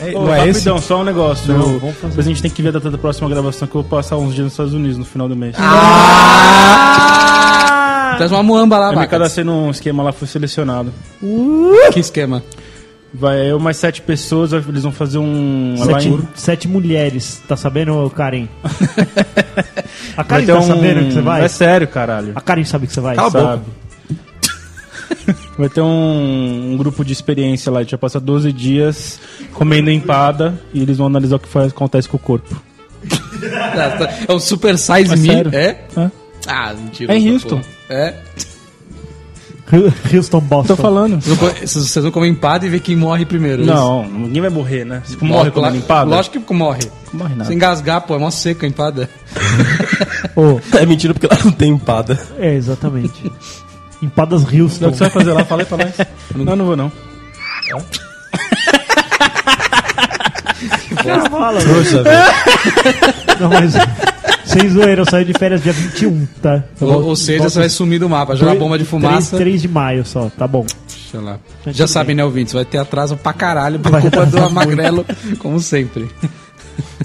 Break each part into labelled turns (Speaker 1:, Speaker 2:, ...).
Speaker 1: É,
Speaker 2: Ô,
Speaker 1: não é esse?
Speaker 2: rapidão, só um negócio.
Speaker 1: Não,
Speaker 2: Eu-
Speaker 1: vamos fazer.
Speaker 2: Depois a gente tem que ver a data da próxima gravação que eu vou passar uns dias nos Estados Unidos no final do mês.
Speaker 1: Ah,
Speaker 3: Traz uma muamba lá,
Speaker 2: eu me
Speaker 3: Bacas.
Speaker 2: cadastrei num um esquema lá, fui selecionado.
Speaker 3: Que esquema.
Speaker 2: Vai eu mais sete pessoas, eles vão fazer um. lá
Speaker 1: Sete,
Speaker 2: em-
Speaker 1: sete mulheres. Tá sabendo, Karen? A
Speaker 2: Vai
Speaker 1: Karen
Speaker 2: ter
Speaker 1: tá
Speaker 2: um...
Speaker 1: sabendo que você vai?
Speaker 2: É sério, caralho.
Speaker 1: A Karen sabe que você vai?
Speaker 3: Cala a boca.
Speaker 2: sabe? Vai ter um, um grupo de experiência lá, a gente vai passar 12 dias comendo empada e eles vão analisar o que faz, acontece com o corpo.
Speaker 3: É um super size
Speaker 2: É
Speaker 3: me.
Speaker 2: sério.
Speaker 3: É?
Speaker 2: Hã?
Speaker 3: Ah, mentira.
Speaker 2: É em
Speaker 3: essa
Speaker 2: Houston.
Speaker 3: porra. É.
Speaker 1: Hu- Houston, Boston.
Speaker 2: Tô falando.
Speaker 3: Vocês vão co- Vocês vão comer empada e ver quem morre primeiro.
Speaker 2: Não, ninguém vai morrer, né? Você morre comendo
Speaker 3: lá-
Speaker 2: empada?
Speaker 3: Lógico que morre.
Speaker 2: Não morre nada.
Speaker 3: Se engasgar, pô, é mó seca a empada.
Speaker 1: Ô,
Speaker 4: É mentira porque ela não tem empada.
Speaker 1: é, exatamente. Empadas
Speaker 2: Não, o
Speaker 1: Houston.
Speaker 2: que você vai fazer lá? Fala aí pra nós. Não, não vou não.
Speaker 1: Cara, fala, velho.
Speaker 4: Trouxa, velho.
Speaker 1: Não, mas... Sem zoeira, eu saio de férias dia 21, tá? Eu
Speaker 3: Ou,
Speaker 1: volto-
Speaker 3: ou seja,
Speaker 1: volto
Speaker 3: você vai sumir do mapa. Jogar
Speaker 1: três-
Speaker 3: bomba de fumaça.
Speaker 1: 3, de maio só, tá bom.
Speaker 3: Sei lá.
Speaker 1: Mas
Speaker 3: Já
Speaker 1: tudo
Speaker 3: sabem,
Speaker 1: bem.
Speaker 3: né, ouvintes? Vai ter atraso pra caralho por
Speaker 1: Vai
Speaker 3: culpa do
Speaker 1: atrasar
Speaker 3: magrelo, como sempre.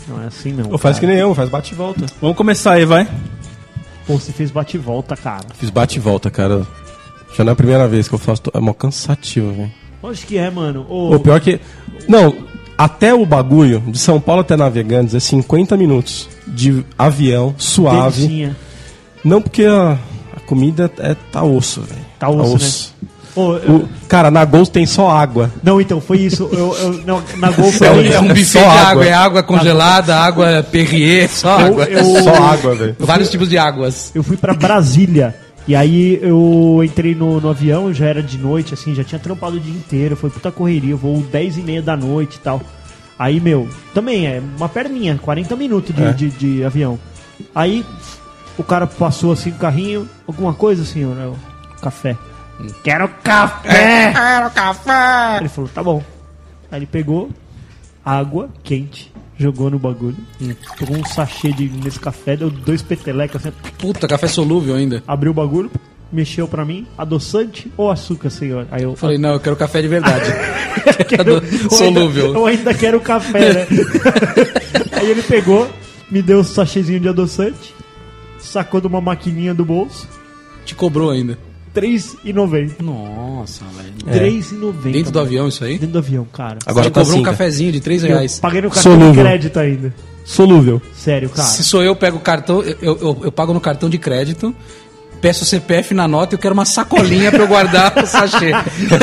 Speaker 1: Não é assim não.
Speaker 4: Pô, faz que
Speaker 1: cara.
Speaker 4: nem eu, faz bate e volta.
Speaker 2: Vamos começar aí, vai.
Speaker 1: Pô, você fez bate e volta, cara.
Speaker 4: Fiz bate e volta, cara. Já não é a primeira vez que eu faço. É mó cansativo, velho.
Speaker 1: Onde que é, mano? Ô,
Speaker 4: O pior que. Não, até o bagulho, de São Paulo até Navegantes, é 50 minutos de avião, suave.
Speaker 1: delicinha.
Speaker 4: Não porque a, a comida é, tá osso, né? velho.
Speaker 1: Tá osso, Ô, eu-
Speaker 4: O- cara, na Gol tem só água.
Speaker 1: Não, então, foi isso. Eu, eu- não, na Gol foi
Speaker 4: É um-
Speaker 1: isso.
Speaker 3: É um
Speaker 4: É
Speaker 3: buffet
Speaker 4: só
Speaker 3: de água.
Speaker 4: água.
Speaker 3: é água congelada, água Perrier, só
Speaker 1: Eu-
Speaker 3: água.
Speaker 1: eu-
Speaker 4: Só água, velho.
Speaker 3: Vários tipos de águas.
Speaker 1: Eu fui pra Brasília. E aí eu entrei no, no avião, já era de noite, assim, já tinha trampado o dia inteiro. Foi puta correria, voo 10 e meia da noite e tal. Aí, meu, também é uma perninha, 40 minutos de,
Speaker 4: É.
Speaker 1: de, de avião. Aí o cara passou assim o carrinho, alguma coisa, senhor? Eu, café. Quero café!
Speaker 3: Quero café!
Speaker 1: Ele falou, tá bom. Aí ele pegou água quente, jogou no bagulho, pegou um sachê de Nescafé, deu dois petelecas, assim,
Speaker 3: Puta, café solúvel ainda.
Speaker 1: abriu o bagulho, mexeu pra mim, adoçante ou açúcar, senhor? Aí eu
Speaker 3: Falei, não, eu quero café de verdade. Tá
Speaker 1: quero- Eu ainda,
Speaker 3: solúvel.
Speaker 1: eu ainda quero café, né? Aí ele pegou, me deu um sachêzinho de adoçante, sacou de uma maquininha do bolso,
Speaker 3: Te cobrou ainda.
Speaker 1: R$3,90.
Speaker 3: Nossa, velho.
Speaker 1: R$3,90.
Speaker 3: É. Dentro do
Speaker 1: mano.
Speaker 3: avião isso aí?
Speaker 1: Dentro do avião, cara.
Speaker 4: Agora
Speaker 3: Te
Speaker 4: tá
Speaker 3: cobrou
Speaker 4: assim.
Speaker 3: um
Speaker 4: cara.
Speaker 3: cafezinho de 3
Speaker 1: Eu
Speaker 3: reais.
Speaker 1: paguei no cartão de
Speaker 4: Solúvel.
Speaker 1: crédito ainda.
Speaker 4: Solúvel.
Speaker 1: Sério, cara.
Speaker 3: Se sou eu, pego o cartão, eu, eu, eu pago no cartão de crédito, peço o CPF na nota e eu quero uma sacolinha pra eu guardar o sachê.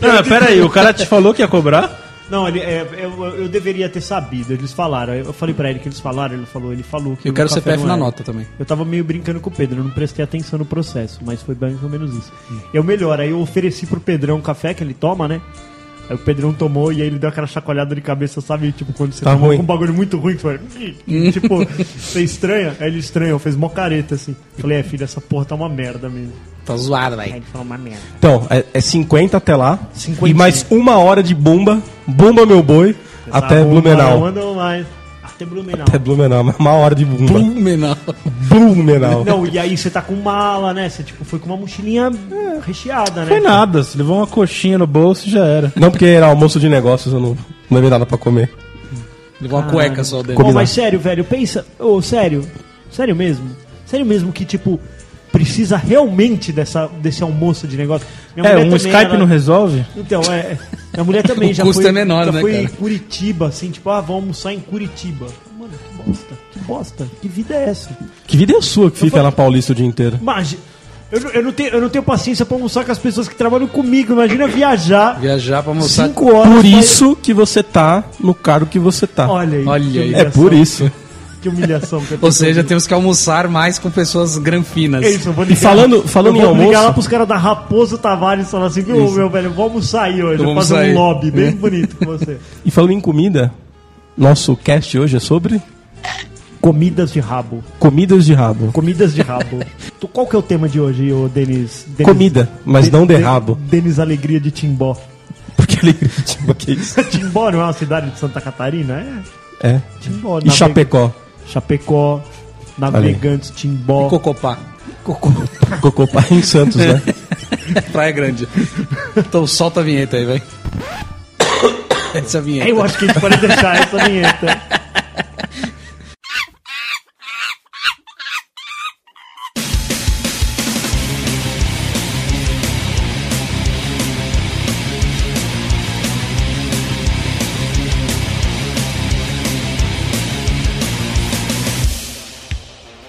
Speaker 2: Não, mas pera aí, Ah, o cara te falou que ia cobrar?
Speaker 1: Não, ele, é, eu, eu deveria ter sabido. Eles falaram. Eu falei pra ele que eles falaram. Ele falou, ele falou que
Speaker 3: Eu
Speaker 1: o
Speaker 3: quero
Speaker 1: café
Speaker 3: CPF
Speaker 1: não é.
Speaker 3: na
Speaker 1: era.
Speaker 3: nota também.
Speaker 1: Eu tava meio brincando com o Pedro. Eu não prestei atenção no processo, mas foi mais ou menos isso. Eu melhor. Aí eu ofereci pro Pedrão o café que ele toma, né? Aí o Pedrão tomou e aí ele deu aquela chacoalhada de cabeça, sabe? Tipo, quando você
Speaker 4: Tá
Speaker 1: toma
Speaker 4: ruim.
Speaker 1: com um bagulho muito ruim, que você fala, tipo, você estranha? Aí ele estranhou, fez mó careta assim. Falei, é filho, essa porra tá uma merda mesmo.
Speaker 3: Tá zoado,
Speaker 1: Aí
Speaker 3: velho.
Speaker 1: É, ele falou, uma merda.
Speaker 4: Então, é, é 50 até lá.
Speaker 1: 50.
Speaker 4: E mais uma hora de bomba. Bomba meu boi.
Speaker 1: Essa
Speaker 4: até
Speaker 1: bomba
Speaker 4: Blumenau.
Speaker 1: não Tá Manda um mais. Até Blumenau.
Speaker 4: Até Blumenau, mas uma hora de bomba.
Speaker 3: Blumenau.
Speaker 4: Blumenau.
Speaker 1: Não, e aí você tá com mala, né? Você tipo, foi com uma mochilinha
Speaker 4: É.
Speaker 1: recheada, né?
Speaker 2: Foi nada, se levou uma coxinha no bolso já era.
Speaker 4: Não porque era almoço de negócios, eu não não levei nada pra comer.
Speaker 3: Levou
Speaker 1: Ah.
Speaker 3: uma cueca só dele.
Speaker 1: Pô,
Speaker 4: Combinar.
Speaker 1: mas sério, velho, pensa. Ô, sério. Sério mesmo. Sério mesmo que, tipo, precisa realmente dessa, desse almoço de negócio. Minha
Speaker 2: É,
Speaker 1: mulher
Speaker 2: um
Speaker 1: também
Speaker 2: Skype
Speaker 1: era-
Speaker 2: não resolve?
Speaker 1: Então, é. Minha mulher também
Speaker 3: O
Speaker 1: já
Speaker 3: custo
Speaker 1: foi.
Speaker 3: é menor,
Speaker 1: já
Speaker 3: né,
Speaker 1: foi
Speaker 3: cara?
Speaker 1: em Curitiba, assim, tipo, ah, vamos almoçar em Curitiba. Mano, que bosta. Que bosta. Que vida é essa?
Speaker 4: Que vida é a sua que fica na Paulista o dia inteiro?
Speaker 1: Imagina. Eu, não- eu, não tenho, eu não tenho paciência pra almoçar com as pessoas que trabalham comigo. Imagina viajar
Speaker 3: Viajar pra mostrar.
Speaker 1: cinco horas.
Speaker 4: Por
Speaker 1: pra-
Speaker 4: isso que você tá no cargo que você tá.
Speaker 1: Olha aí.
Speaker 3: Olha
Speaker 1: que
Speaker 3: aí.
Speaker 4: é
Speaker 1: humilhação.
Speaker 4: por isso.
Speaker 1: Que humilhação. Que eu tô
Speaker 3: Ou seja,
Speaker 1: fazendo.
Speaker 3: temos que almoçar mais com pessoas granfinas.
Speaker 1: É isso, eu vou ligar.
Speaker 4: E falando- falando
Speaker 1: eu vou
Speaker 4: em
Speaker 1: ligar
Speaker 4: almoço-
Speaker 1: lá pros caras da Raposo Tavares e falar assim, viu, meu velho, vamos sair hoje.
Speaker 3: Então
Speaker 1: Eu
Speaker 3: vamos
Speaker 1: fazer
Speaker 3: sair.
Speaker 1: um lobby bem bonito com você.
Speaker 4: E falando em comida, nosso cast hoje é sobre
Speaker 1: Comidas de rabo.
Speaker 4: comidas de rabo.
Speaker 1: Comidas de rabo. Tu- Qual que é o tema de hoje, ô Denis? Denis-
Speaker 4: Comida, mas não de rabo.
Speaker 1: Denis Alegria de Timbó.
Speaker 4: Porque ele tipo, que isso?
Speaker 1: Timbó não é uma cidade de Santa Catarina? É.
Speaker 4: É.
Speaker 1: Timbó.
Speaker 4: E
Speaker 1: navega-
Speaker 4: Chapecó.
Speaker 1: Chapecó, Navegantes, Timbó.
Speaker 3: Cocopá.
Speaker 4: Cocopá em Santos, né?
Speaker 3: Praia Grande. Então solta a vinheta aí, velho. Essa vinheta.
Speaker 1: Eu acho que a gente pode deixar essa vinheta.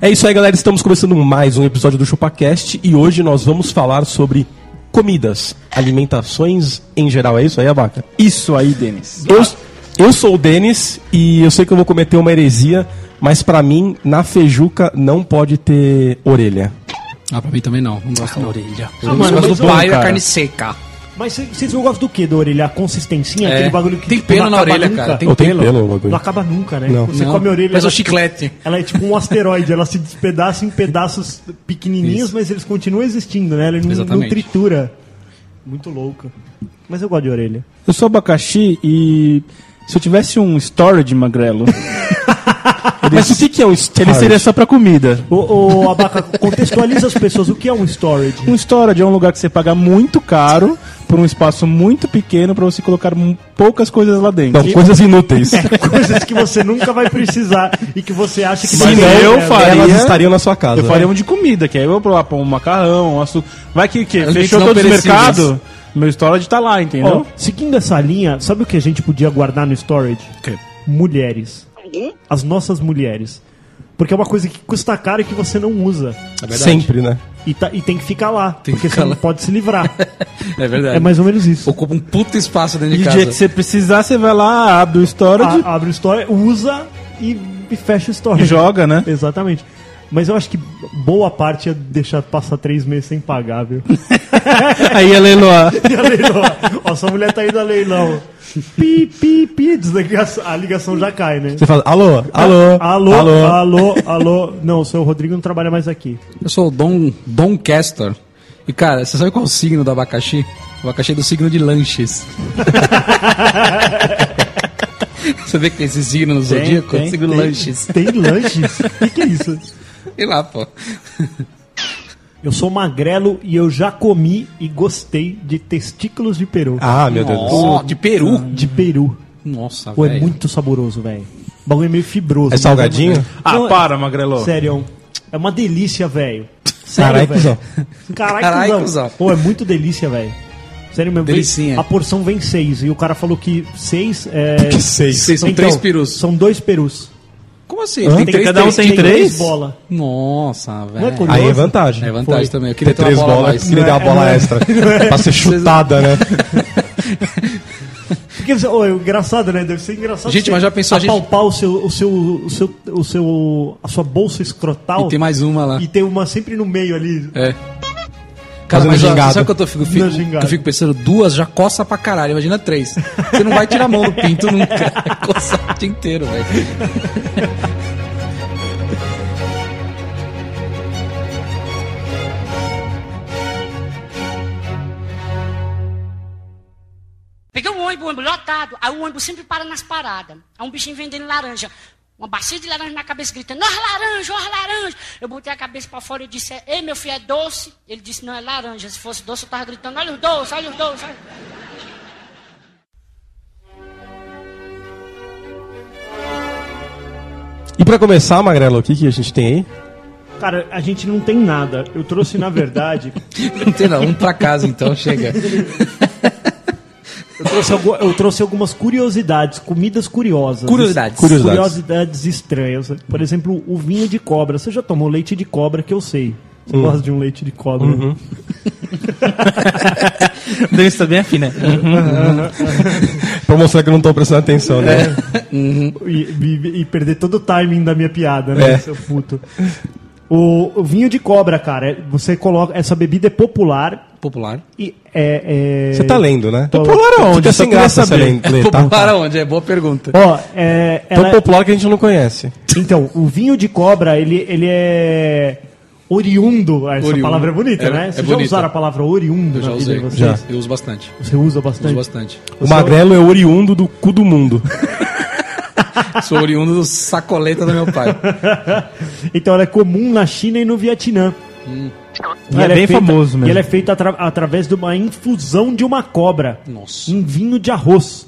Speaker 4: É isso aí, galera. Estamos começando mais um episódio do ChupaCast e hoje nós vamos falar sobre comidas, alimentações em geral. É isso aí, Abaca?
Speaker 2: Isso aí, Denis.
Speaker 4: Eu, eu sou o Denis e eu sei que eu vou cometer uma heresia, mas pra mim, na feijuca não pode ter orelha.
Speaker 3: Ah, pra mim também não. Não gosto da orelha.
Speaker 1: Ah,
Speaker 3: Eu
Speaker 1: mano,
Speaker 3: gosto
Speaker 1: mas
Speaker 3: do
Speaker 1: o-
Speaker 3: paio e a
Speaker 2: cara.
Speaker 3: carne seca.
Speaker 1: Mas cê- vocês não gostam do que da orelha? A consistência?
Speaker 3: É.
Speaker 1: Aquele bagulho que
Speaker 3: Tem
Speaker 1: tipo,
Speaker 3: pelo
Speaker 1: não
Speaker 3: na
Speaker 1: acaba
Speaker 3: orelha,
Speaker 1: nunca?
Speaker 3: cara. Tem
Speaker 4: Ou tem
Speaker 3: pelo?
Speaker 4: pelo no
Speaker 1: Não
Speaker 4: bagulho?
Speaker 1: acaba nunca, né?
Speaker 4: Não.
Speaker 1: Você
Speaker 3: Não.
Speaker 1: come a orelha.
Speaker 3: Parece um
Speaker 1: ela-
Speaker 3: chiclete.
Speaker 1: Ela é tipo um asteroide, ela se despedaça em pedaços pequenininhos, mas eles continuam existindo, né? Ela não, não
Speaker 3: Exatamente.
Speaker 1: tritura. Muito louca. Mas eu gosto de orelha.
Speaker 2: Eu sou abacaxi e se eu tivesse um storage magrelo,
Speaker 4: Mas o que, que é um
Speaker 2: ele seria só pra comida.
Speaker 1: Ô, ô Abaca, contextualiza as pessoas. O que é um storage?
Speaker 2: Um storage é um lugar que você paga muito caro por um espaço muito pequeno pra você colocar mu- poucas coisas lá dentro.
Speaker 4: Não, coisas inúteis.
Speaker 1: Coisas que você nunca vai precisar e que você acha que
Speaker 2: Se
Speaker 1: vai
Speaker 2: não,
Speaker 1: ser-
Speaker 2: eu
Speaker 1: é,
Speaker 2: faço.
Speaker 4: Elas
Speaker 2: faria-
Speaker 4: estariam na sua casa.
Speaker 2: Eu faria um de comida, que aí eu lá pôr um macarrão, um açúcar. Vai que, que
Speaker 3: Alimentos
Speaker 2: fechou
Speaker 3: não
Speaker 2: todo o
Speaker 3: perecíveis.
Speaker 2: mercado, meu storage tá lá, entendeu?
Speaker 1: Ó, seguindo essa linha, sabe o que a gente podia guardar no storage? Mulheres. As nossas mulheres. Porque é uma coisa que custa caro e que você não usa.
Speaker 3: É
Speaker 4: Sempre, né?
Speaker 1: E, tá- e tem que ficar lá.
Speaker 3: Tem que
Speaker 1: porque
Speaker 3: ficar
Speaker 1: você
Speaker 3: lá.
Speaker 1: não pode se livrar.
Speaker 3: É verdade.
Speaker 1: é mais ou menos isso.
Speaker 3: Ocupa um puto espaço dentro
Speaker 2: E
Speaker 3: de
Speaker 2: o
Speaker 3: casa.
Speaker 2: dia que você precisar, você vai lá, abre o storage
Speaker 1: A- abre o storage, usa e, e fecha o
Speaker 2: e
Speaker 1: storage.
Speaker 2: joga, né?
Speaker 1: Exatamente. Mas eu acho que boa parte ia deixar passar três meses sem pagar, viu?
Speaker 3: Ah.
Speaker 2: aí é leiloar.
Speaker 1: Ia leiloar. Ó, sua mulher tá indo a leilão. Pi, pi, pi, desliga, a ligação já cai, né?
Speaker 4: Você fala, alô, alô,
Speaker 1: Alô, alô, alô, Não, o seu Rodrigo não trabalha mais aqui.
Speaker 3: Eu sou o Dom, Dom Castor. E, cara, você sabe qual é o signo do abacaxi? O abacaxi é do signo de lanches. você vê que tem esse signo no zodíaco?
Speaker 2: tem,
Speaker 3: signo
Speaker 2: tem.
Speaker 3: lanches.
Speaker 1: Tem lanches? O que, que é isso?
Speaker 3: E lá, pô.
Speaker 1: Eu sou magrelo e eu já comi e gostei de testículos de peru.
Speaker 4: Ah, meu Deus do céu.
Speaker 3: Nossa, de Peru.
Speaker 1: De peru.
Speaker 3: Nossa,
Speaker 1: Pô,
Speaker 3: velho.
Speaker 1: é muito saboroso, velho. O bagulho é meio fibroso.
Speaker 4: É
Speaker 1: mas
Speaker 4: salgadinho?
Speaker 1: bom.
Speaker 2: Ah,
Speaker 1: Não, é-
Speaker 2: para, magrelo.
Speaker 1: Sério, é uma delícia, velho.
Speaker 4: Carai,
Speaker 1: Sério, velho.
Speaker 4: cuzão.
Speaker 1: Carai,
Speaker 3: Carai,
Speaker 1: cuzão.
Speaker 3: cuzão.
Speaker 1: Pô, é muito delícia, velho. Sério mesmo. vem-
Speaker 3: Delicinha.
Speaker 1: A porção vem seis. E o cara falou que seis é...
Speaker 4: Que seis.
Speaker 3: Vocês são
Speaker 1: Então,
Speaker 3: três perus.
Speaker 1: São dois perus.
Speaker 3: Como assim?
Speaker 2: Hã? Cada um tem três?
Speaker 1: bola.
Speaker 3: Nossa,
Speaker 1: Não é
Speaker 3: velho.
Speaker 1: curioso?
Speaker 4: Aí é vantagem.
Speaker 3: É vantagem
Speaker 1: Foi.
Speaker 3: também. Eu
Speaker 4: Ter
Speaker 3: queria ter,
Speaker 4: três
Speaker 3: uma bola a
Speaker 4: bolas,
Speaker 3: mais. né?
Speaker 4: queria
Speaker 1: Não
Speaker 4: dar
Speaker 1: é-
Speaker 4: uma bola
Speaker 1: não é.
Speaker 4: extra. pra ser chutada, né?
Speaker 1: Porque, você- ô, é engraçado, né? Deve ser engraçado.
Speaker 3: Gente,
Speaker 1: você
Speaker 3: mas já pensou, a gente-
Speaker 1: apalpar o seu, o seu, o seu, o seu, a sua bolsa escrotal
Speaker 3: E tem mais uma lá.
Speaker 1: e tem uma sempre no meio ali.
Speaker 3: É. Cara,
Speaker 4: Fazendo
Speaker 3: mas ó,
Speaker 4: gingado.
Speaker 3: sabe o que eu tô fico, fico-
Speaker 1: Não, gingado.
Speaker 3: eu fico pensando? Duas já coça pra caralho, imagina três. Você não vai tirar a mão do pinto nunca. Vai coçar o dia inteiro, velho.
Speaker 5: Peguei um ônibus, o ônibus lotado. Aí o ônibus sempre para nas paradas. Aí um bichinho vendendo laranja. Uma bacia de laranja na cabeça, gritando, nós laranja, nós laranja. Eu botei a cabeça pra fora e disse, ei, meu filho, é doce? Ele disse, não, é laranja. Se fosse doce, eu tava gritando, olha os doces, olha os doces. Olha... os-"
Speaker 4: E pra começar, Magrelo, o que, que a gente tem aí?
Speaker 1: Cara, a gente não tem nada. Eu trouxe, na verdade,
Speaker 3: Não tem não, um pra casa então, chega.
Speaker 1: eu trouxe, algu- eu trouxe algumas curiosidades, comidas curiosas.
Speaker 3: Curiosidades.
Speaker 1: Curiosidades. Curiosidades estranhas. Por exemplo, o vinho de cobra. Você já tomou leite de cobra, que eu sei. Você gosta de um leite de cobra?
Speaker 2: Denis também é fina.
Speaker 3: Hum,
Speaker 4: Pra mostrar que eu não tô prestando atenção, né?
Speaker 1: E, e- e perder todo o timing da minha piada, né?
Speaker 4: É.
Speaker 1: Seu puto. O, o vinho de cobra, cara, é- você coloca. Essa bebida é popular,
Speaker 3: Popular.
Speaker 1: E é, é-
Speaker 4: Você tá lendo, né?
Speaker 1: Tô.
Speaker 4: Fica Você sem queria graça saber. você ler,
Speaker 3: É
Speaker 4: ler, tá?
Speaker 3: popular aonde? É boa pergunta.
Speaker 1: Ó, é,
Speaker 4: Tão
Speaker 1: ela-
Speaker 4: popular que a gente não conhece.
Speaker 1: Então, o vinho de cobra, ele, ele é oriundo. Essa
Speaker 3: Oriundo.
Speaker 1: palavra é bonita,
Speaker 3: É-
Speaker 1: né?
Speaker 3: é
Speaker 1: Vocês já
Speaker 3: bonita.
Speaker 1: usaram a palavra oriundo
Speaker 3: Eu já
Speaker 1: na vida
Speaker 3: usei.
Speaker 1: de vocês?
Speaker 4: Já.
Speaker 3: Eu uso bastante.
Speaker 1: Você usa
Speaker 3: Uso
Speaker 1: bastante?
Speaker 3: bastante.
Speaker 4: O Magrelo é oriundo do cu do mundo.
Speaker 3: Sou oriundo do sacoleta do meu pai.
Speaker 1: Então, ela é comum na China e no Vietnã.
Speaker 2: E é
Speaker 1: ela
Speaker 2: bem
Speaker 1: feita-
Speaker 2: famoso
Speaker 1: E
Speaker 2: mesmo.
Speaker 1: ela é feita atra- através de uma infusão de uma cobra.
Speaker 3: Nossa.
Speaker 1: Em vinho de arroz.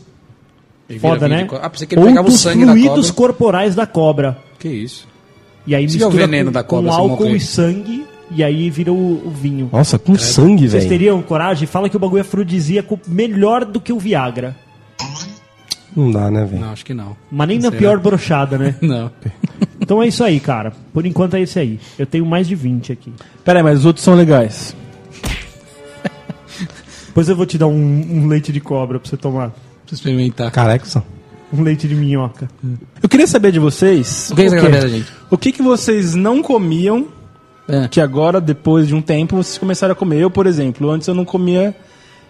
Speaker 3: Ele vira
Speaker 1: Foda,
Speaker 3: vinho
Speaker 1: né?
Speaker 3: de co- Ah, pensei que ele pegava o
Speaker 1: dos
Speaker 3: sangue da
Speaker 1: fluidos
Speaker 3: cobra.
Speaker 1: corporais da cobra.
Speaker 3: Que isso.
Speaker 1: E aí
Speaker 3: Se vê o
Speaker 1: mistura
Speaker 3: veneno
Speaker 1: com,
Speaker 3: da cobra,
Speaker 1: com
Speaker 3: você
Speaker 1: álcool
Speaker 3: morre.
Speaker 1: e sangue. E aí vira o, o vinho.
Speaker 4: Nossa, com sangue,
Speaker 1: Vocês
Speaker 4: velho.
Speaker 1: teriam coragem? Fala que o bagulho é afrodisíaco melhor do que o Viagra.
Speaker 4: Não dá, né, velho?
Speaker 3: Não, acho que não.
Speaker 1: Mas nem na
Speaker 3: Será?
Speaker 1: pior brochada, né?
Speaker 3: Não.
Speaker 1: Então é isso aí, cara. Por enquanto é esse aí. Eu tenho mais de 20 aqui.
Speaker 2: Pera aí, mas os outros são legais.
Speaker 1: Depois eu vou te dar um, um leite de cobra pra você tomar.
Speaker 3: Preciso experimentar.
Speaker 4: Careca, só.
Speaker 1: Um leite de minhoca.
Speaker 2: Eu queria saber de vocês.
Speaker 3: O que é essa
Speaker 2: quê?
Speaker 3: galera, gente?
Speaker 2: O que, que vocês não comiam
Speaker 3: É.
Speaker 2: que agora, depois de um tempo, vocês começaram a comer? Eu, por exemplo, antes eu não comia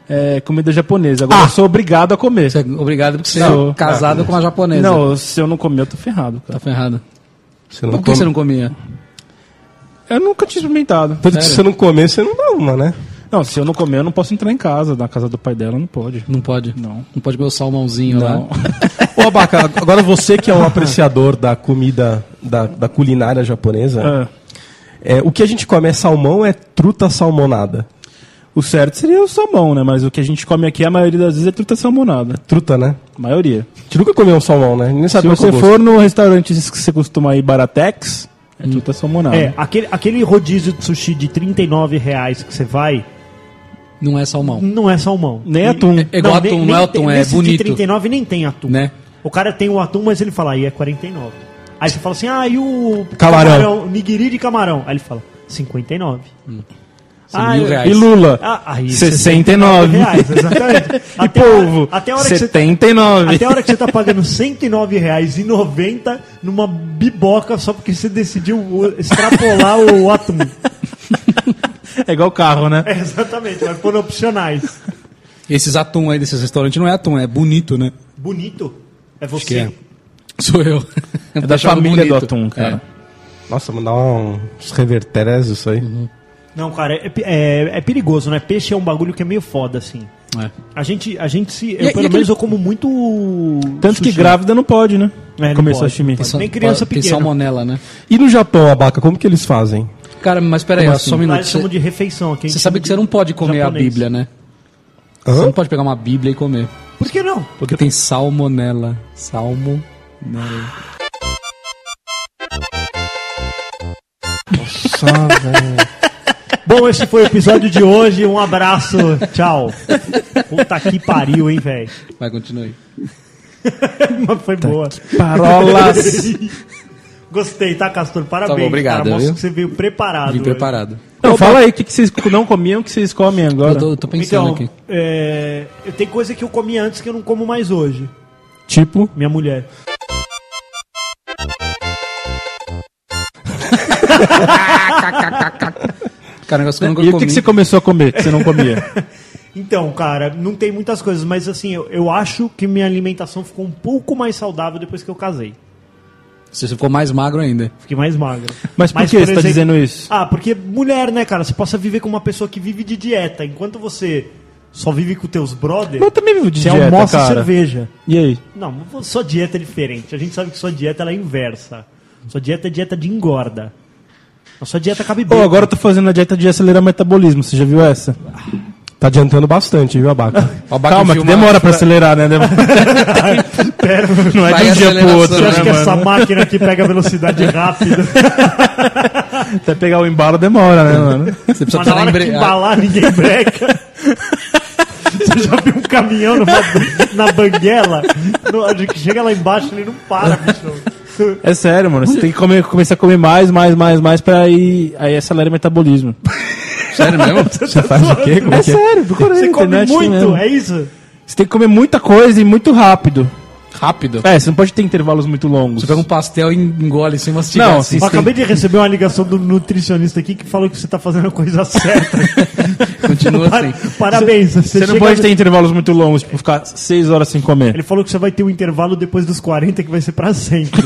Speaker 2: é, comida japonesa. Agora eu sou obrigado a comer.
Speaker 3: Você Ah! é obrigado por ser
Speaker 2: Não.
Speaker 3: casado com uma japonesa.
Speaker 2: Não, se eu não comer, eu tô ferrado, cara.
Speaker 3: Tá ferrado.
Speaker 4: Você
Speaker 3: Por
Speaker 4: não
Speaker 3: que você
Speaker 4: come.
Speaker 3: não comia?
Speaker 2: Eu nunca tinha experimentado.
Speaker 4: Tanto que se você não comer, você não dá uma, né?
Speaker 2: Não, se eu não comer, eu não posso entrar em casa. Na casa do pai dela, não pode.
Speaker 3: Não pode?
Speaker 2: Não.
Speaker 3: Não pode comer o salmãozinho
Speaker 2: Não.
Speaker 3: lá?
Speaker 4: Ô, Abaca, agora você que é um apreciador da comida, da, da culinária japonesa,
Speaker 2: Ah,
Speaker 4: é, o que a gente come é salmão, é truta salmonada.
Speaker 2: o certo seria o salmão, né? Mas o que a gente come aqui, a maioria das vezes, é truta salmonada.
Speaker 4: Truta, né?
Speaker 2: A maioria.
Speaker 4: A gente nunca comeu um salmão, né? Nem
Speaker 2: Se
Speaker 4: sabe
Speaker 2: você for no restaurante que você costuma ir, Baratex, é truta
Speaker 3: Tá.
Speaker 2: salmonada.
Speaker 1: É, aquele, aquele rodízio de sushi de R$ 39 reais que você vai,
Speaker 3: Não é salmão.
Speaker 1: não é salmão.
Speaker 2: Nem
Speaker 1: E-
Speaker 2: atum.
Speaker 3: É igual atum, não é
Speaker 1: tem-
Speaker 3: atum, é
Speaker 1: nesse
Speaker 3: bonito.
Speaker 1: de 39 nem tem atum.
Speaker 3: Né?
Speaker 1: O cara tem o atum, mas ele fala, aí é 49. Aí você fala assim, ah, e o
Speaker 4: Camarão.
Speaker 1: nigiri de camarão. Aí ele fala, 59.
Speaker 3: São Hum. mil
Speaker 1: eu-
Speaker 3: reais.
Speaker 2: E Lula?
Speaker 1: Ah, aí,
Speaker 2: 69.
Speaker 1: reais, exatamente.
Speaker 2: E
Speaker 1: a hora-
Speaker 2: polvo?
Speaker 1: até a hora que você tá-
Speaker 2: 79.
Speaker 1: até a hora que você tá pagando R$ 109,90 numa biboca só porque você decidiu o- extrapolar o atum.
Speaker 2: É igual carro, né?
Speaker 1: É, exatamente, mas foram opcionais.
Speaker 3: Esses atum aí desses restaurantes não é atum, é bonito, né?
Speaker 1: Bonito. É
Speaker 3: que
Speaker 1: você.
Speaker 3: é. Sou eu.
Speaker 2: É
Speaker 3: tá
Speaker 2: da família do atum,
Speaker 3: É.
Speaker 2: cara.
Speaker 4: Nossa, mandar um- uns revertérios isso aí.
Speaker 1: Não, cara, é, pe- é- é perigoso, né? Peixe é um bagulho que é meio foda, assim.
Speaker 3: É. É.
Speaker 1: A gente, a gente se. Eu,
Speaker 3: E- e
Speaker 1: pelo
Speaker 3: aquele-
Speaker 1: menos eu como muito.
Speaker 2: Tanto que
Speaker 1: sushi.
Speaker 2: grávida não pode, né?
Speaker 1: É, não
Speaker 2: comer
Speaker 1: pode.
Speaker 2: sashimi.
Speaker 1: Tem só-
Speaker 3: Tem
Speaker 1: criança
Speaker 3: tem
Speaker 1: pequena.
Speaker 3: salmonela, né?
Speaker 4: E no Japão, Abaca, como que eles fazem?
Speaker 3: Cara, mas peraí, ó, só
Speaker 2: assim?
Speaker 3: um
Speaker 1: Lá
Speaker 3: minuto.
Speaker 1: eles chamam
Speaker 3: Você
Speaker 1: de refeição aqui. a gente
Speaker 3: você sabe
Speaker 1: chama
Speaker 3: que
Speaker 1: de
Speaker 3: você não pode comer
Speaker 1: japonês.
Speaker 3: a Bíblia, né? Você
Speaker 4: Hã?
Speaker 3: não pode pegar uma Bíblia e comer.
Speaker 1: Por que não?
Speaker 3: Porque tem salmonela. Salmo.
Speaker 1: Bom, esse foi o episódio de hoje. Um abraço. Tchau. Puta que pariu, hein, velho.
Speaker 3: Vai, continue.
Speaker 1: Mas foi boa.
Speaker 2: Parolas.
Speaker 1: Gostei, tá, Castor? Parabéns.
Speaker 3: bom, obrigado,
Speaker 1: cara. Mostra
Speaker 3: viu?
Speaker 1: que você veio preparado.
Speaker 3: Vim
Speaker 1: hoje.
Speaker 3: preparado.
Speaker 2: Não, fala aí o que, que vocês não comiam, o que vocês comem agora.
Speaker 3: Eu tô, eu tô pensando
Speaker 1: Então,
Speaker 3: aqui.
Speaker 1: é, eu tenho coisa que eu comia antes que eu não como mais hoje.
Speaker 4: Tipo,
Speaker 1: Minha mulher.
Speaker 3: Cara, negócio que eu nunca
Speaker 2: E o
Speaker 3: comi.
Speaker 2: que, que você começou a comer que você não comia?
Speaker 1: Então, cara, não tem muitas coisas, mas assim, eu, eu acho que minha alimentação ficou um pouco mais saudável depois que eu casei.
Speaker 3: Você ficou mais magro ainda.
Speaker 1: Fiquei mais magro.
Speaker 2: Mas por que você tá dizendo isso?
Speaker 1: Ah, porque mulher, né, cara? Você possa viver com uma pessoa que vive de dieta, enquanto você só vive com teus brothers,
Speaker 2: Eu também vivo de
Speaker 1: você
Speaker 2: dieta,
Speaker 1: almoça
Speaker 2: cara.
Speaker 1: cerveja.
Speaker 2: E aí?
Speaker 1: Não, mas sua dieta é diferente. A gente sabe que sua dieta ela é inversa. Sua dieta é dieta de engorda. A sua dieta cabe
Speaker 2: Pô,
Speaker 1: bem.
Speaker 2: agora eu tô fazendo a dieta de acelerar metabolismo, você já viu essa?
Speaker 4: tá adiantando bastante, viu, Abaca?
Speaker 2: Calma, que demora pra acelerar, né? não é de
Speaker 3: Vai
Speaker 2: um dia pro
Speaker 3: aceleração,
Speaker 2: outro,
Speaker 1: Você
Speaker 2: né,
Speaker 1: acha que é
Speaker 2: mano?
Speaker 1: essa máquina aqui pega velocidade rápida?
Speaker 2: Até pegar o embalo demora, né, mano?
Speaker 3: Você precisa
Speaker 1: Mas na
Speaker 3: estar na
Speaker 1: hora que
Speaker 2: ah.
Speaker 3: embreagem.
Speaker 1: embalar, ninguém breca. Você já viu um caminhão numa, na banguela? No, a gente chega lá embaixo, ele não para, bicho.
Speaker 2: É sério, mano. Você tem que comer- começar a comer mais, mais, mais, mais pra ir. Aí acelera o metabolismo.
Speaker 3: Ah, Sério mesmo?
Speaker 4: Você faz o quê? Como é que é?
Speaker 2: sério, procura aí
Speaker 1: Você
Speaker 2: na
Speaker 1: come é
Speaker 2: internet, tem
Speaker 1: muito,
Speaker 2: mesmo.
Speaker 1: é isso?
Speaker 2: Você tem que comer muita coisa e muito rápido.
Speaker 3: rápido.
Speaker 2: É, você não pode ter intervalos muito longos.
Speaker 3: Você pega um pastel e engole assim, sem mastigar.
Speaker 2: Não,
Speaker 1: Eu acabei de receber uma ligação do nutricionista aqui que falou que você tá fazendo a coisa certa.
Speaker 3: Continua
Speaker 1: Par-
Speaker 3: assim.
Speaker 1: Parabéns.
Speaker 2: Você não
Speaker 1: chega-
Speaker 2: pode ter intervalos muito longos, tipo, ficar seis horas sem comer.
Speaker 1: Ele falou que você vai ter um intervalo depois dos 40 que vai ser pra sempre.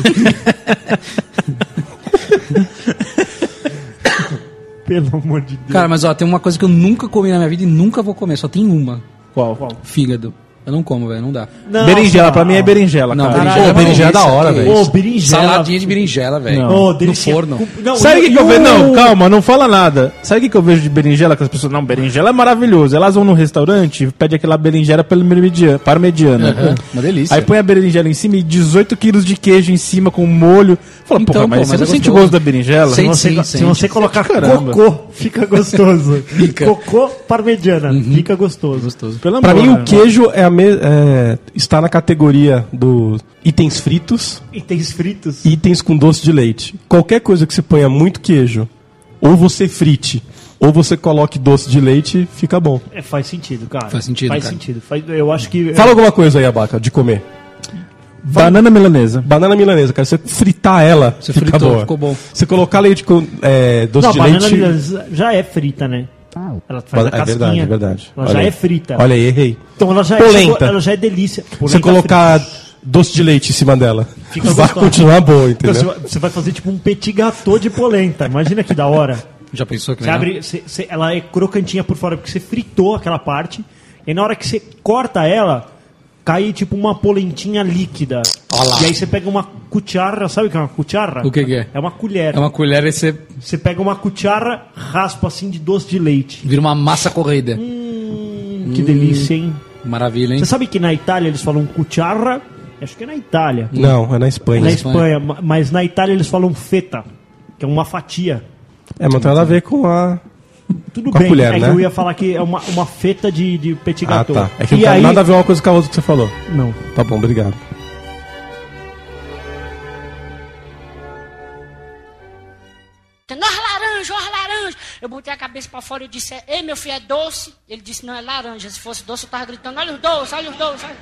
Speaker 1: Pelo amor de Deus.
Speaker 3: Cara, mas ó, tem uma coisa que eu nunca comi na minha vida e nunca vou comer. Só tem uma.
Speaker 2: Qual?
Speaker 3: Fígado. Eu não como, velho. Não dá.
Speaker 1: Não,
Speaker 2: berinjela, pra mim é
Speaker 1: cara.
Speaker 2: berinjela,
Speaker 3: Não,
Speaker 2: cara.
Speaker 4: Pô, berinjela é da
Speaker 3: delícia,
Speaker 4: hora,
Speaker 3: que
Speaker 4: velho.
Speaker 3: isso.
Speaker 1: Ô, berinjela.
Speaker 3: Saladinha de berinjela, velho.
Speaker 2: Não.
Speaker 1: Ô,
Speaker 3: No
Speaker 1: delícia-
Speaker 3: forno.
Speaker 1: Com- Não,
Speaker 2: Sabe o
Speaker 1: e-
Speaker 2: que, que eu vejo? Não,
Speaker 1: o-
Speaker 2: calma, não fala nada. Sabe o que, que eu vejo de berinjela? Que as pessoas, não, berinjela é maravilhoso. Elas vão no restaurante, pede aquela berinjela pelo media- para mediana.
Speaker 3: Aham, uma delícia.
Speaker 2: Aí põe a berinjela em cima e 18 quilos de queijo em cima com molho. Fala,
Speaker 3: Então,
Speaker 2: porra,
Speaker 3: pô,
Speaker 2: mas você
Speaker 3: mas
Speaker 2: não
Speaker 3: é
Speaker 2: sente o
Speaker 3: gostoso.
Speaker 2: gosto da berinjela?
Speaker 3: Sente.
Speaker 1: Se você,
Speaker 3: Sim,
Speaker 1: co-
Speaker 3: sim.
Speaker 1: se você colocar
Speaker 2: Caramba.
Speaker 1: cocô, fica gostoso.
Speaker 3: Fica.
Speaker 1: Cocô parmegiana, fica gostoso.
Speaker 3: Gostoso.
Speaker 2: Pelo
Speaker 4: Uhum. Pra
Speaker 2: amor,
Speaker 4: mim,
Speaker 2: né?
Speaker 4: o queijo é a me- é, está na categoria dos itens fritos
Speaker 1: E tem os fritos.
Speaker 4: e itens com doce de leite. Qualquer coisa que você ponha muito queijo, ou você frite, ou você coloque doce de leite, fica bom.
Speaker 1: É, faz sentido, cara.
Speaker 3: Faz sentido,
Speaker 1: Faz
Speaker 3: cara.
Speaker 1: sentido. Faz- eu acho que.
Speaker 4: Fala alguma coisa aí, Abaca, de comer.
Speaker 2: Banana milanesa.
Speaker 4: Banana milanesa, cara, você fritar ela,
Speaker 3: Você
Speaker 4: fica
Speaker 3: fritou,
Speaker 4: boa.
Speaker 3: ficou bom.
Speaker 4: Você colocar leite com é, doce
Speaker 1: Não, a
Speaker 4: de
Speaker 1: banana
Speaker 4: leite...
Speaker 1: milanesa já é frita, né? Ela faz a
Speaker 4: É
Speaker 1: casquinha.
Speaker 4: verdade, é verdade.
Speaker 1: Ela
Speaker 4: Olha
Speaker 1: já
Speaker 4: aí.
Speaker 1: é frita.
Speaker 4: Olha aí, errei.
Speaker 1: Então ela já,
Speaker 4: Polenta.
Speaker 1: É, ela já é delícia. Polenta
Speaker 4: você colocar doce de leite em cima dela,
Speaker 1: Fica
Speaker 4: vai
Speaker 1: gostosa.
Speaker 4: continuar boa, entendeu?
Speaker 1: Então, você vai- você vai fazer tipo um petit gâteau de polenta. Imagina que da hora.
Speaker 3: Já pensou que
Speaker 1: Você abre, você- você- ela é crocantinha por fora porque você fritou aquela parte. E na hora que você corta ela, cai tipo uma polentinha líquida. E aí você pega uma cucharra, sabe o que é uma cucharra?
Speaker 3: O que que é?
Speaker 1: É uma colher.
Speaker 3: É uma colher e você
Speaker 1: Você pega uma cucharra, raspa assim de doce de leite.
Speaker 3: vira uma massa corrida.
Speaker 1: Hum, que delícia, hein?
Speaker 3: Maravilha, hein?
Speaker 1: Você sabe que na Itália eles falam cucharra? Acho que é na Itália.
Speaker 4: Não, é na Espanha.
Speaker 1: na
Speaker 3: Espanha.
Speaker 1: Espanha, ma- mas na Itália eles falam feta, que é uma fatia.
Speaker 4: É, mas não tem nada a ver com a.
Speaker 1: Tudo
Speaker 4: Com a
Speaker 1: bem,
Speaker 4: colher,
Speaker 1: é
Speaker 4: né?
Speaker 1: que eu ia falar que é uma, uma feta de, de petit
Speaker 4: Ah,
Speaker 1: gâteau.
Speaker 4: tá. É que não
Speaker 1: e
Speaker 4: tem
Speaker 1: aí...
Speaker 4: nada a ver uma coisa com a outra que você falou.
Speaker 1: Não.
Speaker 4: Tá bom, obrigado.
Speaker 5: Nós laranja, nós laranja. Eu botei a cabeça pra fora e disse, ei meu filho, é doce? Ele disse, não, é laranja. Se fosse doce, eu tava gritando, olha os doces, olha os doces. Olha...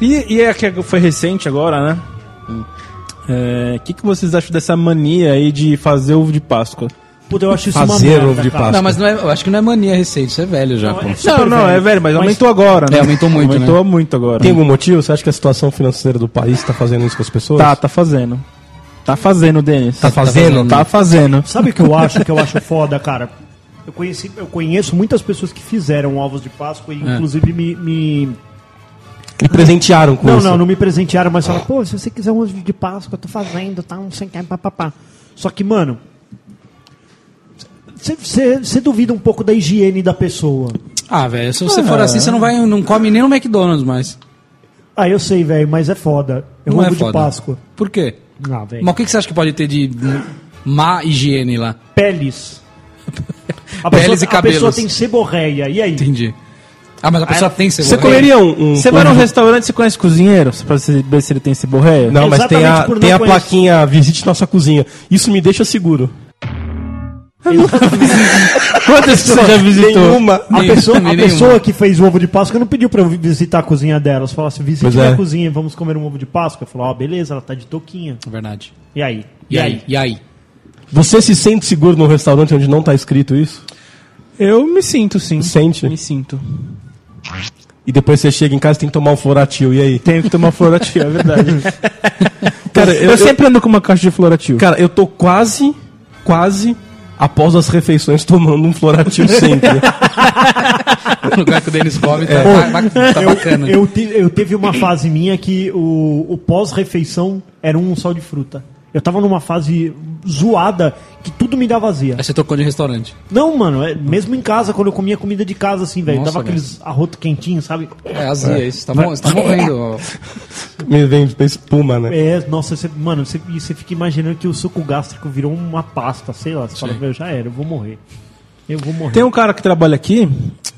Speaker 2: E, e é que foi recente agora, né? O É, que, que vocês acham dessa mania aí de fazer ovo de Páscoa?
Speaker 1: Puta, eu acho isso
Speaker 4: Fazer
Speaker 1: uma merda,
Speaker 4: ovo de
Speaker 1: cara.
Speaker 4: Páscoa.
Speaker 3: Não, mas não é, eu acho que não é mania recente, isso é velho já. pô.
Speaker 1: é super velho.
Speaker 2: agora,
Speaker 3: É, aumentou muito,
Speaker 2: Aumentou muito né? agora.
Speaker 4: Tem algum motivo? Você acha que a situação financeira do país tá fazendo isso com as pessoas?
Speaker 2: Tá, tá fazendo. Tá fazendo, Denis.
Speaker 4: Tá fazendo?
Speaker 2: Tá fazendo.
Speaker 1: Sabe o que eu acho que eu acho foda, cara? Eu, conheci, eu conheço muitas pessoas que fizeram ovos de Páscoa
Speaker 3: É.
Speaker 1: e inclusive me. me-
Speaker 4: Me presentearam com
Speaker 1: Não,
Speaker 4: isso.
Speaker 1: não, não me presentearam, mas falaram, pô, se você quiser um ovo de Páscoa, eu tô fazendo, tá? Não sei o que, papapá. Só que, mano. Você duvida um pouco da higiene da pessoa.
Speaker 3: Ah, velho, se você for assim, você não vai, não come nem no McDonald's mais.
Speaker 1: Ah, eu sei, velho, mas é foda. É
Speaker 3: Não
Speaker 1: ovo
Speaker 3: é
Speaker 1: de
Speaker 3: foda.
Speaker 1: Páscoa.
Speaker 3: Por quê?
Speaker 1: Ah, velho.
Speaker 3: Mas o que que você acha que pode ter de má higiene lá?
Speaker 1: Peles. A
Speaker 3: Peles
Speaker 1: pessoa,
Speaker 3: e cabelos.
Speaker 1: A pessoa tem seborreia. E aí?
Speaker 3: Entendi. Ah, mas a pessoa
Speaker 1: Ah,
Speaker 3: tem cebola.
Speaker 4: Você comeria um. um-
Speaker 2: Você vai num restaurante, você conhece cozinheiro? Pra saber se ele tem ciborreia?
Speaker 4: Não, mas tem a,
Speaker 1: Exatamente por não
Speaker 4: tem a
Speaker 1: conhecer.
Speaker 4: plaquinha Visite Nossa Cozinha. Isso me deixa seguro.
Speaker 2: Quantas você já visitou?
Speaker 4: Nenhuma.
Speaker 1: A,
Speaker 3: Nem-
Speaker 1: pessoa, a
Speaker 3: nem
Speaker 1: pessoa
Speaker 3: nenhuma.
Speaker 1: que fez o ovo de Páscoa não pediu pra eu vi- visitar a cozinha dela. Ela falou assim: visite
Speaker 4: Pois
Speaker 1: minha
Speaker 4: é.
Speaker 1: cozinha e vamos comer um ovo de Páscoa. Eu falei: ó, beleza, ela tá de touquinha.
Speaker 3: É Verdade.
Speaker 1: E aí?
Speaker 3: E, aí? E aí?
Speaker 4: Você se sente seguro num restaurante onde não tá escrito isso?
Speaker 2: Eu me sinto, sim.
Speaker 4: Sente.
Speaker 2: Me sinto.
Speaker 4: E depois você chega em casa e tem que tomar um floratil. E aí?
Speaker 2: Tenho que tomar floratil, é verdade.
Speaker 4: Cara,
Speaker 2: eu, sempre ando com uma caixa de floratil.
Speaker 4: Cara, eu tô quase, quase, após as refeições, tomando um floratil sempre.
Speaker 3: O lugar que o Denis come tá, tá- tá bacana.
Speaker 1: Eu, te- eu teve uma fase minha que o, o pós-refeição era um sal de fruta. Eu tava numa fase zoada que tudo me dava vazia.
Speaker 3: Aí você trocou de restaurante.
Speaker 1: Não, mano, é- mesmo em casa, quando eu comia comida de casa, assim, velho,
Speaker 3: Nossa,
Speaker 1: dava aqueles arroto quentinho, sabe?
Speaker 3: É azia isso. Tá, mo- você tá morrendo. ó.
Speaker 4: Me vem espuma, né?
Speaker 1: É, nossa, você, mano, você, e você fica imaginando que o suco gástrico virou uma pasta, sei lá. Você fala,
Speaker 3: Sim.
Speaker 1: meu, já era, eu vou morrer. Eu vou morrer.
Speaker 2: Tem um cara que trabalha aqui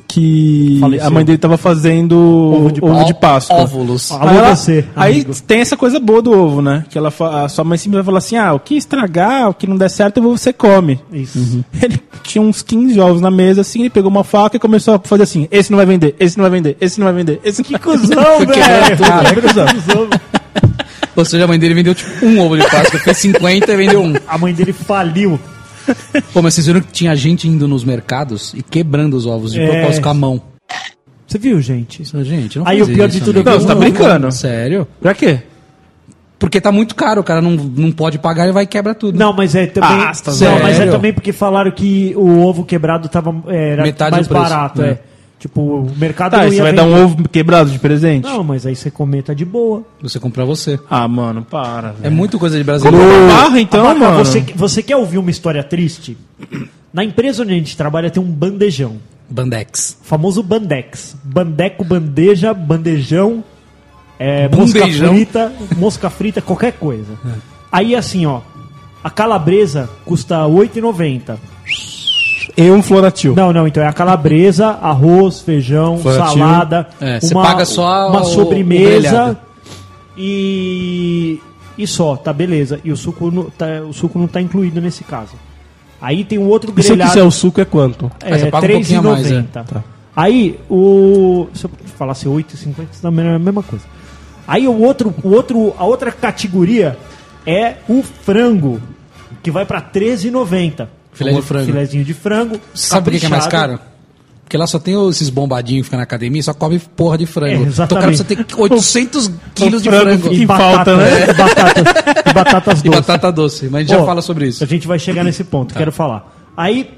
Speaker 2: que
Speaker 1: Faleceu.
Speaker 2: a mãe dele tava fazendo ovo
Speaker 1: de
Speaker 2: de,
Speaker 1: Ó-
Speaker 2: Páscoa. Ah,
Speaker 3: Óvulos.
Speaker 1: Alô,
Speaker 2: aí ela-
Speaker 1: você,
Speaker 2: aí
Speaker 1: amigo.
Speaker 2: tem essa coisa boa do ovo, né? Que ela fa- a sua mãe sempre vai falar assim: ah, o que estragar, o que não der certo, o ovo você come.
Speaker 1: Isso.
Speaker 2: Ele tinha uns 15 ovos na mesa, assim, ele pegou uma faca e começou a fazer assim: esse não vai vender, esse não vai vender, esse não vai vender, esse que
Speaker 1: Cusão,
Speaker 3: Foi quebrando
Speaker 1: velho!
Speaker 3: tudo.
Speaker 1: Cara, cuzão.
Speaker 3: Ou seja, a mãe dele vendeu tipo um ovo de Páscoa, fez 50 e vendeu um.
Speaker 1: A mãe dele faliu.
Speaker 3: Pô, mas vocês viram que tinha gente indo nos mercados e quebrando os ovos de
Speaker 1: É.
Speaker 3: propósito com a mão.
Speaker 1: Você viu, gente?
Speaker 3: Isso, gente, não
Speaker 1: Aí
Speaker 3: faz
Speaker 1: o pior
Speaker 3: isso,
Speaker 1: de tudo
Speaker 3: amigo.
Speaker 1: é que
Speaker 2: Não, você tá brincando.
Speaker 3: Sério?
Speaker 2: Pra quê?
Speaker 3: Porque tá muito caro, o cara não, não pode pagar, ele vai e quebra tudo.
Speaker 1: Não, mas é também.
Speaker 2: Ah, tá
Speaker 1: não, mas é
Speaker 3: sério?
Speaker 1: também porque falaram que o ovo quebrado tava era
Speaker 3: Metade do
Speaker 1: mais
Speaker 3: preço,
Speaker 1: barato,
Speaker 3: né?
Speaker 1: é. Tipo, o mercado
Speaker 2: Tá,
Speaker 1: não
Speaker 2: e você
Speaker 1: ia
Speaker 2: vai dar
Speaker 1: vender.
Speaker 2: um ovo quebrado de presente?
Speaker 1: Não, mas aí você comenta de boa.
Speaker 3: Você compra você.
Speaker 2: Ah, mano, para.
Speaker 3: É
Speaker 2: velho.
Speaker 3: muito coisa de
Speaker 2: Comprou
Speaker 3: brasileiro.
Speaker 2: uma barra então,
Speaker 1: Abaca,
Speaker 2: mano.
Speaker 1: Você, você quer ouvir uma história triste? Na empresa onde a gente trabalha tem um bandejão.
Speaker 3: Bandex.
Speaker 1: O famoso bandex. Bandeco, bandeja, bandejão, é, mosca
Speaker 3: Bandejão. É.
Speaker 1: frita, mosca frita, qualquer coisa. Aí assim, ó. A calabresa custa R$ 8,90.
Speaker 4: E um floratil.
Speaker 1: Não, não, então é a calabresa, arroz, feijão,
Speaker 4: Florentino.
Speaker 1: salada,
Speaker 3: É, você paga só
Speaker 1: uma
Speaker 3: o- o
Speaker 1: sobremesa
Speaker 3: grelhado.
Speaker 1: e e só, tá beleza. E o suco não tá, o suco não tá incluído nesse caso. Aí tem um outro
Speaker 4: E se eu
Speaker 1: grelhado,
Speaker 4: quiser o suco, é quanto?
Speaker 1: é,
Speaker 3: Ah, você paga um pouquinho a mais,
Speaker 1: 3,90.
Speaker 3: é.
Speaker 4: Tá.
Speaker 1: Aí o se eu assim, falasse 8,50 isso também é a mesma coisa. Aí o outro, o outro, a outra categoria é o frango, que vai pra 13,90.
Speaker 3: Filé de
Speaker 1: Um
Speaker 3: frango.
Speaker 1: Filezinho de frango.
Speaker 3: Sabe por que que é mais
Speaker 1: caprichado.
Speaker 3: caro? Porque lá só tem esses bombadinhos que ficam na academia e só come porra de
Speaker 1: É,
Speaker 3: frango.
Speaker 1: exatamente.
Speaker 3: então o cara precisa ter 800 quilos de
Speaker 2: frango
Speaker 3: frango.
Speaker 2: fica-
Speaker 1: E
Speaker 2: Que
Speaker 1: batata,
Speaker 2: falta, né?
Speaker 1: e batatas, e batatas
Speaker 3: E
Speaker 1: doces.
Speaker 3: batata doce. Mas a gente já
Speaker 1: Ó,
Speaker 3: fala sobre isso. Tá.
Speaker 1: A gente vai chegar nesse ponto, quero falar. Aí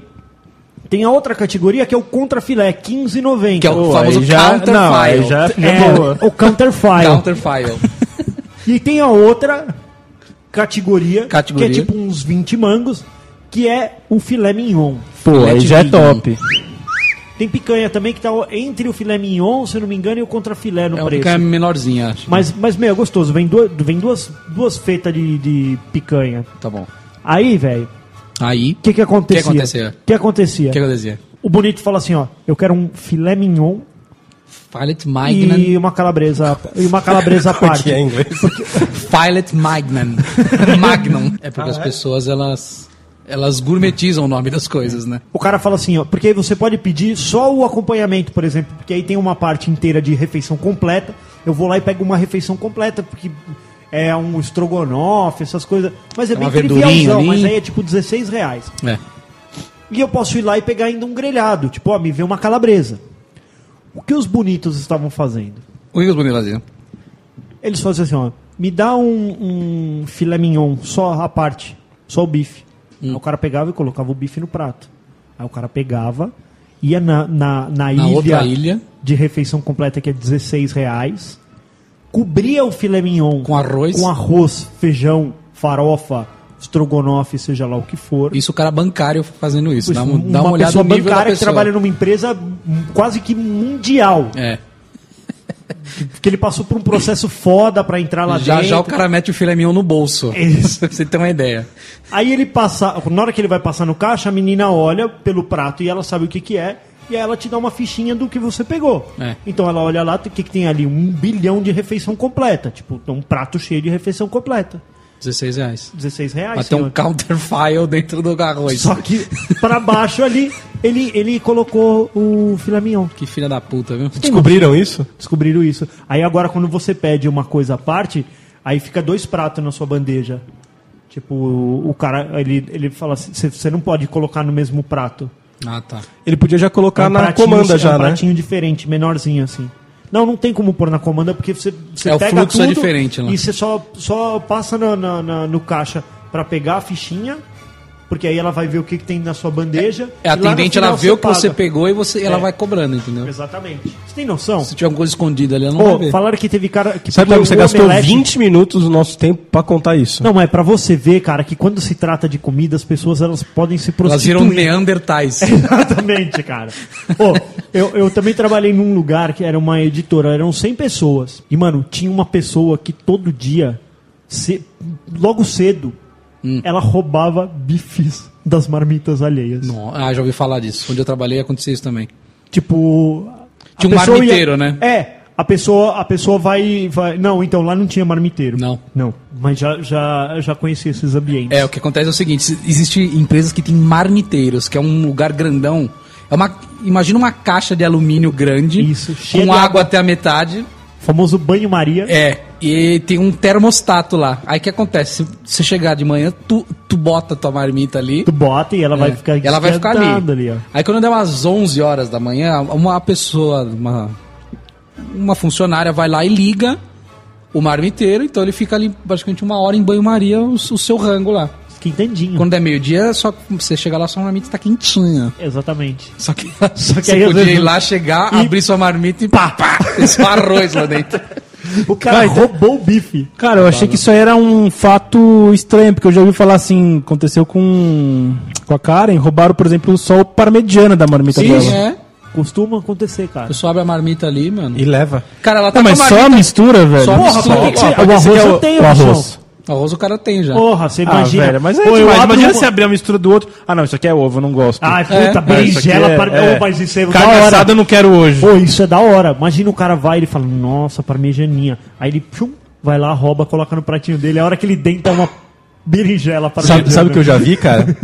Speaker 1: tem a outra categoria que é o contrafilé, 15,90.
Speaker 3: Que é o
Speaker 2: Pô,
Speaker 3: famoso
Speaker 2: aí já-
Speaker 3: counterfile.
Speaker 2: não, aí já-
Speaker 1: É,
Speaker 2: boa.
Speaker 1: o counterfile.
Speaker 3: Counterfile.
Speaker 1: E tem a outra categoria,
Speaker 3: Categoria.
Speaker 1: que é tipo uns 20 mangos, que é o filé mignon.
Speaker 2: Pô, aí já é top.
Speaker 1: Tem picanha também que tá entre o filé mignon, se eu não me engano, e o contrafilé no
Speaker 3: é uma
Speaker 1: preço.
Speaker 3: picanha menorzinha, acho.
Speaker 1: Mas, mas, meu, é gostoso. Vem duas, vem duas, duas feitas de, de picanha.
Speaker 3: Tá bom.
Speaker 1: Aí, velho,
Speaker 3: Aí,
Speaker 1: O que que acontecia?
Speaker 3: Que acontecia?
Speaker 1: Que acontecia?
Speaker 3: o que eu dizia?
Speaker 1: O bonito fala assim, ó, eu quero um filé mignon
Speaker 3: Filet
Speaker 1: e
Speaker 3: Magnan.
Speaker 1: uma calabresa e uma calabresa à parte.
Speaker 4: Que é em inglês.
Speaker 3: Filet Magnan. Magnum. É
Speaker 1: Ah,
Speaker 3: porque as pessoas, elas... Elas gourmetizam o nome das coisas, né?
Speaker 1: O cara fala assim, ó, porque aí você pode pedir só o acompanhamento, por exemplo, porque aí tem uma parte inteira de refeição completa. Eu vou lá e pego uma refeição completa, porque é um estrogonofe, essas coisas. Mas é
Speaker 3: É
Speaker 1: bem
Speaker 3: uma verdurinha
Speaker 1: trivialzão,
Speaker 3: ali.
Speaker 1: mas aí é tipo 16 reais.
Speaker 3: É.
Speaker 1: E eu posso ir lá e pegar ainda um grelhado, tipo, ó, me vê uma calabresa. O que os bonitos estavam fazendo?
Speaker 3: O que os bonitos faziam?
Speaker 1: Eles fazem assim, ó. Me dá um, um filé mignon, só a parte, só o bife.
Speaker 3: Hum.
Speaker 1: Aí o cara pegava e colocava o bife no prato. Aí o cara pegava, ia na, na, na ilha,
Speaker 3: outra ilha.
Speaker 1: de refeição completa, que é 16 reais, cobria o filé mignon
Speaker 3: Com arroz.
Speaker 1: com arroz, feijão, farofa, estrogonofe, seja lá o que for.
Speaker 3: Isso o cara bancário fazendo isso.
Speaker 1: Pois,
Speaker 3: dá, um- dá uma olhada
Speaker 1: pessoa
Speaker 3: no nível da
Speaker 1: bancária
Speaker 3: pessoa.
Speaker 1: que trabalha numa empresa hum, quase que mundial,
Speaker 3: É.
Speaker 1: que ele passou por um processo foda pra entrar lá
Speaker 3: Já,
Speaker 1: dentro.
Speaker 3: já o cara mete o filé mignon no bolso.
Speaker 1: É Isso.
Speaker 3: pra você ter uma ideia.
Speaker 1: Aí ele passa, na hora que ele vai passar no caixa, a menina olha pelo prato e ela sabe o que que é, e aí ela te dá uma fichinha do que você pegou.
Speaker 3: É.
Speaker 1: Então ela olha lá, o que que tem ali? Um bilhão de refeição completa, tipo, um prato cheio de refeição completa.
Speaker 3: 16 reais.
Speaker 1: 16 reais.
Speaker 3: Mas tem um
Speaker 1: senhor.
Speaker 3: counterfile dentro do arroz.
Speaker 1: Só que pra baixo ali, ele, ele colocou o filé mignon.
Speaker 3: Que filha da puta, viu?
Speaker 4: Descobriram isso?
Speaker 1: Descobriram isso. Aí agora quando você pede uma coisa à parte, aí fica dois pratos na sua bandeja. Tipo, o o cara, ele, ele fala assim, "Você- você não pode colocar no mesmo prato.
Speaker 3: Ah, tá.
Speaker 4: Ele podia já colocar
Speaker 1: É um
Speaker 4: na
Speaker 1: pratinho-
Speaker 4: comanda
Speaker 1: é
Speaker 4: já,
Speaker 1: um
Speaker 4: né?
Speaker 1: pratinho diferente, menorzinho assim. Não, não tem como pôr na comanda porque você, você
Speaker 3: É, o
Speaker 1: pega
Speaker 3: fluxo é
Speaker 1: tudo
Speaker 3: diferente, né?
Speaker 1: e você só, só passa na- na- na- no caixa pra pegar a fichinha, porque aí ela vai ver o que, que tem na sua bandeja.
Speaker 3: É, a
Speaker 1: e lá no
Speaker 3: atendente,
Speaker 1: final
Speaker 3: ela vê o que você
Speaker 1: paga.
Speaker 3: pegou e você, ela
Speaker 1: É.
Speaker 3: vai cobrando, entendeu?
Speaker 1: Exatamente. Você tem noção?
Speaker 3: Se tiver alguma coisa escondida ali, ela não
Speaker 1: Ô,
Speaker 3: vai ver.
Speaker 1: falaram que teve cara que
Speaker 4: Sabe,
Speaker 1: pediu
Speaker 4: Marcos, você
Speaker 1: o
Speaker 4: gastou
Speaker 1: omelete-
Speaker 4: 20 minutos do nosso tempo pra contar isso.
Speaker 1: Não, mas é pra você ver, cara, que quando se trata de comida, as pessoas elas podem se
Speaker 3: Elas
Speaker 1: prostituir.
Speaker 3: viram neandertais.
Speaker 1: É. Exatamente, cara. Ô, eu, eu também trabalhei num lugar que era uma editora, eram 100 pessoas. E, mano, tinha uma pessoa que todo dia, ce- logo cedo,
Speaker 3: Hum.
Speaker 1: ela roubava bifes das marmitas alheias.
Speaker 3: Não, ah, já ouvi falar disso. Onde eu trabalhei acontecia isso também.
Speaker 1: Tipo. a
Speaker 3: Tinha um
Speaker 1: pessoa
Speaker 3: marmiteiro, né?
Speaker 1: É. A pessoa, a pessoa vai, vai. Não, então lá não tinha marmiteiro.
Speaker 3: Não.
Speaker 1: Não. Mas já, já, já conheci esses ambientes.
Speaker 3: É, o que acontece é o seguinte: se- existe empresas que tem marmiteiros, que é um lugar grandão. É uma, imagina uma caixa de alumínio grande,
Speaker 1: Isso, cheia de
Speaker 3: com
Speaker 1: água.
Speaker 3: água até a metade.
Speaker 1: Famoso banho-maria.
Speaker 3: É, e tem um termostato lá. Aí o que acontece? Se você chegar de manhã, tu, tu bota tua marmita ali.
Speaker 1: Tu bota e ela vai
Speaker 3: É,
Speaker 1: ficar
Speaker 3: ela vai ficar ali.
Speaker 1: esquentando ó.
Speaker 3: Aí quando der umas 11 horas da manhã, uma pessoa, uma, uma funcionária vai lá e liga o marmiteiro, então ele fica ali praticamente uma hora em banho-maria o, o seu rango lá.
Speaker 1: Esquentandinho.
Speaker 3: Quando der meio-dia, só você chega lá, sua marmita tá quentinha.
Speaker 1: Exatamente.
Speaker 3: Só que,
Speaker 1: que aí,
Speaker 3: você
Speaker 1: às
Speaker 3: podia
Speaker 1: vezes,
Speaker 3: ir lá, chegar,
Speaker 1: e-
Speaker 3: abrir sua marmita e pá, pá, esparrou isso lá dentro.
Speaker 1: O cara
Speaker 2: Vai,
Speaker 1: roubou o bife.
Speaker 2: Cara, eu achei que isso aí era um fato estranho, porque eu já ouvi falar assim, aconteceu com, com a Karen, roubaram, por exemplo, só o parmegiana da marmita dela.
Speaker 3: Sim, é.
Speaker 1: Costuma acontecer,
Speaker 3: A
Speaker 1: cara.
Speaker 3: pessoa abre a marmita ali, mano.
Speaker 4: E leva.
Speaker 3: Cara, ela tá
Speaker 2: Não, mas
Speaker 3: com a
Speaker 2: só a
Speaker 3: marmita...
Speaker 2: mistura, velho.
Speaker 3: Só a mistura.
Speaker 2: Ó,
Speaker 3: Por que que você-
Speaker 2: ó,
Speaker 1: o
Speaker 2: o arroz
Speaker 1: arroz eu
Speaker 2: eu
Speaker 1: tenho,
Speaker 2: o
Speaker 1: Michão.
Speaker 2: arroz.
Speaker 3: Arroz o cara tem já.
Speaker 1: Porra, você
Speaker 2: Ah,
Speaker 1: imagina.
Speaker 2: velho, mas é
Speaker 1: Pô, eu
Speaker 2: demais.
Speaker 1: abro
Speaker 2: Imagina
Speaker 1: uma-
Speaker 2: você abrir a mistura do outro. Ah, não, isso aqui é ovo, eu não gosto.
Speaker 1: Ai, puta,
Speaker 3: É,
Speaker 1: berinjela.
Speaker 2: é,
Speaker 1: par-
Speaker 2: é.
Speaker 1: Ô, mas isso é
Speaker 2: Carne
Speaker 1: da hora.
Speaker 2: assada eu não quero hoje.
Speaker 1: Pô, isso é da hora. Imagina o cara vai e ele fala, nossa, parmegianinha. Aí ele pshum, vai lá, rouba, coloca no pratinho dele. A hora que ele denta é uma berinjela
Speaker 4: Sabe,
Speaker 1: parmegiana.
Speaker 4: sabe o que eu já vi, cara?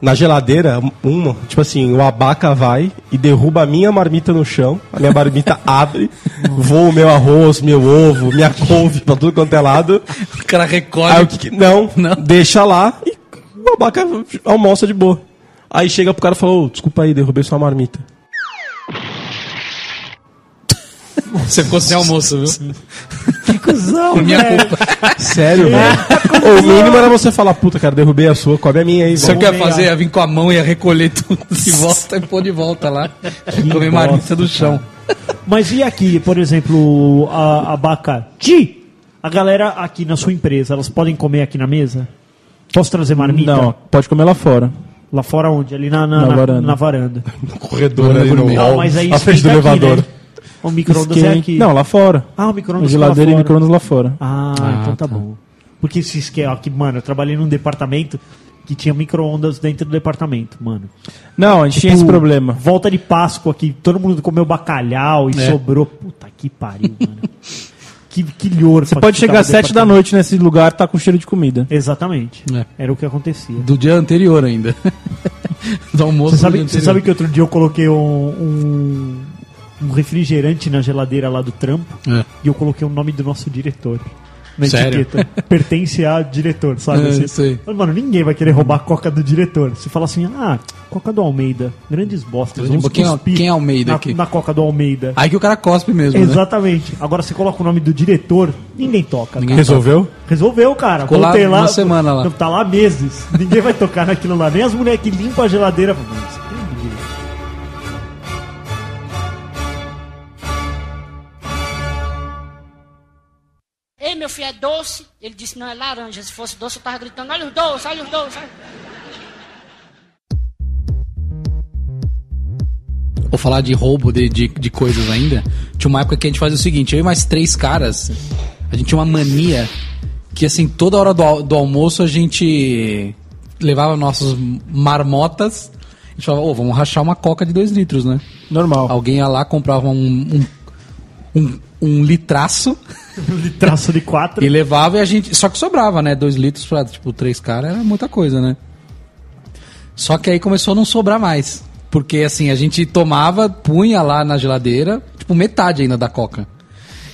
Speaker 4: Na geladeira, uma, tipo assim, o abaca vai e derruba a minha marmita no chão, a minha marmita abre, voa o meu arroz, meu ovo, minha couve pra tudo quanto é lado.
Speaker 3: O cara recolhe.
Speaker 4: Aí o que que- não,
Speaker 3: Não.
Speaker 4: deixa lá e o abaca almoça de boa. Aí chega pro cara e fala, "Ô, desculpa aí, derrubei sua marmita.
Speaker 3: Você ficou sem almoço, viu?
Speaker 1: Cusão,
Speaker 3: Por minha
Speaker 1: velho.
Speaker 3: culpa.
Speaker 4: Sério, velho? O mínimo era você falar, puta, cara, derrubei a sua, come a minha aí,
Speaker 3: Se eu
Speaker 4: velho.
Speaker 3: quer fazer, ia vir com a mão, ia recolher tudo de volta e pôr de volta lá. Comer marmita do chão.
Speaker 1: Mas e aqui, por exemplo, a abacaxi? A galera aqui na sua empresa, elas podem comer aqui na mesa? Posso trazer marmita?
Speaker 2: Não, pode comer lá fora.
Speaker 1: Lá fora onde? Ali na, na,
Speaker 2: Na
Speaker 1: na-
Speaker 2: varanda.
Speaker 1: na varanda.
Speaker 4: No corredor ali no
Speaker 1: Não,
Speaker 4: hall,
Speaker 1: mas é aí
Speaker 4: à frente do
Speaker 1: esquenta aqui,
Speaker 4: elevador.
Speaker 1: né? O micro-ondas é
Speaker 2: Esquenta-
Speaker 1: aqui.
Speaker 2: Não, lá fora.
Speaker 1: Ah, o
Speaker 2: O
Speaker 1: micro-ondas fica lá
Speaker 2: geladeira e
Speaker 1: fora.
Speaker 2: micro-ondas lá fora.
Speaker 1: Ah,
Speaker 3: Ah,
Speaker 1: então tá,
Speaker 3: tá.
Speaker 1: bom. Porque se esquece, ó, que, mano, eu trabalhei num departamento que tinha micro-ondas dentro do departamento, mano.
Speaker 2: Não, a gente tinha esse
Speaker 1: Tipo,
Speaker 2: problema. É.
Speaker 1: Volta de Páscoa aqui, todo mundo comeu bacalhau e sobrou. Puta que pariu, mano. que, que lhorfa.
Speaker 2: Você pode
Speaker 1: que
Speaker 2: chegar
Speaker 1: tava
Speaker 2: às
Speaker 1: o
Speaker 2: 7 da
Speaker 1: departamento.
Speaker 2: noite nesse lugar, tá com cheiro de comida.
Speaker 1: Exatamente.
Speaker 3: É.
Speaker 1: Era o que acontecia.
Speaker 3: Do dia anterior ainda. Do almoço
Speaker 1: Você sabe,
Speaker 3: do
Speaker 1: você
Speaker 3: dia
Speaker 1: sabe
Speaker 3: anterior.
Speaker 1: que outro dia eu coloquei um, um, um refrigerante na geladeira lá do trampo
Speaker 3: É.
Speaker 1: e eu coloquei o nome do nosso diretor. Na
Speaker 3: Sério?
Speaker 1: etiqueta. Pertence a diretor, sabe?
Speaker 3: É,
Speaker 1: assim?
Speaker 3: isso aí.
Speaker 1: Mas, Mano, ninguém vai querer roubar a coca do diretor. Se fala assim, ah, coca do Almeida. Grandes bostas.
Speaker 3: Grande
Speaker 1: vamos
Speaker 3: bo- quem é-
Speaker 1: cuspir
Speaker 3: quem é Almeida
Speaker 1: na,
Speaker 3: aqui?
Speaker 1: Na coca do Almeida.
Speaker 3: Aí que o cara cospe mesmo, né?
Speaker 1: Exatamente. Agora você coloca o nome do diretor, ninguém toca.
Speaker 3: Ninguém
Speaker 1: cara.
Speaker 4: Resolveu?
Speaker 1: Resolveu, cara.
Speaker 3: Ficou lá
Speaker 1: Voltei
Speaker 3: uma semana lá.
Speaker 1: Não, Tá lá meses. Ninguém vai tocar naquilo lá. Nem as mulheres que limpam a geladeira. falam, "Mano, é você tem dinheiro."
Speaker 5: Ei, meu filho, é doce? Ele disse, não, é laranja. Se fosse doce, eu tava gritando, olha os doces, olha os doces. olha os-".
Speaker 3: Vou falar de roubo de, de, de coisas ainda. Tinha uma época que a gente fazia o seguinte: eu e mais três caras, a gente tinha uma mania que, assim, toda hora do, al- do almoço a gente levava nossos marmotas. A gente falava, ô, vamos rachar uma coca de dois litros, né?
Speaker 2: Normal.
Speaker 3: Alguém ia lá, comprava um, um, um, um litraço
Speaker 1: de traço de quatro.
Speaker 3: e levava e a gente. Só que sobrava, né? Dois litros pra, tipo, três caras era muita coisa, né? Só que aí começou a não sobrar mais. Porque assim, a gente tomava, punha lá na geladeira, tipo, metade ainda da coca.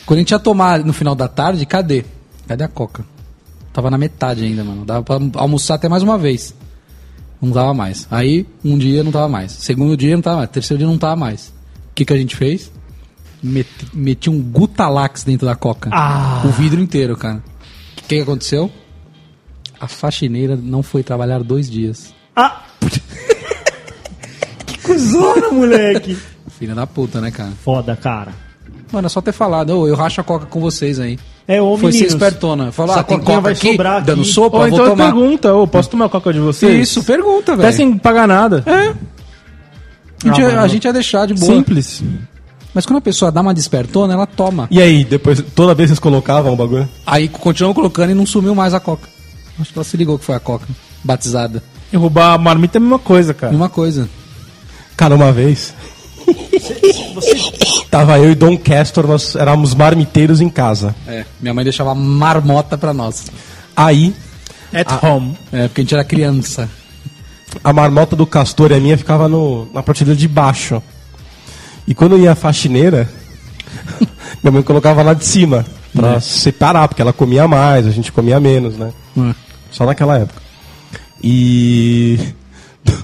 Speaker 3: Quando a gente ia tomar no final da tarde, cadê? Cadê a coca? Tava na metade ainda, mano. Dava pra almoçar até mais uma vez. Não dava mais. Aí, um dia não tava mais. Segundo dia não tava mais. Terceiro dia não tava mais. O que, que a gente fez? Meti, meti um Gutalax dentro da coca.
Speaker 1: Ah.
Speaker 3: O vidro inteiro, cara. O que, que aconteceu? A faxineira não foi trabalhar dois dias.
Speaker 1: Ah! que cuzona, moleque!
Speaker 3: Filha da puta, né, cara?
Speaker 1: Foda, cara.
Speaker 3: Mano, é só ter falado. Ô, eu racho a coca com vocês aí.
Speaker 1: É, ô,
Speaker 3: Foi ser
Speaker 1: meninos,
Speaker 3: espertona. Falou,
Speaker 1: essa
Speaker 3: ah, tem
Speaker 1: coquinha
Speaker 3: coca
Speaker 1: vai
Speaker 3: aqui,
Speaker 1: sobrar aqui.
Speaker 3: dando sopa,
Speaker 2: Ou
Speaker 3: vou
Speaker 2: então
Speaker 3: tomar.
Speaker 2: pergunta, ô, posso tomar coca de vocês?
Speaker 3: Isso, pergunta,
Speaker 2: Até
Speaker 3: velho.
Speaker 2: sem pagar nada. É.
Speaker 3: A gente,
Speaker 2: Ah,
Speaker 3: ia- a
Speaker 2: mano.
Speaker 3: gente ia deixar de boa.
Speaker 2: Simples.
Speaker 3: Mas quando a pessoa dá uma despertona, ela toma.
Speaker 4: E aí, depois, toda vez vocês colocavam o bagulho?
Speaker 3: Aí continuam colocando e não sumiu mais a coca. Acho que ela se ligou que foi a coca batizada.
Speaker 2: E roubar a marmita é a mesma coisa, cara.
Speaker 3: Mesma coisa.
Speaker 4: Cara, uma vez, Tava eu e Dom Castor, nós éramos marmiteiros em casa.
Speaker 3: É, minha mãe deixava marmota pra nós.
Speaker 4: Aí,
Speaker 2: At home.
Speaker 3: É, porque a gente era criança.
Speaker 4: a marmota do Castor e a minha ficava no, na prateleira de baixo. E quando ia a faxineira, minha mãe colocava lá de cima, pra separar, porque ela comia mais, a gente comia menos, né? Só naquela época. E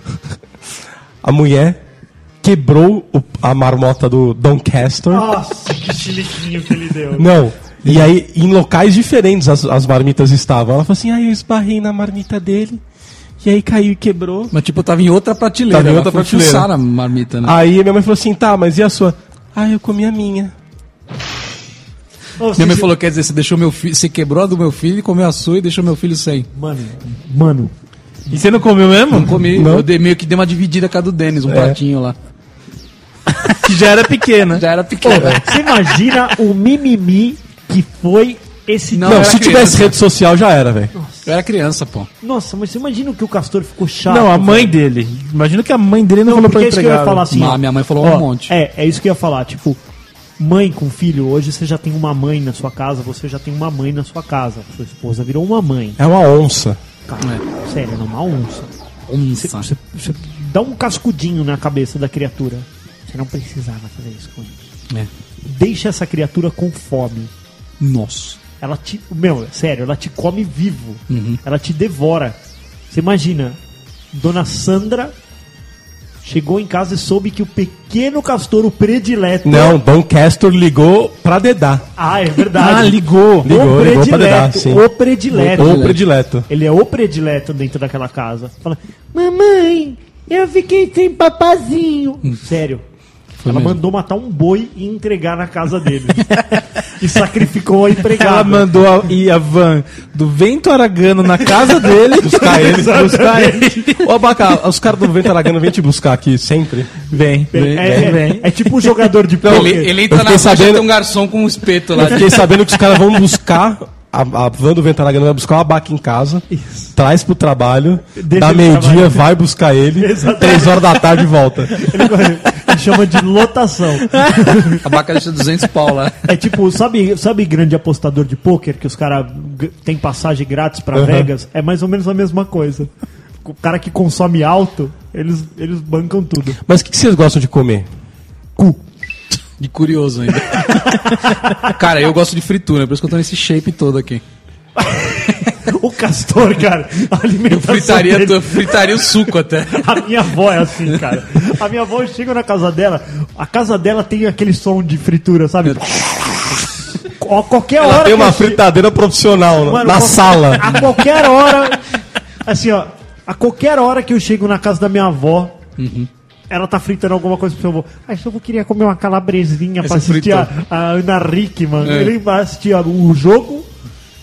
Speaker 4: a mulher quebrou o- a marmota do Dom Castor.
Speaker 1: Nossa, que chiliquinho que ele deu.
Speaker 4: Não. E aí, em locais diferentes as, as marmitas estavam. Ela falou assim, aí eu esbarrei na marmita dele. E aí caiu e quebrou.
Speaker 3: Mas, tipo, eu tava em outra prateleira.
Speaker 4: Tava em
Speaker 3: ela
Speaker 4: outra
Speaker 3: foi
Speaker 4: prateleira.
Speaker 3: fuçar na marmita, né?
Speaker 4: Aí minha mãe falou assim, tá, mas e a sua? Ah, eu comi a minha.
Speaker 1: Ô,
Speaker 3: minha mãe
Speaker 1: vocês-
Speaker 3: falou, quer dizer, você deixou meu filho, você quebrou a do meu filho, comeu a sua e deixou meu filho sem.
Speaker 1: Mano, mano,
Speaker 2: E você não comeu mesmo?
Speaker 3: Não comi, eu dei meio que dei uma dividida com a do Denis, um
Speaker 4: É.
Speaker 3: pratinho lá.
Speaker 2: Que já era pequena.
Speaker 3: Já era pequeno.
Speaker 4: é.
Speaker 1: você imagina o mimimi que foi esse
Speaker 3: Não,
Speaker 4: Não,
Speaker 3: era
Speaker 4: se
Speaker 3: criança.
Speaker 4: tivesse rede social já era, velho.
Speaker 3: Eu era criança, pô.
Speaker 1: Nossa, mas você imagina o que o Castor ficou chato.
Speaker 2: Não, a mãe dele. Imagina que a mãe dele não, falou pra
Speaker 1: porque é isso que eu
Speaker 2: entregar.
Speaker 1: ia falar assim.
Speaker 3: Ah, minha mãe falou
Speaker 1: ó,
Speaker 3: um monte.
Speaker 1: É, é isso que eu ia falar, tipo, mãe com filho, hoje você já tem uma mãe na sua casa, você já tem uma mãe na sua casa. Sua esposa virou uma mãe.
Speaker 4: É uma onça.
Speaker 1: Cara, sério, ela é uma onça. Você,
Speaker 3: Onça.
Speaker 1: você- você dá um cascudinho na cabeça da criatura. Você não precisava fazer isso com ele.
Speaker 3: É.
Speaker 1: Deixa essa criatura com fome.
Speaker 3: Nossa.
Speaker 1: Ela te. Meu, sério, ela te come vivo. Ela te devora. Você imagina, Dona Sandra chegou em casa e soube que o pequeno castor, o predileto.
Speaker 4: Não, Dom Castor ligou pra dedar.
Speaker 1: Ah, é verdade.
Speaker 2: Ah, ligou.
Speaker 1: O
Speaker 4: Ligou,
Speaker 1: predileto,
Speaker 4: ligou pra dedar, sim.
Speaker 1: O predileto.
Speaker 4: Ou predileto.
Speaker 1: Ele é o predileto dentro daquela casa. Fala, mamãe, eu fiquei sem papazinho. Sério. ela
Speaker 3: mesmo.
Speaker 1: mandou matar um boi e entregar na casa dele. e sacrificou a empregada.
Speaker 2: Ela
Speaker 4: Ah,
Speaker 2: mandou a, ir a van do vento aragano na casa dele. buscar ele. Buscar ele.
Speaker 4: Ô, Abaca, os caras do Vento Aragano vêm te buscar aqui sempre.
Speaker 2: Vem.
Speaker 1: É,
Speaker 2: Vem.
Speaker 1: é-
Speaker 2: vem.
Speaker 1: é tipo um jogador de
Speaker 3: Então, Ele,
Speaker 1: pôquer.
Speaker 3: ele
Speaker 4: eu
Speaker 3: entra na
Speaker 4: fiquei
Speaker 3: rua, já
Speaker 4: sabendo-
Speaker 3: tem um garçom com um espeto lá.
Speaker 4: Eu fiquei sabendo que os caras vão buscar. A, a van do Vento Aragano vai buscar o Abaca em casa, traz pro trabalho, dá
Speaker 1: ele
Speaker 4: meio-dia,
Speaker 1: trabalhar.
Speaker 4: vai buscar ele,
Speaker 1: Exatamente.
Speaker 4: três horas da tarde volta.
Speaker 1: Ele corre- ele chama de lotação.
Speaker 3: A vaca deixa 200 pau lá.
Speaker 1: É tipo, sabe, sabe grande apostador de pôquer que os caras tem passagem grátis pra
Speaker 4: Aham.
Speaker 1: Vegas? É mais ou menos a mesma coisa. O cara que consome alto, eles, eles bancam tudo.
Speaker 4: Mas o que, que vocês gostam de comer?
Speaker 1: Cu.
Speaker 3: De curioso ainda. Cara, eu gosto de fritura, por isso que eu tô nesse shape todo aqui.
Speaker 1: O castor, cara, a
Speaker 3: Eu
Speaker 1: alimentação
Speaker 3: fritaria,
Speaker 1: dele-
Speaker 3: eu fritaria o suco até.
Speaker 1: A minha avó é assim, cara. A minha avó chega na casa dela, a casa dela tem aquele som de fritura, sabe? A qualquer hora.
Speaker 4: Ela tem
Speaker 1: que
Speaker 4: uma
Speaker 1: eu che-
Speaker 4: fritadeira profissional né?
Speaker 1: Mano,
Speaker 4: na
Speaker 1: qual-
Speaker 4: sala.
Speaker 1: A qualquer hora. Assim, ó. A qualquer hora que eu chego na casa da minha avó. Ela tá fritando alguma coisa pro seu avô. Ah, só eu queria comer uma calabresinha
Speaker 3: Essa
Speaker 1: pra assistir a, a Ana Rick, mano. Ele vai assistir a- o jogo,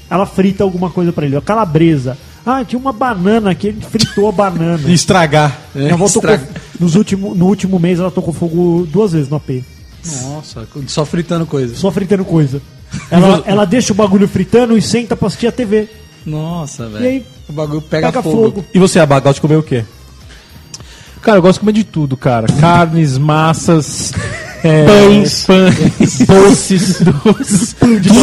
Speaker 1: ela frita alguma coisa pra ele. Ó, calabresa. Ah, tinha uma banana aqui, ele fritou a banana.
Speaker 4: E estragar.
Speaker 1: Minha avó tocou,
Speaker 3: Estraga.
Speaker 1: nos último, no último mês ela tocou fogo duas vezes no AP.
Speaker 3: Nossa, só fritando coisas.
Speaker 1: Só fritando coisa. Ela, ela deixa o bagulho fritando e senta pra assistir a TV.
Speaker 3: Nossa,
Speaker 1: E aí,
Speaker 3: velho. O bagulho É. pega,
Speaker 1: Pega,
Speaker 3: fogo.
Speaker 1: fogo.
Speaker 4: E você, Abaca, gosta de comer o quê?
Speaker 2: Cara, eu gosto de comer de tudo, cara. Carnes, massas, é,
Speaker 4: Pães.
Speaker 2: pães, doces, doces,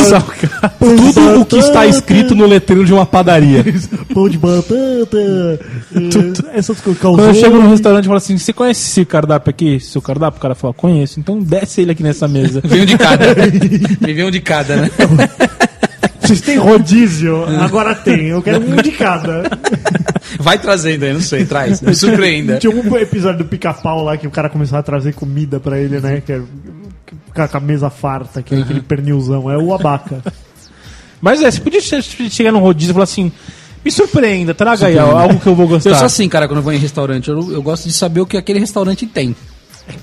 Speaker 2: salgados.
Speaker 4: Tudo o que está escrito no letreiro de uma padaria.
Speaker 1: Pão de batata. eh, essas coisas.
Speaker 2: Quando eu
Speaker 1: calzone.
Speaker 2: chego no restaurante e falo assim, você conhece esse cardápio aqui? Seu cardápio? O cara fala, conheço. Então desce ele aqui nessa mesa.
Speaker 3: Vem um de cada. Me vem um de cada, né?
Speaker 1: Vocês têm rodízio?
Speaker 3: É.
Speaker 1: Agora tem. Eu quero um de cada.
Speaker 3: Vai trazendo aí, não sei, traz. Me surpreenda.
Speaker 1: Tinha um episódio do pica-pau lá que o cara começava a trazer comida pra ele, né? Que era ficar com a mesa farta, que é aquele pernilzão. É o abaca.
Speaker 2: Mas é, você podia che- chegar num rodízio e falar assim, me surpreenda, traga aí algo que eu vou gostar.
Speaker 3: Eu sou assim, cara, quando eu vou em restaurante. Eu, eu gosto de saber o que aquele restaurante tem.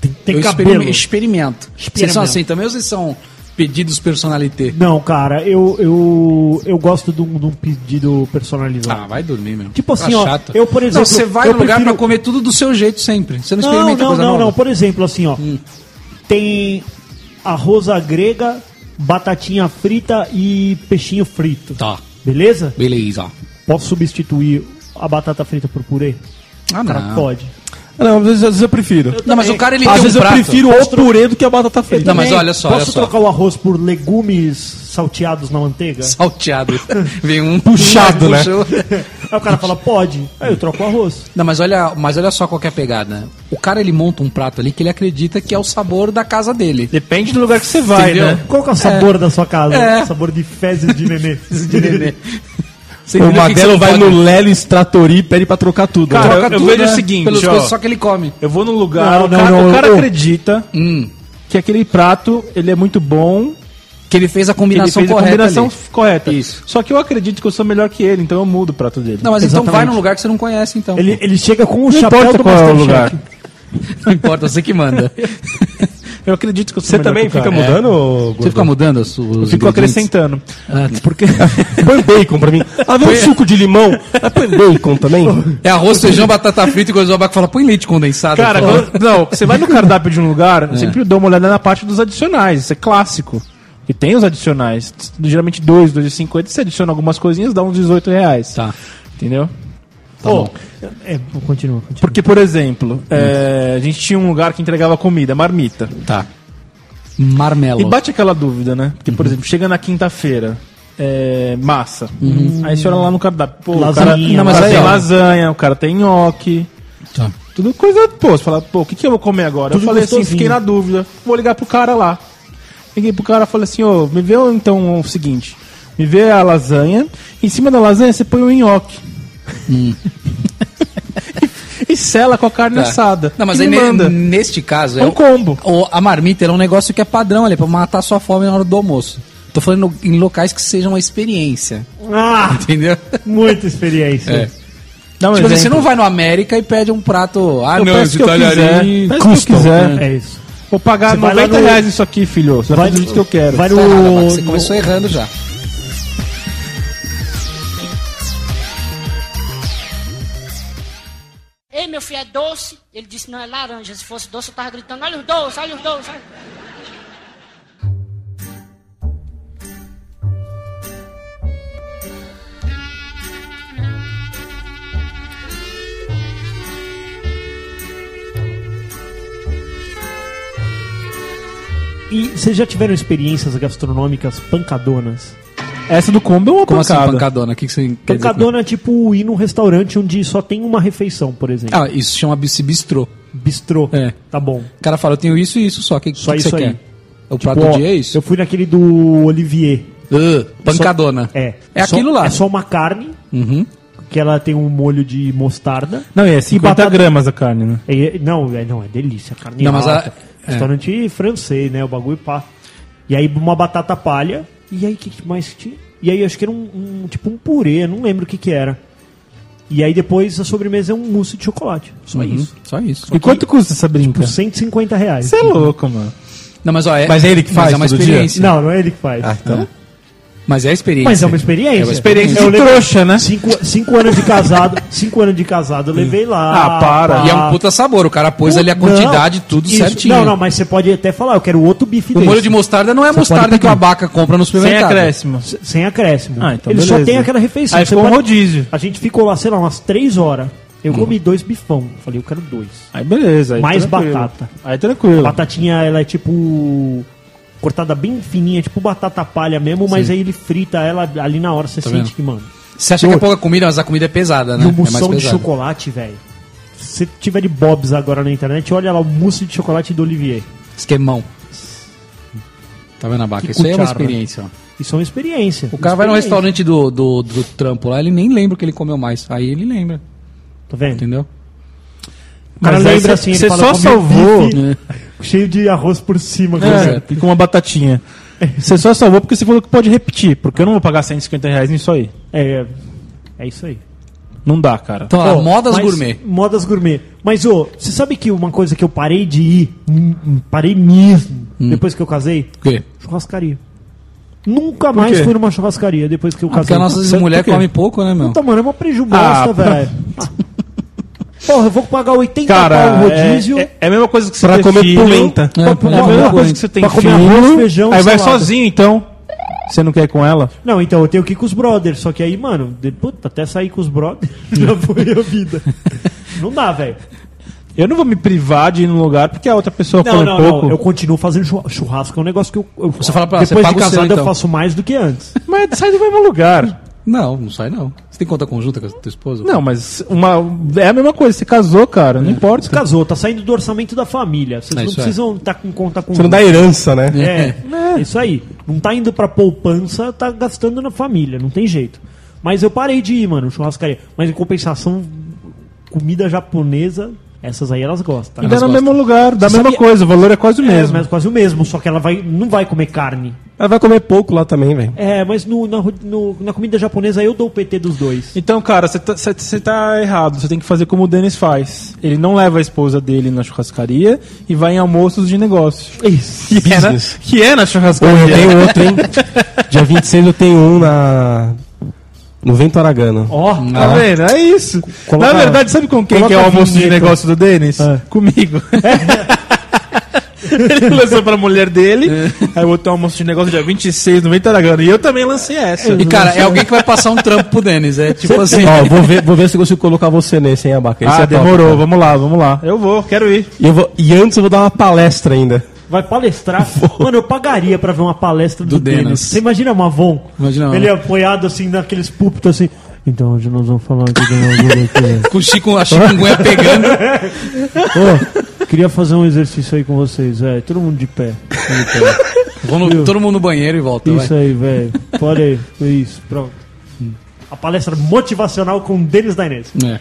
Speaker 1: Tem, tem
Speaker 3: eu
Speaker 1: cabelo.
Speaker 3: experim- experimento. Vocês
Speaker 1: Experimento.
Speaker 3: são assim também ou vocês são pedidos personalité?
Speaker 1: Não, cara, eu, eu, eu gosto de um, de um pedido personalizado.
Speaker 3: Ah, vai dormir, meu.
Speaker 1: Tipo assim,
Speaker 3: Tá
Speaker 1: ó,
Speaker 3: chato.
Speaker 1: eu, por exemplo,
Speaker 3: Não, você vai
Speaker 1: eu
Speaker 3: no lugar
Speaker 1: prefiro-
Speaker 3: pra comer tudo do seu jeito sempre. Você não
Speaker 1: Não,
Speaker 3: experimenta
Speaker 1: não,
Speaker 3: coisa
Speaker 1: não,
Speaker 3: nova. Hum.
Speaker 1: não. Por exemplo, assim, ó. Tem arroz à grega, batatinha frita e peixinho frito.
Speaker 3: Tá.
Speaker 1: Beleza?
Speaker 3: Beleza.
Speaker 1: Posso substituir a batata frita por purê?
Speaker 3: Ah,
Speaker 1: Cara,
Speaker 3: não.
Speaker 1: pode.
Speaker 4: Não, às vezes, às vezes eu prefiro.
Speaker 3: Não, mas o cara ele
Speaker 4: às
Speaker 3: tem
Speaker 4: vezes
Speaker 3: um
Speaker 4: eu
Speaker 3: prato.
Speaker 4: prefiro o purê do que a batata frita.
Speaker 3: Não, mas olha só,
Speaker 1: Posso
Speaker 3: olha só.
Speaker 1: trocar o arroz por legumes salteados na manteiga?
Speaker 3: Salteado. Vem um
Speaker 4: Puxado, né?
Speaker 3: puxa-
Speaker 1: Aí o cara fala, pode. Aí eu troco o arroz.
Speaker 3: Não, mas olha, mas olha só qual que é a pegada. O cara ele monta um prato ali que ele acredita que é o sabor da casa dele.
Speaker 2: Depende do lugar que você vai,
Speaker 3: Entendeu?
Speaker 2: né?
Speaker 1: Qual que é o sabor da sua casa?
Speaker 3: É.
Speaker 1: Sabor de fezes de nenê.
Speaker 3: De nenê. Você
Speaker 4: O
Speaker 3: entendeu que que
Speaker 4: Magrelo
Speaker 3: você
Speaker 4: vai
Speaker 3: pode-
Speaker 4: no Lelo Stratori e pede pra trocar tudo.
Speaker 2: Cara,
Speaker 4: né?
Speaker 2: eu-
Speaker 3: troca
Speaker 2: eu
Speaker 3: tudo,
Speaker 2: vejo o
Speaker 3: né?
Speaker 2: seguinte,
Speaker 3: pelas
Speaker 2: ó.
Speaker 3: coisas só que ele come.
Speaker 2: Eu vou num lugar,
Speaker 1: Não,
Speaker 2: o
Speaker 1: não,
Speaker 2: cara,
Speaker 1: não,
Speaker 2: o cara
Speaker 1: eu-
Speaker 2: acredita
Speaker 3: Hum.
Speaker 2: que aquele prato ele é muito bom,
Speaker 3: Que ele fez a
Speaker 2: que ele
Speaker 3: combinação
Speaker 2: fez a
Speaker 3: correta.
Speaker 2: combinação
Speaker 3: ali.
Speaker 2: correta.
Speaker 3: Isso.
Speaker 2: Só que eu acredito que eu sou melhor que ele, então eu mudo o prato dele.
Speaker 3: Não, mas então vai
Speaker 1: Exatamente.
Speaker 3: num lugar que você não conhece, então.
Speaker 1: Ele, ele chega com
Speaker 2: Não
Speaker 1: o chapéu
Speaker 2: importa
Speaker 1: do
Speaker 2: qual é o
Speaker 1: Masterchef.
Speaker 2: lugar.
Speaker 3: Não importa, você que manda.
Speaker 2: Eu acredito que eu sou
Speaker 4: Você
Speaker 2: melhor
Speaker 4: também
Speaker 2: que o
Speaker 4: fica
Speaker 3: É.
Speaker 2: cara.
Speaker 4: mudando,
Speaker 3: Você fica mudando as suas.
Speaker 2: Eu Fico acrescentando.
Speaker 3: Ah, porque
Speaker 4: Põe bacon pra mim. Ah, vem um suco de limão. Ah, põe bacon também.
Speaker 3: é arroz, feijão, batata frita e coisa do abaco. Fala, põe leite condensado.
Speaker 2: Cara,
Speaker 3: Fala.
Speaker 2: quando- não, você vai no cardápio de um lugar,
Speaker 3: É.
Speaker 2: eu sempre dou uma olhada na parte dos adicionais, isso é clássico. E tem os adicionais, geralmente 2, 2,50, você adiciona algumas coisinhas, dá uns 18 reais.
Speaker 3: Tá.
Speaker 2: Entendeu? Oh,
Speaker 1: Pô, é, continua, continua.
Speaker 2: Porque, por exemplo, é, a gente tinha um lugar que entregava comida, marmita.
Speaker 3: Tá. Marmelo.
Speaker 2: E bate aquela dúvida, né? Porque,
Speaker 3: Uhum.
Speaker 2: por exemplo, chega na quinta-feira, é, massa. Aí você olha lá no cardápio, pô, o cara, o
Speaker 1: Lasanha,
Speaker 2: cara
Speaker 3: Uhum. lasanha.
Speaker 2: tem lasanha, o cara tem nhoque.
Speaker 3: Tá.
Speaker 2: Tudo coisa, pô, você fala, pô, o que, que eu vou comer agora?
Speaker 1: Tudo
Speaker 2: eu falei assim,
Speaker 1: gostosinho.
Speaker 2: fiquei na dúvida, vou ligar pro cara lá. Liguei pro cara e falei assim, ô, me vê então o seguinte, me vê a lasanha, em cima da lasanha você põe o nhoque. e sela com a carne
Speaker 3: Hum. Tá.
Speaker 2: assada.
Speaker 3: Não, mas
Speaker 2: E
Speaker 3: aí
Speaker 2: me
Speaker 3: ne-
Speaker 2: manda.
Speaker 3: neste caso
Speaker 2: É um
Speaker 3: o-
Speaker 2: combo.
Speaker 3: o- a marmita ela é um negócio que é padrão ali, pra matar sua fome na hora do almoço. Tô falando em locais que sejam uma experiência.
Speaker 1: Ah,
Speaker 3: Entendeu?
Speaker 1: muita experiência.
Speaker 3: É.
Speaker 2: Dá um
Speaker 3: Tipo
Speaker 2: exemplo.
Speaker 3: assim, você
Speaker 1: então.
Speaker 3: não vai no América e pede um prato. Ah,
Speaker 2: Eu
Speaker 3: não,
Speaker 2: peço
Speaker 3: esse
Speaker 2: que eu
Speaker 3: talharim
Speaker 2: quiser, peço
Speaker 3: custa.
Speaker 2: que eu quiser.
Speaker 1: É isso.
Speaker 2: Vou pagar
Speaker 1: Você vai lá
Speaker 2: 90
Speaker 1: no-
Speaker 2: reais isso aqui, filho. Você vai fazer do jeito que eu quero.
Speaker 1: Vai
Speaker 3: Tá errado, Abaca,
Speaker 1: no,
Speaker 3: Você começou errando já.
Speaker 5: Ei, meu filho, é doce? Ele disse, não, é laranja. Se fosse doce, eu tava gritando, olha os doces, olha os doces. olha os-".
Speaker 1: E vocês já tiveram experiências gastronômicas pancadonas?
Speaker 2: Essa do combo é uma
Speaker 3: Como
Speaker 2: pancada.
Speaker 3: assim, pancadona? O que, que você quer dizer com-
Speaker 1: Pancadona é tipo ir num restaurante onde só tem uma refeição, por exemplo.
Speaker 3: Ah, isso chama bis- bistrô.
Speaker 1: Ah, Bistrô.
Speaker 3: É.
Speaker 1: Tá bom.
Speaker 3: O cara fala, eu tenho isso e isso só. O que,
Speaker 1: Só
Speaker 3: que, que
Speaker 1: isso
Speaker 3: você
Speaker 1: aí. Tipo,
Speaker 3: quer? O prato
Speaker 1: Ó,
Speaker 3: do dia é isso?
Speaker 1: Eu fui naquele do Olivier.
Speaker 3: Ah, pancadona.
Speaker 1: Só- é.
Speaker 3: É
Speaker 1: Só-
Speaker 3: aquilo lá.
Speaker 1: É só uma carne,
Speaker 3: Uhum.
Speaker 1: que ela tem um molho de mostarda.
Speaker 2: Não, é 50
Speaker 1: batata-
Speaker 2: gramas a carne, né?
Speaker 1: E- não, é, não, é delícia. Carne
Speaker 3: Não, mas a-
Speaker 1: alta.
Speaker 3: é.
Speaker 1: Restaurante francês, né? O bagulho pá. E aí uma batata palha. E aí o que, que mais que tinha? E aí acho que era um, um- tipo um purê, não lembro o que que era. E aí depois a sobremesa é um mousse de chocolate. Só isso.
Speaker 3: Só isso.
Speaker 2: E quanto custa essa brinca?
Speaker 1: Por 150 reais.
Speaker 2: Tipo, Você é louco, mano.
Speaker 3: Não, mas, ó, é,
Speaker 4: Mas é ele que faz
Speaker 3: é uma
Speaker 4: todo dia?
Speaker 3: experiência.
Speaker 1: Não, não é ele que faz.
Speaker 4: então.
Speaker 3: Mas é a experiência.
Speaker 1: Mas é uma experiência.
Speaker 3: Ah, É uma experiência
Speaker 1: Eu
Speaker 2: de
Speaker 1: lembro-
Speaker 2: trouxa, né?
Speaker 1: Cinco, cinco anos de casado, cinco anos de casado, eu levei lá.
Speaker 2: Ah, para.
Speaker 1: pá.
Speaker 3: E é um puta sabor. O cara pôs ali a quantidade,
Speaker 1: Não,
Speaker 3: tudo
Speaker 1: isso.
Speaker 3: certinho.
Speaker 1: Não, não, mas você pode até falar, eu quero outro bife
Speaker 3: O
Speaker 1: desse.
Speaker 3: molho de mostarda não é a
Speaker 1: Você pode
Speaker 3: mostarda que
Speaker 1: pedir.
Speaker 3: o abaca compra no
Speaker 2: Sem
Speaker 3: supermercado.
Speaker 2: acréscimo.
Speaker 1: S- Sem acréscimo.
Speaker 2: Ah, então
Speaker 1: Ele só
Speaker 2: beleza.
Speaker 1: tem aquela refeição.
Speaker 2: Aí
Speaker 1: Você
Speaker 2: ficou um
Speaker 1: pode-
Speaker 2: rodízio.
Speaker 1: A gente ficou lá, sei lá, umas três horas. Eu
Speaker 3: Hum.
Speaker 1: comi dois bifão. Falei, eu quero dois.
Speaker 2: Aí beleza. Aí
Speaker 1: Mais batata.
Speaker 2: Aí tranquilo.
Speaker 1: Batatinha, ela é tipo... Cortada bem fininha, tipo batata palha mesmo, mas aí ele frita ela ali na hora, você
Speaker 3: Tá
Speaker 1: sente
Speaker 3: vendo?
Speaker 1: que, mano...
Speaker 3: Você acha que é pouca comida, mas a comida é pesada, né?
Speaker 1: E o
Speaker 3: é mais
Speaker 1: mussão de
Speaker 3: pesada.
Speaker 1: chocolate, velho. Se tiver de Bob's agora na internet, olha lá o mousse de chocolate do Olivier.
Speaker 3: Esquemão. Tá vendo, abaca?
Speaker 1: Que
Speaker 3: Isso aí é uma
Speaker 1: cuchara.
Speaker 3: experiência, ó.
Speaker 1: Isso é uma experiência.
Speaker 3: O cara vai no restaurante
Speaker 1: Experiência.
Speaker 3: do, do, do trampo lá, ele nem lembra o que ele comeu mais. Aí ele lembra,
Speaker 1: Tá vendo?
Speaker 3: entendeu?
Speaker 1: O cara
Speaker 2: Mas aí
Speaker 1: lembra
Speaker 2: cê-
Speaker 1: assim, ele
Speaker 2: cê
Speaker 1: fala,
Speaker 2: só
Speaker 1: "Comi
Speaker 2: salvou-
Speaker 1: bife
Speaker 3: É.
Speaker 1: Cheio de arroz por cima.
Speaker 2: É,
Speaker 1: coisa. assim."
Speaker 2: e com uma batatinha. Você só salvou porque você falou que pode repetir, porque eu não vou pagar 150 reais nisso aí.
Speaker 1: É, é isso aí.
Speaker 2: Não dá, cara.
Speaker 3: Então, ó,
Speaker 1: Ó,
Speaker 3: modas
Speaker 1: mas-
Speaker 3: gourmet.
Speaker 1: Modas gourmet. Mas, ô, você sabe que uma coisa que eu parei de ir, hum, hum, parei mesmo, depois que eu casei?
Speaker 3: O Hum. quê?
Speaker 1: Churrascaria. Nunca mais
Speaker 2: quê?
Speaker 1: fui numa churrascaria depois que eu
Speaker 3: Ah, Porque
Speaker 1: casei.
Speaker 3: a nossa
Speaker 1: Você-
Speaker 3: mulher
Speaker 1: por quê?
Speaker 3: come pouco, né, meu?
Speaker 1: Puta, mano, é uma preju
Speaker 2: Ah,
Speaker 1: bosta,
Speaker 2: pra-
Speaker 1: velho. Porra, eu vou pagar 80 Então, pau
Speaker 2: Cara,
Speaker 1: no
Speaker 2: rodízio,
Speaker 1: rodízio.
Speaker 2: é, é, é a mesma coisa que você
Speaker 4: Pra
Speaker 2: ter
Speaker 4: comer
Speaker 2: filho,
Speaker 4: polenta.
Speaker 2: É,
Speaker 3: É,
Speaker 2: a mesma
Speaker 1: pra-
Speaker 2: coisa que você tem
Speaker 1: pra comer
Speaker 2: filho,
Speaker 1: arroz, feijão,
Speaker 2: Aí vai
Speaker 1: salada.
Speaker 2: sozinho, então. Você não quer ir com ela?
Speaker 1: Não, então eu tenho que ir com os brothers. Só que aí, mano, de- puta, até sair com os brothers já foi a vida. Não dá, velho.
Speaker 2: Eu não vou me privar de ir num lugar porque a outra pessoa
Speaker 1: Não,
Speaker 2: come
Speaker 1: não,
Speaker 2: pouco.
Speaker 1: não. Eu continuo fazendo churra- churrasco, é um negócio que eu. eu-
Speaker 3: Você fala pra ela,
Speaker 1: Depois
Speaker 3: você
Speaker 1: de
Speaker 3: paga o seu,
Speaker 1: casado eu
Speaker 3: então.
Speaker 1: faço mais do que antes.
Speaker 2: Mas sai do mesmo lugar.
Speaker 3: Não, não sai não. Você tem conta conjunta com a tua esposa?
Speaker 2: Não, mas uma, é a mesma coisa. Você casou, cara. Não
Speaker 1: Você
Speaker 2: importa.
Speaker 1: casou, tá saindo do orçamento da família. Vocês
Speaker 3: É
Speaker 1: não
Speaker 3: isso aí.
Speaker 1: precisam estar com conta com.
Speaker 4: Você não dá herança, né?
Speaker 1: É, é isso aí. Não tá indo pra poupança, tá gastando na família, não tem jeito. Mas eu parei de ir, mano, churrascaria. Mas em compensação, comida japonesa, essas aí elas gostam.
Speaker 2: E
Speaker 1: tá?
Speaker 2: dá
Speaker 3: Elas
Speaker 2: no mesmo
Speaker 3: gostam.
Speaker 2: lugar, dá a mesma
Speaker 1: Sabia-
Speaker 2: coisa. O valor é quase o
Speaker 1: É,
Speaker 2: É mesmo.
Speaker 1: mas quase o mesmo, só que ela vai, não vai comer carne.
Speaker 4: Ela vai comer pouco lá também, velho.
Speaker 1: É, mas no- na, ro- no- na comida japonesa eu dou o PT dos dois.
Speaker 2: Então, cara, você tá, cê- cê tá errado. Você tem que fazer como o Denis faz. Ele não leva a esposa dele na churrascaria e vai em almoços de negócio.
Speaker 1: Isso.
Speaker 2: Que é na,
Speaker 4: Business.
Speaker 2: que é na
Speaker 4: Pô, eu
Speaker 2: churrascaria.
Speaker 4: tenho outro, hein? Dia 26 eu tenho um na. No Vento Aragano.
Speaker 1: Ó,
Speaker 2: Tá vendo? É isso.
Speaker 4: Coloca-
Speaker 2: na verdade, sabe com quem
Speaker 4: coloca
Speaker 2: que é o
Speaker 4: a
Speaker 2: almoço de
Speaker 4: vinheta.
Speaker 2: negócio do Denis? Comigo. Ele lançou pra mulher dele, aí eu botei o almoço de negócio dia 26 no Ventaragano. E eu também lancei essa.
Speaker 3: E cara, é alguém que vai passar um trampo pro Denis, é tipo assim.
Speaker 4: Ó, vou ver, vou ver se eu consigo colocar você nesse, hein, Abaca? Esse
Speaker 2: ah,
Speaker 4: é top,
Speaker 2: demorou.
Speaker 4: cara.
Speaker 2: vamos lá, vamos lá. Eu vou, quero ir.
Speaker 4: e, eu vou- e antes eu vou dar uma palestra ainda.
Speaker 1: vai palestrar. Mano, eu pagaria pra ver uma palestra do,
Speaker 3: Do
Speaker 1: Denis.
Speaker 3: Denis.
Speaker 1: Você imagina o Mavon?
Speaker 3: Imagina,
Speaker 1: Ele
Speaker 3: né?
Speaker 1: apoiado assim naqueles púlpitos assim. Então hoje nós vamos falar aqui né?" do
Speaker 3: Com o Chico, a chikungunya pegando.
Speaker 1: Ô, Queria fazer um exercício aí com vocês, velho. Todo mundo de pé.
Speaker 3: Vão no- todo mundo no banheiro e volta,
Speaker 1: Isso
Speaker 3: vai.
Speaker 1: aí, velho. Pode aí. Isso, pronto. A palestra motivacional com o Denis Dainese.
Speaker 3: É.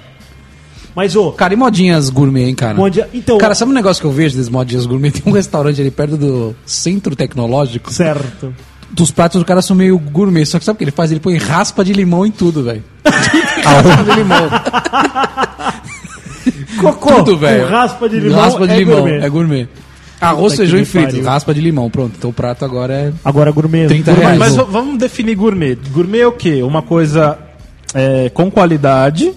Speaker 1: Mas, ô,
Speaker 3: Cara, e modinhas gourmet, hein, cara?
Speaker 1: Modinha- então-
Speaker 3: Cara, sabe um negócio que eu vejo desses modinhas gourmet? Tem um restaurante ali perto do centro tecnológico.
Speaker 1: certo.
Speaker 3: Dos pratos do cara são meio gourmet. Só que sabe o que ele faz? Ele põe raspa de limão em tudo, velho.
Speaker 1: Cocô,
Speaker 3: Tudo, velho.
Speaker 1: com raspa de limão.
Speaker 3: Raspa de
Speaker 1: é
Speaker 3: limão,
Speaker 1: gourmet.
Speaker 3: é gourmet. Arroz,
Speaker 1: Puta
Speaker 3: feijão
Speaker 1: que
Speaker 3: e frito.
Speaker 1: pariu.
Speaker 3: Raspa de limão, pronto. Então o prato agora é
Speaker 1: Agora gourmet.
Speaker 3: 30
Speaker 1: gourmet.
Speaker 3: reais.
Speaker 2: Mas v- vamos definir gourmet. Gourmet é o quê? Uma coisa é, com qualidade.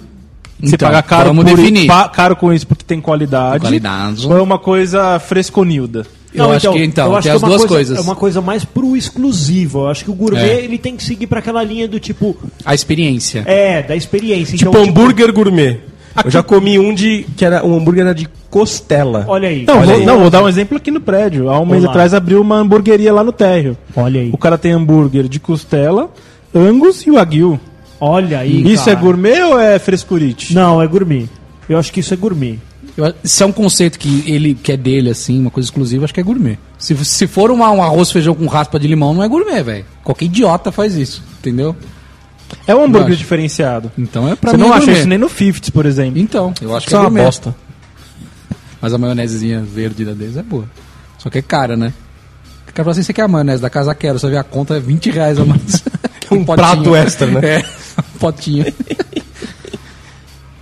Speaker 2: Você
Speaker 3: Então,
Speaker 2: paga caro,
Speaker 3: vamos
Speaker 2: por i-
Speaker 3: definir.
Speaker 2: pa- caro com isso porque tem qualidade.
Speaker 3: Com qualidade.
Speaker 2: Ou é uma coisa fresconilda?
Speaker 3: Eu acho que, então,
Speaker 1: eu
Speaker 3: tem
Speaker 1: acho
Speaker 3: as
Speaker 1: é uma
Speaker 3: duas
Speaker 1: coisa-
Speaker 3: coisas.
Speaker 1: É uma coisa mais pro exclusivo. Eu acho que o gourmet,
Speaker 3: É.
Speaker 1: ele tem que seguir pra aquela linha do tipo,
Speaker 3: a experiência.
Speaker 1: é, da experiência.
Speaker 4: Tipo
Speaker 1: então,
Speaker 4: hambúrguer gourmet. Eu já comi um de. que era. um hambúrguer era de costela.
Speaker 1: olha aí.
Speaker 2: Não,
Speaker 1: olha
Speaker 2: vou,
Speaker 1: aí.
Speaker 2: não, vou dar um exemplo aqui no prédio. Há um mês
Speaker 1: Olá.
Speaker 2: atrás abriu uma hamburgueria lá no térreo.
Speaker 1: Olha aí.
Speaker 2: O cara tem hambúrguer de costela, angus e wagyu.
Speaker 1: Olha aí,
Speaker 2: Isso é
Speaker 1: cara.
Speaker 2: gourmet ou é frescurite?
Speaker 1: Não, é gourmet. Eu acho que isso é gourmet.
Speaker 3: Eu acho- se é um conceito que ele que é dele, assim, uma coisa exclusiva, acho que é gourmet. Se, se for uma- um arroz feijão com raspa de limão, não é gourmet, velho. Qualquer idiota faz isso, entendeu?
Speaker 2: É um hambúrguer
Speaker 3: Não acho.
Speaker 2: diferenciado.
Speaker 3: Então é pra
Speaker 2: Você
Speaker 3: mim
Speaker 2: não
Speaker 3: é
Speaker 2: acha
Speaker 3: gourmet.
Speaker 2: isso nem no 50s, por exemplo.
Speaker 3: Então, eu acho que é
Speaker 4: Isso é uma
Speaker 3: gourmet.
Speaker 4: bosta.
Speaker 3: Mas a maionesezinha verde da Deus é boa. Só que é cara, né? O cara fala assim, você quer a maionese da casa? Quero. Só vê a conta, é 20 reais a mais.
Speaker 4: Um prato extra, né?
Speaker 3: É, um potinho.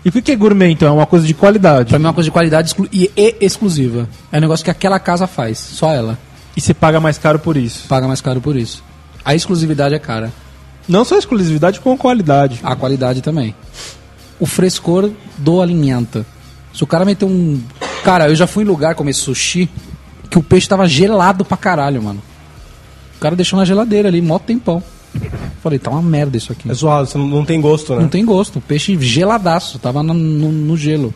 Speaker 2: E o que que é gourmet, então? É uma coisa de qualidade.
Speaker 3: pra mim é uma coisa de qualidade exclu- e, e exclusiva. É um negócio que aquela casa faz, só ela.
Speaker 2: E você paga mais caro por isso.
Speaker 3: Paga mais caro por isso. A exclusividade é cara.
Speaker 2: Não só exclusividade, como qualidade.
Speaker 3: A qualidade também. O frescor do alimento. Se o cara meter um. Cara, eu já fui em lugar comer sushi que o peixe tava gelado pra caralho, mano. O cara deixou na geladeira ali, mó tempão. Falei, tá uma merda isso aqui.
Speaker 4: É zoado, você não, não tem gosto,
Speaker 3: Não
Speaker 4: né?
Speaker 3: tem gosto. O peixe geladaço, tava no, no- no gelo.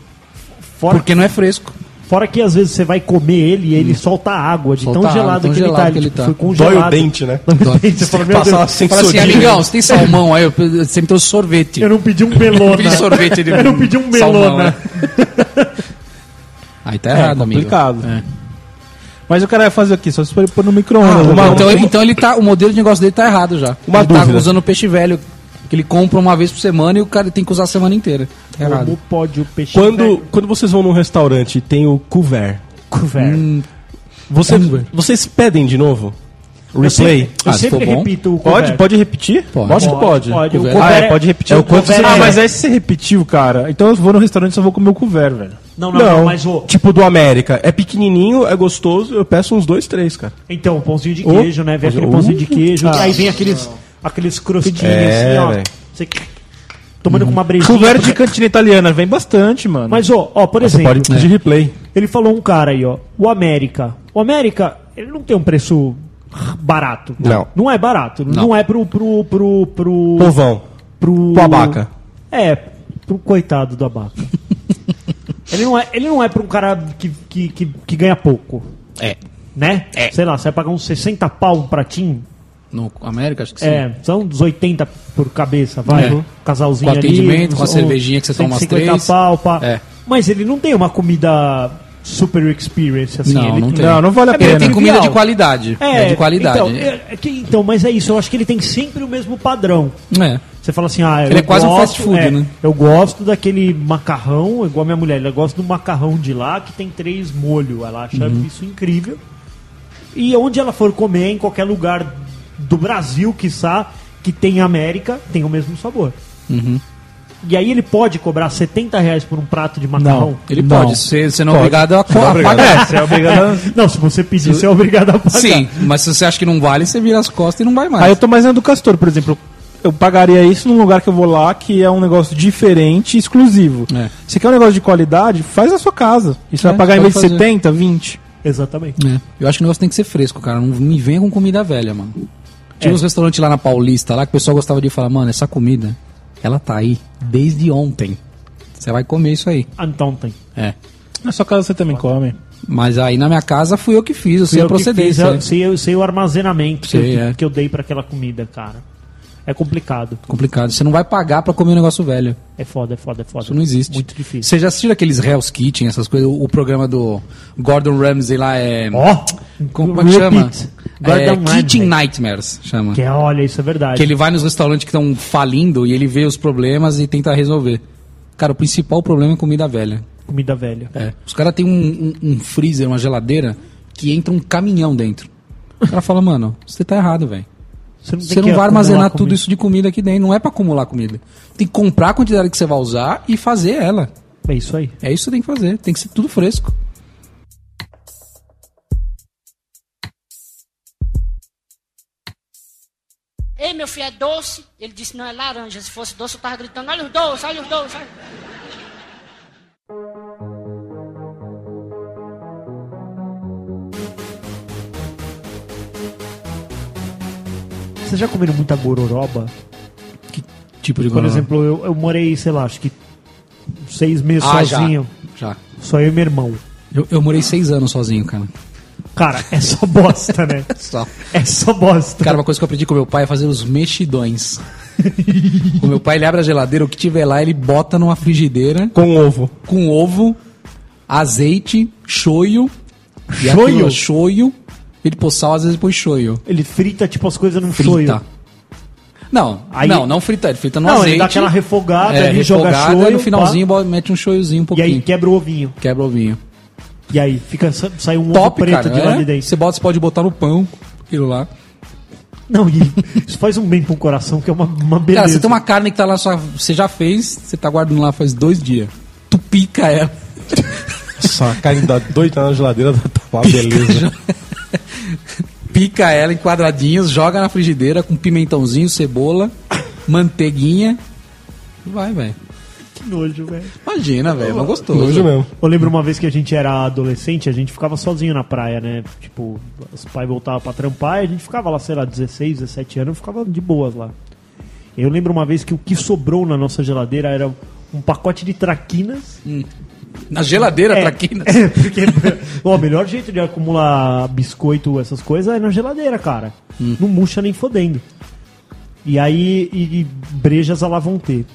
Speaker 1: Fora,
Speaker 3: Porque não é fresco.
Speaker 1: fora que às vezes você vai comer ele e ele solta água de
Speaker 3: Hum. Solta
Speaker 1: tão
Speaker 3: água,
Speaker 1: gelado
Speaker 3: tão
Speaker 1: que ele
Speaker 3: gelado
Speaker 1: tá.
Speaker 3: que
Speaker 1: Ele
Speaker 3: ele
Speaker 1: tipo,
Speaker 3: tá.
Speaker 1: foi
Speaker 4: Dói
Speaker 1: congelado.
Speaker 4: o dente, né?
Speaker 1: Você fala, meu
Speaker 4: Passar
Speaker 1: Deus,
Speaker 4: sem
Speaker 3: Fala assim, amigão, você tem salmão aí? Eu, você me trouxe sorvete.
Speaker 1: eu não pedi um melona.
Speaker 3: pedi sorvete de
Speaker 1: Eu não pedi um
Speaker 3: salmão,
Speaker 1: melona.
Speaker 3: né? Aí tá errado, amigo.
Speaker 2: complicado.
Speaker 3: É.
Speaker 2: Mas o cara vai fazer o quê? Só se for pôr no
Speaker 3: Ah,
Speaker 2: micro-ondas.
Speaker 3: uma-
Speaker 2: né?
Speaker 3: então, então ele tá, o modelo de negócio dele tá errado já.
Speaker 4: Uma
Speaker 3: ele tá
Speaker 4: dúvida.
Speaker 3: usando peixe velho, que ele compra uma vez por semana e o cara tem que usar a semana inteira. Tá
Speaker 1: Como
Speaker 3: errado.
Speaker 1: pode o peixe
Speaker 4: Quando, quando vocês vão num restaurante e tem o couvert, Hum.
Speaker 1: velho, velho?
Speaker 4: você,
Speaker 3: Couvert.
Speaker 4: vocês pedem de novo?
Speaker 1: Eu sempre,
Speaker 4: Replay?
Speaker 1: eu
Speaker 3: Ah, se
Speaker 1: sempre
Speaker 3: for bom.
Speaker 1: repito o
Speaker 2: Pode?
Speaker 1: couvert.
Speaker 2: Pode repetir?
Speaker 3: Pode.
Speaker 4: Lógico que pode.
Speaker 1: então, é. Pode,
Speaker 3: Couvert.
Speaker 1: o
Speaker 2: Ah,
Speaker 1: couvert
Speaker 2: é, pode repetir.
Speaker 1: é
Speaker 2: É
Speaker 1: o quanto você-
Speaker 2: Ah,
Speaker 1: é.
Speaker 2: mas aí você repetiu, cara. Então eu vou no restaurante e só vou comer o couvert, velho.
Speaker 1: Não, não,
Speaker 4: Não,
Speaker 1: não, mas o.
Speaker 4: tipo do América. É pequenininho, é gostoso, eu peço uns dois, três, cara.
Speaker 1: Então, o pãozinho de queijo, né? Vem aquele
Speaker 4: Oh.
Speaker 1: pãozinho de queijo. aí vem aqueles, aqueles crostinhos
Speaker 4: É,
Speaker 1: assim, ó.
Speaker 4: velho.
Speaker 1: Você tomando com uma brejinha.
Speaker 2: Couvert de cantina italiana vem bastante, mano.
Speaker 1: Mas, ó, ó, por exemplo,
Speaker 4: Pode pedir replay.
Speaker 1: ele falou um cara aí, ó. O América. O América, ele não tem um preço barato.
Speaker 4: Não.
Speaker 1: Não é barato. Não, é pro. pro. pro. pro.
Speaker 4: Povão.
Speaker 1: pro.
Speaker 4: Pro abaca.
Speaker 1: É, pro coitado do abaca. Ele não é, ele não é pra um cara que, que, que, que ganha pouco,
Speaker 6: É.
Speaker 1: né?
Speaker 6: É.
Speaker 1: Sei lá, você vai pagar uns 60 pau um pratinho.
Speaker 3: No América, acho que sim.
Speaker 1: É, são uns 80 por cabeça, vai.
Speaker 3: É.
Speaker 1: um Casalzinho
Speaker 3: Com
Speaker 1: ali. um
Speaker 3: atendimento, com a
Speaker 1: uns-
Speaker 3: cervejinha que você toma umas
Speaker 1: 150
Speaker 3: três.
Speaker 1: pau, pá.
Speaker 3: É.
Speaker 1: Mas ele não tem uma comida super experience, assim.
Speaker 3: Não,
Speaker 1: ele
Speaker 3: não tem.
Speaker 2: Não, não vale a
Speaker 1: É bem
Speaker 2: pena.
Speaker 3: Ele tem comida
Speaker 1: Trivial.
Speaker 3: de qualidade. É, de qualidade.
Speaker 1: Então, é- é que- então, mas é isso. Eu acho que ele tem sempre o mesmo padrão.
Speaker 3: É.
Speaker 1: Você fala assim, ah, eu
Speaker 3: Ele é quase um
Speaker 1: gosto-
Speaker 3: fast food,
Speaker 1: é,
Speaker 3: né?
Speaker 1: Eu gosto daquele macarrão, igual a minha mulher, ela gosta do macarrão de lá que tem três molhos. Ela acha
Speaker 3: Uhum.
Speaker 1: isso incrível. E onde ela for comer, em qualquer lugar do Brasil, quiçá, que tem América, tem o mesmo sabor.
Speaker 3: Uhum.
Speaker 1: E aí ele pode cobrar 70 reais por um prato de macarrão?
Speaker 3: Ele
Speaker 2: Não.
Speaker 3: pode. Você você não é obrigado a, co- a
Speaker 2: É,
Speaker 3: pagar.
Speaker 2: você é obrigado
Speaker 1: Não, se você pedir, você é obrigado a pagar.
Speaker 3: Sim, mas se você acha que não vale, você vira as costas e não vai
Speaker 2: a...
Speaker 3: mais.
Speaker 2: Aí eu tô mais na do Castor, por exemplo. Eu pagaria isso num lugar que eu vou lá, que é um negócio diferente e exclusivo.
Speaker 3: É.
Speaker 2: Se quer um negócio de qualidade, faz na sua casa. E você
Speaker 3: É,
Speaker 2: vai pagar em vez
Speaker 3: pode
Speaker 2: de
Speaker 3: fazer.
Speaker 2: 70, 20.
Speaker 1: Exatamente.
Speaker 3: É, Eu acho que o negócio tem que ser fresco, cara. Não me venha com comida velha, mano. Tinha
Speaker 1: É.
Speaker 3: uns restaurantes lá na Paulista, lá que o pessoal gostava de falar, mano, essa comida, ela tá aí desde ontem. Você vai comer isso aí.
Speaker 1: Ah, Então tem.
Speaker 3: É.
Speaker 2: Na sua casa você também come.
Speaker 3: Mas aí na minha casa fui eu que fiz, eu sei
Speaker 1: eu
Speaker 3: a
Speaker 1: que
Speaker 3: procedência.
Speaker 1: fiz, eu
Speaker 3: é.
Speaker 1: sei, eu sei o armazenamento
Speaker 3: Sei,
Speaker 1: que, eu,
Speaker 3: é.
Speaker 1: que eu dei pra aquela comida, cara. É complicado.
Speaker 3: Complicado. Você não vai pagar pra comer um negócio velho.
Speaker 1: É foda, é foda, é foda.
Speaker 3: Isso não existe.
Speaker 1: Muito difícil.
Speaker 3: Você já assistiu aqueles Hell's Kitchen, essas coisas? O, o programa do Gordon Ramsay lá é.
Speaker 1: Ó!
Speaker 3: como, como é que chama?
Speaker 1: Repeat.
Speaker 3: É,
Speaker 1: Gordon
Speaker 3: Kitchen
Speaker 1: Ramsay.
Speaker 3: Nightmares chama.
Speaker 1: Que é, olha, isso é verdade.
Speaker 3: Que ele vai nos restaurantes que estão falindo e ele vê os problemas e tenta resolver. Cara, o principal problema é comida velha.
Speaker 1: Comida velha.
Speaker 3: É. Os caras têm um, um- um freezer, uma geladeira, que entra um caminhão dentro. O cara fala, mano, você tá errado, velho.
Speaker 1: tem
Speaker 3: Você não
Speaker 1: que
Speaker 3: vai armazenar
Speaker 1: acumular
Speaker 3: tudo
Speaker 1: comida.
Speaker 3: isso de comida aqui dentro. Não é pra acumular comida. Tem que comprar a quantidade que você vai usar e fazer ela.
Speaker 1: É isso aí.
Speaker 3: É isso que você tem que fazer. Tem que ser tudo fresco.
Speaker 5: Ei, meu filho, é doce? Ele disse, não, é laranja. Se fosse doce, eu tava gritando, olha os doces, olha os doces. Olha...
Speaker 1: Vocês já comeram muita gororoba?
Speaker 3: Tipo de
Speaker 1: Por exemplo, eu, eu morei, sei lá, acho que seis meses
Speaker 3: ah,
Speaker 1: sozinho.
Speaker 3: já. Já.
Speaker 1: Só eu e meu irmão.
Speaker 3: Eu, eu morei seis anos sozinho, cara.
Speaker 1: Cara, é só bosta, né?
Speaker 3: Só.
Speaker 1: É só bosta.
Speaker 3: Cara, uma coisa que eu aprendi com meu pai é fazer os mexidões. o meu pai ele abre a geladeira, o que tiver lá, ele bota numa frigideira
Speaker 4: Com ovo.
Speaker 3: com ovo, azeite, shoyu. e
Speaker 1: Shoyu?
Speaker 3: aquilo, Shoyu. Ele põe sal, às vezes põe shoyu.
Speaker 1: Ele frita, tipo, as coisas num
Speaker 3: Frita. um
Speaker 1: shoyu.
Speaker 3: Não,
Speaker 1: Aí-
Speaker 3: não, não frita, ele frita no
Speaker 1: Não, ele
Speaker 3: azeite. É,
Speaker 1: dá aquela refogada ali, joga
Speaker 3: refogada,
Speaker 1: shoyu,
Speaker 3: no finalzinho bota- mete um shoyuzinho um
Speaker 1: E aí
Speaker 3: pouquinho.
Speaker 1: quebra o ovinho.
Speaker 3: Quebra o vinho.
Speaker 1: E aí fica, sa- sai um ovo
Speaker 3: Top, cara.
Speaker 1: preto de lá
Speaker 3: é?
Speaker 1: de dentro.
Speaker 3: Você bota, você pode botar no pão, aquilo lá.
Speaker 1: Não, e isso faz um bem pro coração, que é uma, uma beleza.
Speaker 3: Cara, você tem uma carne que tá lá, só, você já fez, você tá guardando lá faz dois dias. Tu pica ela.
Speaker 4: Nossa, a carne da doida na geladeira tá uma beleza.
Speaker 3: Pica ela em quadradinhos, joga na frigideira com pimentãozinho, cebola, manteiguinha. Vai, velho.
Speaker 1: Que nojo, velho.
Speaker 3: Imagina, velho. Mas gostoso.
Speaker 4: Nojo mesmo.
Speaker 1: Eu lembro uma vez que a gente era adolescente, a gente ficava sozinho na praia, né? Tipo, os pais voltavam pra trampar e a gente ficava lá, sei lá, 16, 17 anos, ficava de boas lá. Eu lembro uma vez que o que sobrou na nossa geladeira era um pacote de traquinas.
Speaker 3: Na geladeira,
Speaker 1: É,
Speaker 3: traquina.
Speaker 1: É, porque ó, o melhor jeito de acumular biscoito, essas coisas, é na geladeira, cara. Não murcha nem fodendo. E aí, e, e brejas elas vão ter.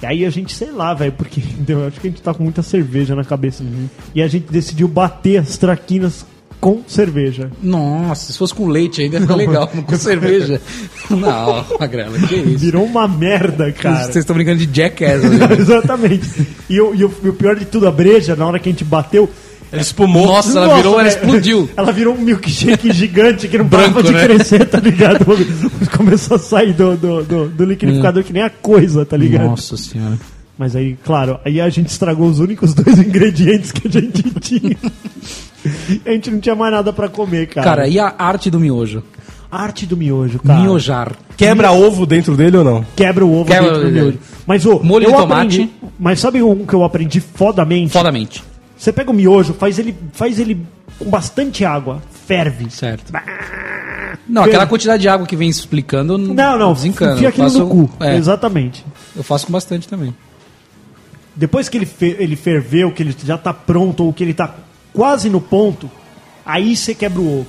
Speaker 1: E aí a gente, sei lá, velho, porque eu acho que a gente tá com muita cerveja na cabeça. E a gente decidiu bater as traquinas com cerveja.
Speaker 3: Nossa, se fosse com leite ainda fica legal. Com cerveja. Não, magrela, que isso.
Speaker 1: Virou uma merda, cara.
Speaker 3: Vocês estão brincando de jackass. né?
Speaker 1: Exatamente. E, eu, e, eu- e o pior de tudo, a breja, na hora que a gente bateu,
Speaker 4: Ele espumou.
Speaker 3: Nossa, ela
Speaker 1: Nossa,
Speaker 3: virou, ela
Speaker 1: velho.
Speaker 3: explodiu.
Speaker 1: Ela virou um milkshake gigante que não
Speaker 3: Branco,
Speaker 1: parava de
Speaker 3: né?
Speaker 1: crescer, tá ligado? Começou a sair do, do, do, do liquidificador que nem a coisa, tá ligado?
Speaker 3: É. Nossa senhora.
Speaker 1: Mas aí, claro, aí a gente estragou os únicos dois ingredientes que a gente tinha. a gente não tinha mais nada pra comer, cara.
Speaker 3: Cara, e a arte do miojo?
Speaker 1: A arte do miojo, cara.
Speaker 3: Miojar.
Speaker 4: Quebra ovo dentro dele ou não?
Speaker 1: Quebra o ovo
Speaker 3: Quebra-
Speaker 1: dentro do miojo. Mas o
Speaker 3: Molho de tomate.
Speaker 1: mas sabe um que eu aprendi fodamente?
Speaker 3: Fodamente.
Speaker 1: Você pega o miojo, faz ele, faz ele com bastante água, ferve.
Speaker 3: Certo. Não, aquela quantidade de água que vem explicando.
Speaker 1: Não, não,
Speaker 3: Desencana.
Speaker 1: enfia
Speaker 3: Eu
Speaker 1: aquilo
Speaker 3: faço, um-
Speaker 1: no cu.
Speaker 3: é,
Speaker 1: Exatamente.
Speaker 3: eu faço com bastante também.
Speaker 1: Depois que ele, fe- ele ferveu, que ele já tá pronto ou que ele tá quase no ponto, aí você quebra o ovo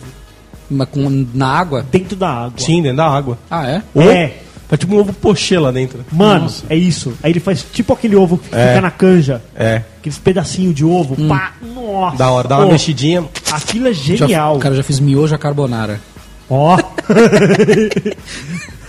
Speaker 3: Mas com, na água?
Speaker 1: dentro da água.
Speaker 4: Sim, dentro da água.
Speaker 3: Ah, é?
Speaker 4: Ovo-
Speaker 1: É.
Speaker 4: Tá tipo um ovo pochê lá dentro.
Speaker 1: Mano, é isso. Aí ele faz tipo aquele ovo que
Speaker 4: É.
Speaker 1: fica na canja.
Speaker 4: É.
Speaker 1: Aqueles pedacinhos de ovo.
Speaker 3: Hum.
Speaker 1: Pá, nossa.
Speaker 4: Da hora, dá uma
Speaker 1: Pô,
Speaker 4: mexidinha.
Speaker 1: Aquilo é
Speaker 3: Já,
Speaker 1: genial.
Speaker 3: Cara, eu já fiz miojo à carbonara.
Speaker 1: Ó.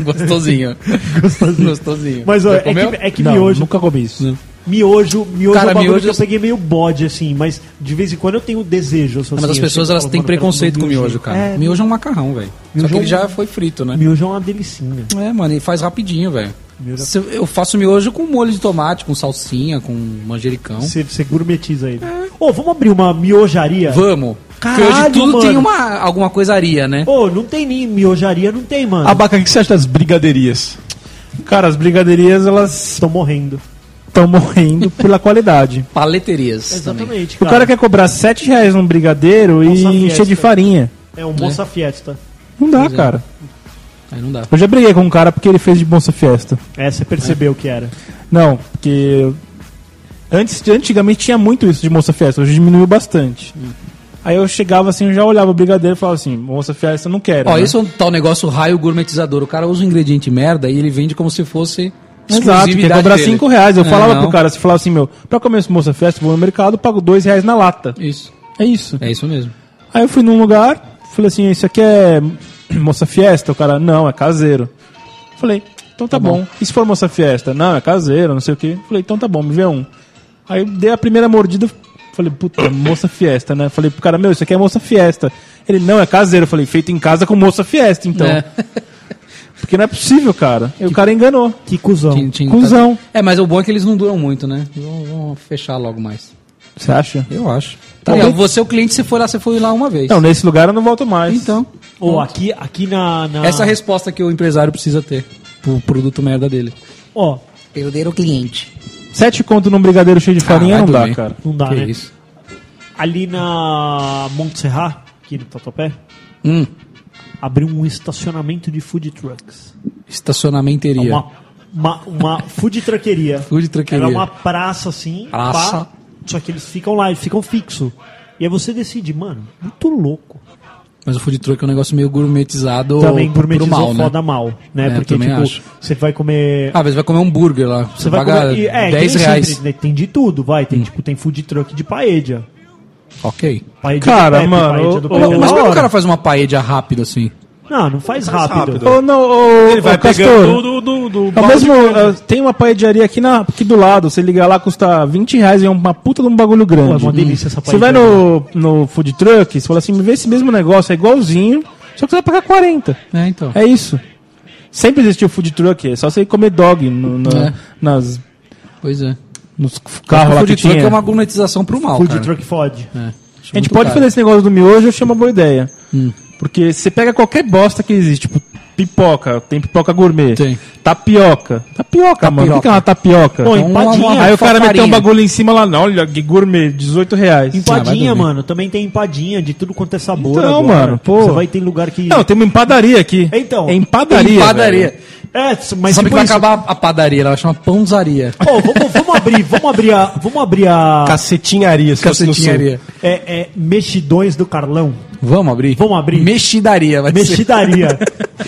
Speaker 3: Gostosinho. Gostosinho. Gostosinho.
Speaker 1: Mas ó,
Speaker 3: Já
Speaker 1: é que,
Speaker 3: comeu?
Speaker 1: é que
Speaker 2: Não,
Speaker 1: miojo,
Speaker 2: nunca comi isso.
Speaker 1: miojo, miojo
Speaker 3: Cara,
Speaker 1: é um bagulho
Speaker 3: miojo-
Speaker 1: que eu peguei meio bode, assim, mas de vez em quando eu tenho desejo. eu sou
Speaker 3: Mas
Speaker 1: assim,
Speaker 3: as
Speaker 1: eu
Speaker 3: pessoas
Speaker 1: sempre
Speaker 3: elas
Speaker 1: falo,
Speaker 3: têm
Speaker 1: "Mano, eu quero
Speaker 3: preconceito com
Speaker 1: comer
Speaker 3: miojo, cara.
Speaker 1: É,
Speaker 3: Miojo é um macarrão, velho. Só que
Speaker 1: Miojo é
Speaker 3: ele
Speaker 1: um-
Speaker 3: já foi frito, né?
Speaker 1: Miojo é uma delicinha.
Speaker 3: É, mano, e faz rapidinho, velho.
Speaker 1: Miojo é-
Speaker 3: Se- Eu faço miojo com molho de tomate, com salsinha, com manjericão.
Speaker 1: Você, você gourmetiza ele. Ô, vamos abrir uma miojaria?
Speaker 3: Vamos!
Speaker 1: Caralho,
Speaker 3: Porque hoje tudo
Speaker 1: mano.
Speaker 3: tem uma, alguma coisaria, né?
Speaker 1: Ô, não tem nem miojaria, não tem, mano.
Speaker 4: Abaca, o que você acha das brigaderias?
Speaker 2: Cara, as brigaderias, elas
Speaker 1: Estão morrendo.
Speaker 2: estão morrendo pela qualidade.
Speaker 3: Paleterias. Também.
Speaker 1: Exatamente,
Speaker 2: O cara quer cobrar 7 reais num brigadeiro
Speaker 1: Nossa,
Speaker 2: e encher de
Speaker 1: fiesta.
Speaker 2: farinha.
Speaker 1: É um moça fiesta.
Speaker 2: Não dá,
Speaker 3: Pois é.
Speaker 2: cara.
Speaker 3: Aí não dá.
Speaker 2: Eu já briguei com um cara porque ele fez de bolsa fiesta.
Speaker 1: É, você percebeu que era.
Speaker 2: Não, porque antes, antigamente tinha muito isso de moça festa, hoje diminuiu bastante. Aí eu chegava assim, eu já olhava o brigadeiro e falava assim, moça festa, eu não quero.
Speaker 3: Ó,
Speaker 2: né?
Speaker 3: esse é um tal negócio raio gourmetizador. O cara usa um ingrediente merda e ele vende como se fosse
Speaker 2: Exato, quer
Speaker 3: é exclusividade
Speaker 2: cobrar
Speaker 3: dele.
Speaker 2: 5 reais. Eu
Speaker 3: É,
Speaker 2: falava
Speaker 3: não.
Speaker 2: pro cara, você falava assim, meu, pra comer esse moça festa, eu vou no mercado, eu pago 2 reais na lata.
Speaker 3: Isso,
Speaker 2: É isso.
Speaker 3: é isso mesmo.
Speaker 2: Aí eu fui num lugar, falei assim, isso aqui é moça fiesta? O cara, não, é caseiro. Falei, então tá, bom. E se for moça fiesta? Não, é caseiro, não sei o quê. Falei, então tá bom, me vê um. Aí eu dei a primeira mordida, falei, puta, é moça fiesta, né? Falei pro cara, meu, isso aqui é moça fiesta. Ele, não, é caseiro. Eu falei, feito em casa com moça fiesta, então.
Speaker 3: É.
Speaker 2: Porque não é possível, cara. E o cara enganou.
Speaker 1: Que
Speaker 2: então,
Speaker 1: cuzão.
Speaker 3: Tinha- tinha-
Speaker 2: Cusão.
Speaker 3: É, mas o bom é que eles não duram muito, né? Vão, vão fechar logo mais.
Speaker 2: Você acha?
Speaker 3: Eu acho. Tá legal. Você é o cliente, você foi lá, você foi lá uma vez.
Speaker 2: Não, né? nesse lugar eu não volto mais.
Speaker 3: Então,
Speaker 1: Ô, aqui, aqui na, na-
Speaker 3: essa é a resposta que o empresário precisa ter pro produto merda dele.
Speaker 1: Ó,
Speaker 3: Perder o cliente.
Speaker 2: Sete conto num brigadeiro cheio de farinha
Speaker 3: Ah, vai
Speaker 2: não dá,
Speaker 3: dormir.
Speaker 2: cara.
Speaker 1: não dá,
Speaker 3: que
Speaker 1: né?
Speaker 3: isso.
Speaker 1: Ali na Montserrat, aqui no Tatuapé,
Speaker 3: Hum,
Speaker 1: abriu um estacionamento de food trucks.
Speaker 2: É
Speaker 3: estacionamenteria.
Speaker 1: Uma, uma, uma food truckeria.
Speaker 3: Food truckeria.
Speaker 1: Era uma praça assim.
Speaker 3: Praça.
Speaker 1: pá, só que eles ficam lá, eles ficam fixo. E aí você decide, mano, muito louco.
Speaker 3: Mas o food truck é um negócio meio gourmetizado
Speaker 1: Também
Speaker 3: pro
Speaker 1: gourmetizou
Speaker 3: mal, né?
Speaker 1: foda mal, né?
Speaker 3: É,
Speaker 1: Porque,
Speaker 3: também
Speaker 1: tipo,
Speaker 3: acho.
Speaker 1: você vai comer.
Speaker 3: Ah, mas vai comer um burger lá. Você,
Speaker 1: Você vai
Speaker 3: paga
Speaker 1: comer. e- É,
Speaker 3: 10
Speaker 1: tem
Speaker 3: reais. Hum.
Speaker 1: sempre, né? Tem de tudo, vai. Tem, tipo, tem food truck de paedia.
Speaker 3: Ok.
Speaker 1: Paedia
Speaker 2: Cara,
Speaker 1: do Pepe,
Speaker 2: mano,
Speaker 1: paedia do
Speaker 2: ô,
Speaker 1: Pepe
Speaker 2: ô,
Speaker 1: É, da
Speaker 3: Mas como
Speaker 1: hora.
Speaker 3: o cara faz uma paella rápido assim?
Speaker 1: Não, não faz, rápido.
Speaker 4: rápido.
Speaker 2: Ô, não, ô,
Speaker 4: Ele vai
Speaker 2: ô, Castor,
Speaker 4: pegando do, do, do,
Speaker 2: É o
Speaker 4: balde.
Speaker 2: mesmo, eh, tem uma paediaria aqui, na, aqui do lado, você ligar lá, custa 20 reais e é uma puta de um bagulho grande.
Speaker 1: Pô, é uma delícia essa
Speaker 2: Você vai
Speaker 1: paediaria.
Speaker 2: no, no food truck, você fala assim, me vê esse mesmo negócio, é igualzinho, só que você vai pagar 40.
Speaker 3: É, então.
Speaker 2: É isso. Sempre existiu food truck, é só você comer dog no, na-
Speaker 3: É.
Speaker 2: nas,
Speaker 3: Pois é.
Speaker 2: nos carros
Speaker 3: o
Speaker 2: lá que
Speaker 3: food truck
Speaker 2: tinha.
Speaker 3: é uma gourmetização pro mal,
Speaker 1: Food
Speaker 3: cara.
Speaker 1: truck fode.
Speaker 3: É.
Speaker 2: A gente pode fazer esse negócio do miojo, eu achei uma boa ideia.
Speaker 1: Hum.
Speaker 2: Porque você pega qualquer bosta que existe, tipo pipoca, tem pipoca gourmet.
Speaker 3: Tem.
Speaker 2: Tapioca. Tapioca, mano. O que que é uma tapioca?
Speaker 1: Pô,
Speaker 3: Então,
Speaker 1: empadinha.
Speaker 3: uma- uma-
Speaker 2: Aí o cara meteu um
Speaker 3: farinha.
Speaker 2: bagulho em cima lá, não, olha, que gourmet, 18 reais.
Speaker 1: Empadinha,
Speaker 3: Ah, vai dormir.
Speaker 1: mano. Também tem empadinha de tudo quanto é sabor.
Speaker 2: Então,
Speaker 1: agora.
Speaker 2: mano, pô.
Speaker 1: Você vai ter lugar que.
Speaker 2: Não, tem uma empadaria aqui.
Speaker 1: Então.
Speaker 2: é empadaria.
Speaker 3: padaria. padaria.
Speaker 2: velho.
Speaker 1: É,
Speaker 3: Sabe
Speaker 1: mas tipo
Speaker 3: que vai
Speaker 1: isso.
Speaker 3: acabar a padaria, ela vai chamar pãozaria.
Speaker 1: Ô, vamos, vamos abrir, vamos abrir a. Vamos abrir a.
Speaker 4: Cacetinharia, se fosse assim no sul.
Speaker 3: Cacetinharia.
Speaker 1: É, é, mexidões do Carlão.
Speaker 3: Vamos abrir?
Speaker 1: Vamos abrir.
Speaker 3: Mexidaria, vai ser.
Speaker 1: Mexidaria.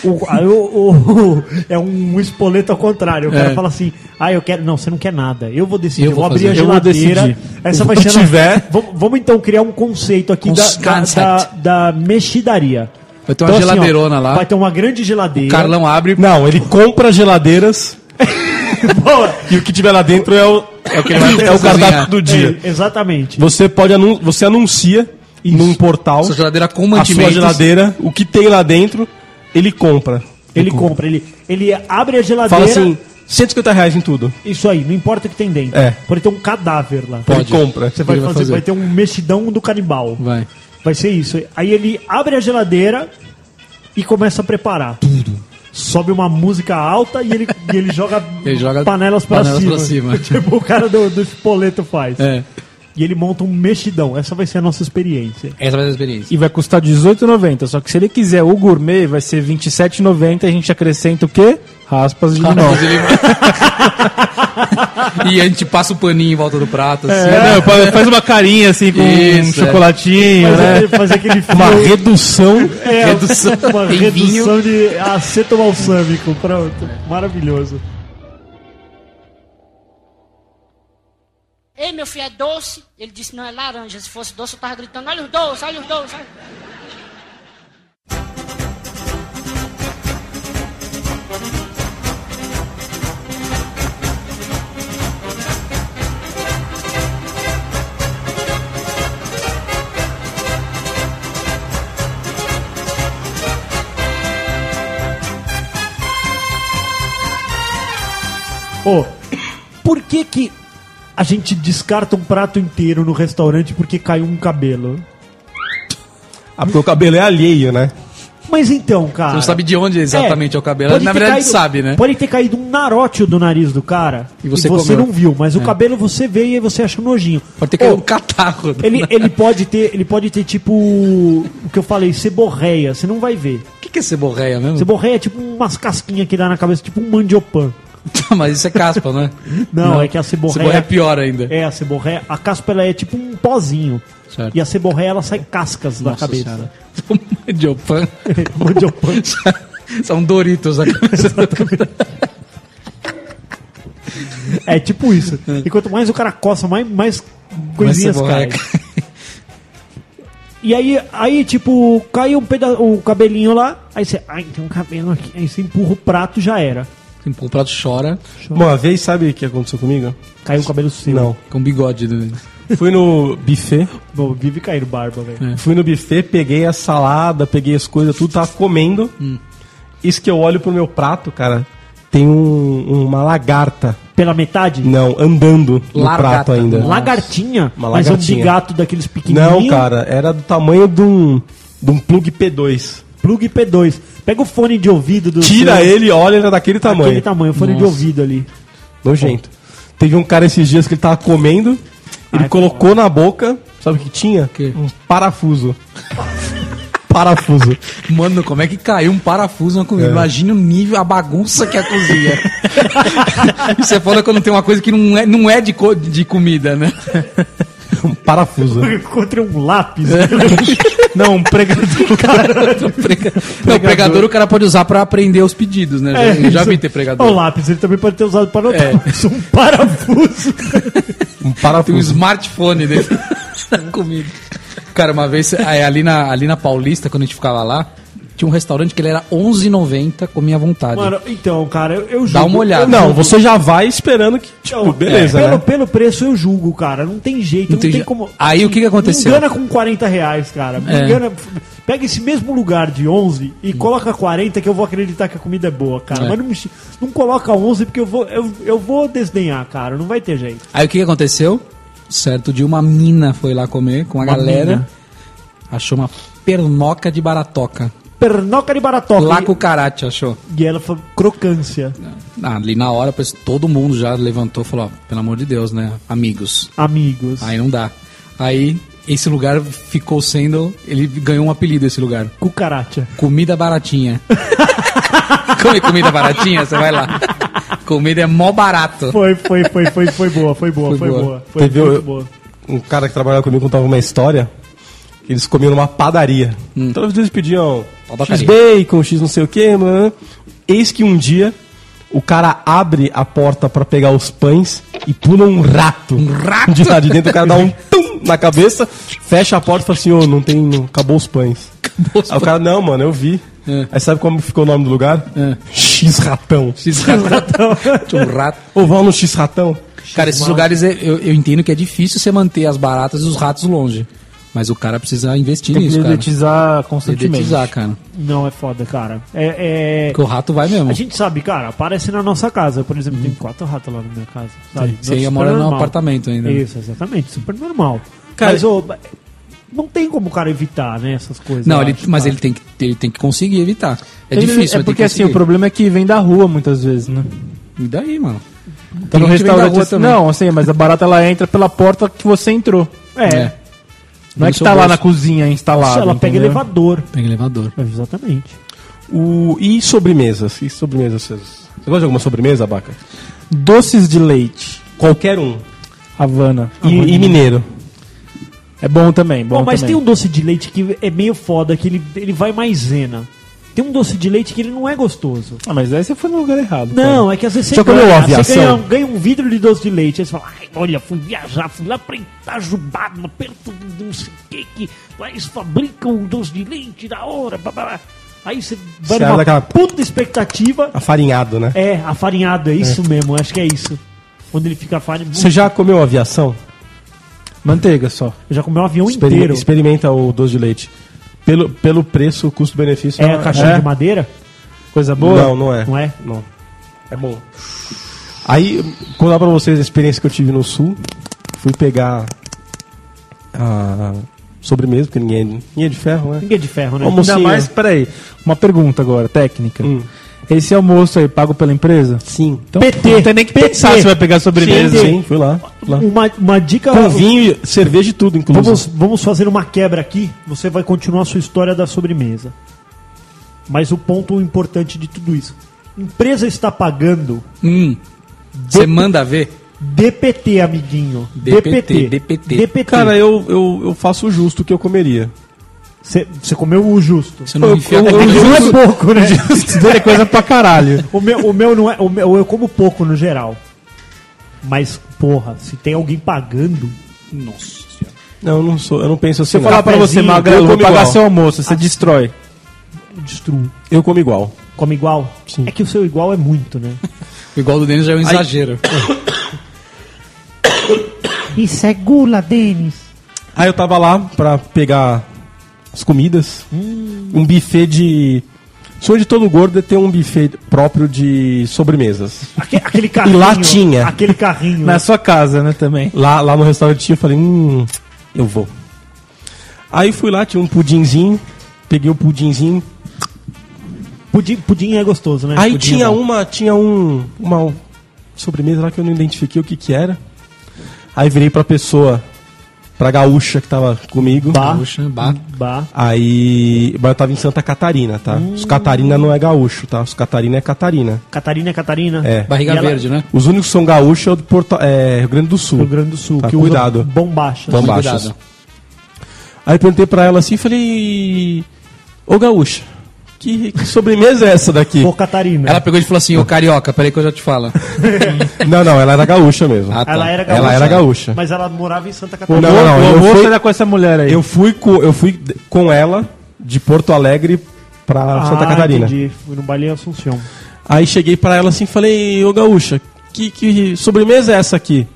Speaker 1: O- a- o- o- é um espoleto ao contrário. O cara
Speaker 3: É.
Speaker 1: fala assim: ah, eu quero. Não, você não quer nada. Eu vou decidir.
Speaker 3: Eu
Speaker 1: Eu
Speaker 3: vou
Speaker 1: vou, abrir
Speaker 3: fazer.
Speaker 1: a
Speaker 2: Eu vou
Speaker 1: geladeira.
Speaker 2: decidir.
Speaker 1: Essa vai
Speaker 4: O que
Speaker 1: ser. a-
Speaker 4: tiver.
Speaker 1: Vamos, vamos, então criar um conceito aqui da,
Speaker 3: Cons-
Speaker 1: da, da,
Speaker 3: concept.
Speaker 1: da mexidaria. Então, assim,
Speaker 3: Vai ter uma
Speaker 1: ó,
Speaker 3: geladeirona lá.
Speaker 1: Vai ter uma grande geladeira.
Speaker 3: Carlão abre.
Speaker 4: Não, ele compra geladeiras
Speaker 1: Boa.
Speaker 4: e o que tiver lá dentro é o, é o, que ele vai- é o cardápio
Speaker 3: um
Speaker 4: do dia.
Speaker 1: É, exatamente.
Speaker 4: Você pode anun você anuncia num portal
Speaker 3: Sua geladeira com
Speaker 4: a sua
Speaker 3: mantimentos.
Speaker 4: geladeira, o que tem lá dentro, ele compra.
Speaker 1: Ele compra, ele, ele abre a geladeira.
Speaker 4: Fala assim, 150 reais em tudo.
Speaker 1: Isso aí, não importa o que tem dentro.
Speaker 4: É.
Speaker 1: Pode ter um cadáver lá.
Speaker 4: Ele compra.
Speaker 1: Você vai
Speaker 3: Ele vai
Speaker 1: fazer,
Speaker 3: fazer.
Speaker 1: vai ter um mexidão do canibal.
Speaker 3: Vai.
Speaker 1: Vai ser isso. Aí ele abre a geladeira e começa a preparar. Sobe uma música alta e ele, e ele joga
Speaker 3: Ele joga
Speaker 1: panelas pra
Speaker 3: panelas
Speaker 1: cima.
Speaker 3: pra cima.
Speaker 1: tipo o cara do, do espoleto faz.
Speaker 3: É.
Speaker 1: E ele monta um mexidão. Essa vai ser a nossa experiência.
Speaker 3: Essa vai ser a experiência.
Speaker 2: E vai custar R$18,90. Só que se ele quiser o gourmet, vai ser R$27,90. A gente acrescenta o quê? Raspas de limão.
Speaker 3: E a gente passa o paninho em volta do prato, assim.
Speaker 2: É, não, fa- faz uma carinha assim com um
Speaker 3: Isso, é.
Speaker 2: chocolatinho,
Speaker 1: Fazer,
Speaker 2: né?
Speaker 1: aquele- fazer aquele fio,
Speaker 4: Uma redução.
Speaker 1: é,
Speaker 3: redução.
Speaker 1: uma
Speaker 3: Tem vinho.
Speaker 1: redução de aceto balsâmico. Pronto. Maravilhoso.
Speaker 5: Ei, meu filho, é doce? Ele disse, não, é laranja. Se fosse doce, eu tava gritando, olha os doces, olha os doces. olha os-".
Speaker 1: Ô, por que é que a gente descarta um prato inteiro no restaurante porque caiu um cabelo?
Speaker 4: Ah, porque o cabelo é alheio, né?
Speaker 1: Mas então, cara...
Speaker 3: Você não sabe de onde exatamente é, o cabelo.
Speaker 1: pode
Speaker 3: Na
Speaker 1: ter
Speaker 3: verdade,
Speaker 1: caído-
Speaker 3: sabe, né?
Speaker 1: Pode ter caído um naróteo do nariz do cara
Speaker 3: E você comeu.
Speaker 1: não viu, mas o
Speaker 3: É.
Speaker 1: cabelo você vê e aí você acha nojinho.
Speaker 3: Pode ter caído
Speaker 1: Ô,
Speaker 3: um catarro.
Speaker 1: ele, ele pode ter, ele pode ter tipo o que eu falei, ceborreia, você não vai ver.
Speaker 3: O que, que é ceborreia mesmo?
Speaker 1: Ceborreia é tipo umas casquinhas que dá na cabeça, tipo um mandiopan.
Speaker 3: Mas isso é caspa, né?
Speaker 1: Não, é que a ceborreia,
Speaker 3: Ceborreia é pior ainda.
Speaker 1: É, a ceborreia, a caspa ela é tipo um pozinho.
Speaker 3: Certo.
Speaker 1: E a ceborreia ela sai cascas da
Speaker 3: Nossa
Speaker 1: cabeça. Um
Speaker 3: Senhora. Um Mandiopan.
Speaker 1: mandiopan.
Speaker 3: São Doritos a cabeça do cara.
Speaker 1: É tipo isso. E quanto mais o cara coça, mais, mais coisinhas
Speaker 3: ceborreia
Speaker 1: caem. E aí, aí tipo, cai um peda o cabelinho lá, aí você, ai, tem um cabelo aqui, aí você empurra o prato, já era.
Speaker 3: O prato chora
Speaker 4: Uma vez, sabe o que aconteceu comigo?
Speaker 1: Caiu o cabelo seu.
Speaker 4: Não.
Speaker 3: com bigode. Né?
Speaker 4: Fui no buffet.
Speaker 1: Bom, vive caindo barba, velho.
Speaker 4: Fui no buffet, peguei a salada, peguei as coisas, tudo, tava comendo. Isso que eu olho pro meu prato, cara, tem um- uma lagarta.
Speaker 1: Pela metade?
Speaker 4: Não, andando no
Speaker 3: Lagarta.
Speaker 4: prato ainda.
Speaker 3: Nossa.
Speaker 1: Lagartinha,
Speaker 4: Uma
Speaker 1: mas é um
Speaker 4: lagartinha.
Speaker 1: bigato daqueles pequenininhos.
Speaker 4: Não, cara, era do tamanho de um, de um plug P2.
Speaker 1: Plug P2. Pega o fone de ouvido do.
Speaker 4: Tira
Speaker 1: seu-
Speaker 4: ele, olha, era daquele tamanho.
Speaker 1: Aquele tamanho, fone de ouvido ali.
Speaker 4: Nojento. Teve um cara esses dias que ele tava comendo, ele
Speaker 1: Ai,
Speaker 4: colocou na boca, sabe o que tinha?
Speaker 3: quê?
Speaker 4: Um parafuso. parafuso.
Speaker 3: Mano, como é que caiu um parafuso na comida? Imagina o nível, a bagunça que é a cozinha. Você fala quando tem uma coisa que não é, não é de, co- de comida, né?
Speaker 4: Um parafuso.
Speaker 1: Eu encontrei um lápis.
Speaker 2: Não, um pregador.
Speaker 3: Prega- Não, o pregador o cara pode usar pra aprender os pedidos, né?
Speaker 4: É,
Speaker 1: É,
Speaker 3: Já- já, vi ter
Speaker 1: O
Speaker 3: pregador.
Speaker 1: lápis, ele também pode ter usado para anotar.
Speaker 3: É.
Speaker 1: Mas um parafuso.
Speaker 4: Um
Speaker 3: Tem um
Speaker 4: parafuso.
Speaker 3: smartphone dele da comida. Cara, uma vez, aí, ali, na, ali na Paulista, quando a gente ficava lá, tinha um restaurante que ele era R$11,90, comia à vontade.
Speaker 1: Mano, então, cara, eu, eu julgo.
Speaker 3: Dá uma olhada.
Speaker 4: Não, você já vai esperando que, tipo,
Speaker 1: Então,
Speaker 4: beleza,
Speaker 1: pelo,
Speaker 4: né?
Speaker 1: pelo preço eu julgo, cara. Não tem jeito, não,
Speaker 3: Não
Speaker 1: tem,
Speaker 3: tem je-
Speaker 1: como.
Speaker 3: Aí, o que que aconteceu?
Speaker 1: Me engana com 40 reais, cara. Me
Speaker 3: É.
Speaker 1: engana. Pega esse mesmo lugar de 11 e coloca 40 que eu vou acreditar que a comida é boa, cara.
Speaker 3: É.
Speaker 1: Mas não, me- não coloca 11 porque eu vou, eu, eu vou desdenhar, cara. Não vai ter jeito.
Speaker 3: Aí o que que aconteceu? Certo dia uma mina foi lá comer com a galera.
Speaker 1: mina.
Speaker 3: Achou uma pernoca de baratoca.
Speaker 1: Pernoca de baratoca.
Speaker 3: Lá
Speaker 1: E-
Speaker 3: com o karate, achou.
Speaker 1: E ela falou crocância.
Speaker 3: Ah, ali na hora, pois, todo mundo já levantou e falou, ó, pelo amor de Deus, né? Amigos.
Speaker 1: Amigos.
Speaker 3: Aí não dá. Aí esse lugar ficou sendo... Ele ganhou um apelido, esse lugar.
Speaker 1: Cucaracha.
Speaker 3: Comida baratinha. Come comida baratinha, você vai lá. Comida é mó barato.
Speaker 1: Foi, foi, foi, foi, foi boa, foi boa, foi,
Speaker 3: Foi
Speaker 1: boa.
Speaker 3: boa.
Speaker 1: Foi
Speaker 4: Teve
Speaker 1: muito
Speaker 4: o-
Speaker 1: boa.
Speaker 4: Um cara que trabalhava comigo contava uma história. que Eles comiam numa padaria. Todas as vezes pediam
Speaker 3: Hum. Padaria.
Speaker 4: X bacon, X não sei o que, mano. Eis que um dia o cara abre a porta pra pegar os pães e pula um rato. Um
Speaker 3: rato?
Speaker 4: De lá de dentro, o cara dá um tum na cabeça, fecha a porta e fala assim: ô, não tem. não- acabou os pães.
Speaker 3: Acabou os
Speaker 4: Aí o cara, não, mano, eu vi.
Speaker 3: É.
Speaker 4: Aí sabe como ficou o nome do lugar?
Speaker 3: Ah.
Speaker 4: X ratão.
Speaker 3: Tinha um rato.
Speaker 4: Ô, vão no X ratão?
Speaker 3: Cara, esses lugares é- eu, eu entendo que é difícil você manter as baratas e os ratos longe. Mas o cara precisa investir
Speaker 2: Tem que
Speaker 3: nisso, cara.
Speaker 2: dedetizar constantemente.
Speaker 3: Dedetizar, cara.
Speaker 1: Não, é foda, cara. É. é...
Speaker 3: Porque o rato vai mesmo.
Speaker 1: A gente sabe, cara, aparece na nossa casa. Por exemplo, tem quatro ratos lá na minha casa. Sabe?
Speaker 3: Hum. Você ia
Speaker 1: Super
Speaker 3: morar num
Speaker 1: normal.
Speaker 3: apartamento ainda. né?
Speaker 1: Isso, exatamente, super normal.
Speaker 4: Cara,
Speaker 1: mas ô, não tem como o cara evitar, né, essas coisas.
Speaker 3: Não,
Speaker 1: eu
Speaker 3: ele,
Speaker 1: acho, tá?
Speaker 3: mas
Speaker 1: cara.
Speaker 3: ele tem, que, ele tem que conseguir evitar. É
Speaker 2: Ele-
Speaker 3: difícil,
Speaker 2: É
Speaker 3: mas tem
Speaker 2: porque
Speaker 3: que
Speaker 2: assim, o
Speaker 3: conseguir.
Speaker 2: problema é que vem da rua muitas vezes, né?
Speaker 3: E daí, mano?
Speaker 2: Tá no
Speaker 3: Cliente vem da
Speaker 2: restaurante
Speaker 3: rua
Speaker 2: assim,
Speaker 3: também.
Speaker 2: não, assim, mas a barata ela entra pela porta que você entrou.
Speaker 1: É,
Speaker 3: É.
Speaker 2: Não é
Speaker 3: No
Speaker 2: que
Speaker 3: seu
Speaker 2: tá lá
Speaker 3: bolso.
Speaker 2: na cozinha instalada.
Speaker 1: Nossa, ela pega
Speaker 2: entendeu?
Speaker 1: elevador.
Speaker 3: Pega elevador.
Speaker 1: Exatamente.
Speaker 4: O... E sobremesas? E sobremesas? Vocês... Você gosta de alguma sobremesa, Abaca?
Speaker 2: Doces de leite,
Speaker 4: Qualquer um.
Speaker 2: Havana.
Speaker 4: E, e mineiro.
Speaker 2: É bom também, bom
Speaker 1: Bom, mas
Speaker 2: também.
Speaker 1: tem um doce de leite que é meio foda, que ele, ele vai maisena. Tem um doce de leite que ele não é gostoso.
Speaker 2: Ah, mas aí você foi no lugar errado.
Speaker 1: Não,
Speaker 2: cara.
Speaker 1: é que às vezes você
Speaker 4: Já comeu
Speaker 1: você
Speaker 4: aviação?
Speaker 1: ganha, ganha um vidro de doce de leite. Aí você fala, "Ai, olha, fui viajar, fui lá pra Itajubá, no perto de não sei o que, que lá eles fabricam o doce de leite da hora, blá, blá, blá." Aí você vai
Speaker 4: Você abre
Speaker 1: numa
Speaker 4: aquela-
Speaker 1: puta expectativa.
Speaker 4: Afarinhado, né?
Speaker 1: É, afarinhado, é isso mesmo, acho que é isso. Quando ele fica afarinhado,
Speaker 4: Você já comeu aviação?
Speaker 2: Manteiga só.
Speaker 1: já comeu um avião
Speaker 4: Experi-
Speaker 1: inteiro.
Speaker 4: Experimenta o doce de leite. Pelo, pelo preço, custo-benefício.
Speaker 1: É a caixinha
Speaker 2: É?
Speaker 1: de madeira,
Speaker 2: Coisa boa?
Speaker 4: Não, não é.
Speaker 1: não é?
Speaker 4: Não. É bom. Aí, contar pra vocês a experiência que eu tive no sul. Fui pegar a sobremesa, porque ninguém, ninguém é de ferro, né?
Speaker 1: Ninguém é de ferro, né?
Speaker 4: Almocinha.
Speaker 2: Ainda mais, peraí, uma pergunta agora, técnica.
Speaker 4: Hum.
Speaker 2: Esse almoço aí, pago pela empresa?
Speaker 4: Sim.
Speaker 2: Então,
Speaker 1: PT,
Speaker 2: não tem nem que pensar
Speaker 1: PT.
Speaker 2: se vai pegar sobremesa.
Speaker 4: Sim, fui lá. fui lá.
Speaker 1: Uma, uma dica.
Speaker 4: Com vinho, cerveja e tudo, inclusive.
Speaker 1: Vamos, vamos fazer uma quebra aqui. Você vai continuar a sua história da sobremesa. Mas o ponto importante de tudo isso: empresa está pagando
Speaker 3: Hum. Você manda ver?
Speaker 1: DPT, amiguinho.
Speaker 3: DPT.
Speaker 1: DPT.
Speaker 4: Cara, eu, eu, eu faço o justo que eu comeria.
Speaker 1: Você você comeu o justo.
Speaker 3: Você não enfia
Speaker 4: eu-
Speaker 3: o
Speaker 4: eu-
Speaker 3: dedo.
Speaker 2: Um
Speaker 1: Não é pouco, né?
Speaker 2: Isso daí é coisa pra caralho.
Speaker 1: O meu, o meu não é. O meu, eu como pouco no geral. Mas, porra, se tem alguém pagando.
Speaker 3: Nossa senhora.
Speaker 4: Não, eu não sou, eu não penso assim.
Speaker 2: Se eu falar pra você,
Speaker 4: Cafezinho,
Speaker 2: Magrelo,
Speaker 4: eu
Speaker 2: vou
Speaker 4: como
Speaker 2: pagar
Speaker 4: igual.
Speaker 2: seu almoço, você destrói.
Speaker 1: Destruo.
Speaker 4: Eu como igual.
Speaker 1: Come igual?
Speaker 4: Sim.
Speaker 1: É que o seu igual é muito, né?
Speaker 3: Igual do Denis já é um exagero.
Speaker 1: Isso é gula, Denis.
Speaker 4: Aí eu tava lá pra pegar as comidas.
Speaker 2: Hum.
Speaker 4: Um buffet de. O sonho de todo gordo é ter um buffet próprio de sobremesas.
Speaker 1: Aque- aquele carrinho.
Speaker 4: lá tinha.
Speaker 1: Aquele carrinho.
Speaker 2: Na sua casa, né, também.
Speaker 4: Lá, lá no restaurante tinha, eu falei, hum, eu vou. Aí fui lá, tinha um pudinzinho, peguei o pudinzinho.
Speaker 1: Pudim, pudim é gostoso, né?
Speaker 4: Aí
Speaker 1: Pudim é
Speaker 4: tinha
Speaker 1: bom.
Speaker 4: uma, tinha um, uma sobremesa lá que eu não identifiquei o que que era. Aí virei pra pessoa, pra gaúcha que tava comigo.
Speaker 2: Ah.
Speaker 1: Bah.
Speaker 3: Puxa, bah.
Speaker 2: Hum.
Speaker 1: Bah.
Speaker 4: Aí. Mas eu tava em Santa Catarina, tá?
Speaker 1: Hum.
Speaker 4: Os Catarina não é gaúcho, tá? Os Catarina é Catarina.
Speaker 1: Catarina é Catarina.
Speaker 4: É.
Speaker 3: Barriga
Speaker 1: E ela-
Speaker 3: verde, né?
Speaker 4: Os únicos que são gaúchos é o de Porto, é, Rio Grande do Sul.
Speaker 1: Rio Grande do Sul.
Speaker 4: Tá,
Speaker 1: que usa
Speaker 4: cuidado.
Speaker 1: Bombacha.
Speaker 4: Bom-
Speaker 3: Cuidado.
Speaker 4: baixos. Aí eu perguntei pra ela assim, falei. Ô gaúcha, que, que sobremesa é essa daqui?
Speaker 1: Pô, Catarina.
Speaker 3: Ela pegou e falou assim, ô carioca, peraí que eu já te falo.
Speaker 4: não, não, ela era gaúcha mesmo.
Speaker 3: Ah, tá.
Speaker 1: Ela era gaúcha.
Speaker 4: Ela era gaúcha.
Speaker 1: Mas ela morava em Santa
Speaker 2: O
Speaker 1: Catarina.
Speaker 4: Não,
Speaker 2: almoço-
Speaker 4: não,
Speaker 2: o
Speaker 4: eu
Speaker 2: almoço
Speaker 4: fui-
Speaker 2: era com essa mulher aí.
Speaker 4: Eu fui, com, eu fui d- com ela de Porto Alegre pra
Speaker 1: Ah,
Speaker 4: Santa Catarina.
Speaker 1: Entendi. Fui no Baile Assunção.
Speaker 4: Aí cheguei pra ela assim e falei, ô gaúcha, que, que sobremesa é essa aqui?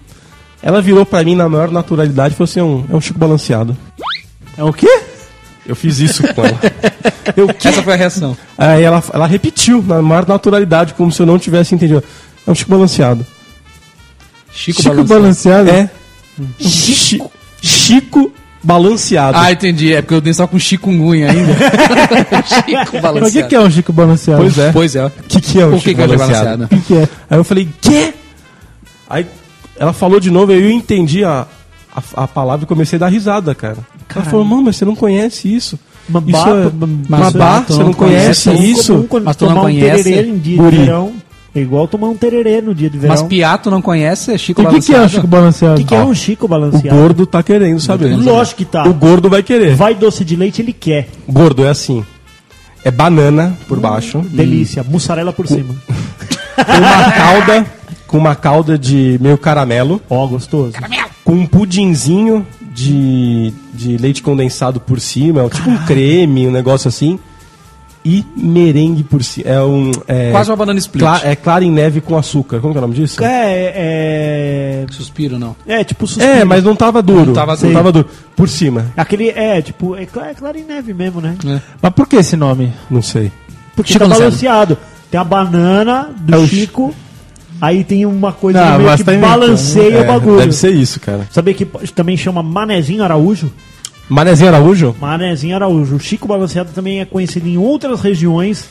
Speaker 4: Ela virou pra mim na maior naturalidade e falou assim, é um, é um Chico Balanceado.
Speaker 2: É o quê?
Speaker 4: Eu fiz isso com ela.
Speaker 3: Essa foi a reação.
Speaker 4: Aí ela, ela repetiu na maior naturalidade, como se eu não tivesse entendido. É um Chico Balanceado.
Speaker 3: Chico,
Speaker 2: Chico
Speaker 3: balançou.
Speaker 2: balanceado?
Speaker 4: É. Chico. Chico Balanceado.
Speaker 3: Ah, entendi. É porque eu Denis tava com chikungunya ainda. Chico
Speaker 2: Mas o que,
Speaker 3: balanceado.
Speaker 2: que é um Chico balanceado?
Speaker 4: Pois é.
Speaker 3: Pois é.
Speaker 4: O que, que é um
Speaker 3: O que, que é o Chico balanceado?
Speaker 2: O que é?
Speaker 4: Aí eu falei, quê? Aí ela falou de novo, aí eu entendi a, a, a palavra e comecei a dar risada, cara. Ela falou, mano, mas você não conhece isso.
Speaker 1: Uma
Speaker 4: isso
Speaker 1: ba-
Speaker 4: é-
Speaker 1: ba-
Speaker 4: uma ba-
Speaker 3: tu
Speaker 4: você não
Speaker 1: é
Speaker 4: conhece
Speaker 3: conhece,
Speaker 4: isso?
Speaker 1: Comum quando
Speaker 3: Mas tu não
Speaker 1: tomar um
Speaker 3: conhece?
Speaker 1: tererê em dia
Speaker 4: Guri.
Speaker 1: de verão. É igual tomar um tererê no dia de verão.
Speaker 3: Mas Piato não conhece, é Chico
Speaker 2: E o que, que é um Chico
Speaker 1: O
Speaker 2: balanceado?
Speaker 1: que, que é
Speaker 4: Ó,
Speaker 1: um Chico
Speaker 4: O
Speaker 1: balanceado?
Speaker 4: gordo tá querendo saber.
Speaker 1: Lógico que tá.
Speaker 4: O gordo vai querer.
Speaker 1: Vai doce de leite, ele quer.
Speaker 4: Gordo é assim. É banana por baixo,
Speaker 1: Delícia. Mussarela por cima.
Speaker 4: com uma calda, com uma calda de meio caramelo,
Speaker 1: Ó, gostoso.
Speaker 4: com um pudinzinho de, de leite condensado por cima, é tipo um creme, um negócio assim, e merengue por cima. É um é,
Speaker 3: Quase uma banana split.
Speaker 4: cla- é clara em neve com açúcar. Como que é o nome disso?
Speaker 1: É, é...
Speaker 3: Suspiro, não.
Speaker 1: É, tipo suspiro.
Speaker 4: É, mas não tava duro. Não
Speaker 3: tava
Speaker 4: tava,
Speaker 3: duro.
Speaker 4: duro. Por cima,
Speaker 1: Aquele, é, tipo, é, cla- é claro em neve mesmo, né?
Speaker 2: Mas por que esse nome?
Speaker 4: não sei.
Speaker 1: Porque
Speaker 3: Chico
Speaker 1: tá
Speaker 3: Balanceado.
Speaker 1: balanceado. Tem a banana do
Speaker 4: É o
Speaker 1: Chico, aí tem uma coisa
Speaker 2: Não,
Speaker 1: no meio
Speaker 2: mas
Speaker 1: que
Speaker 2: tá inventando.
Speaker 1: balanceia o bagulho.
Speaker 4: É, deve ser isso, cara.
Speaker 1: Sabia que po- também chama Manezinho Araújo?
Speaker 4: Manezinho Araújo?
Speaker 1: Manezinho Araújo. O Chico Balanceado também é conhecido em outras regiões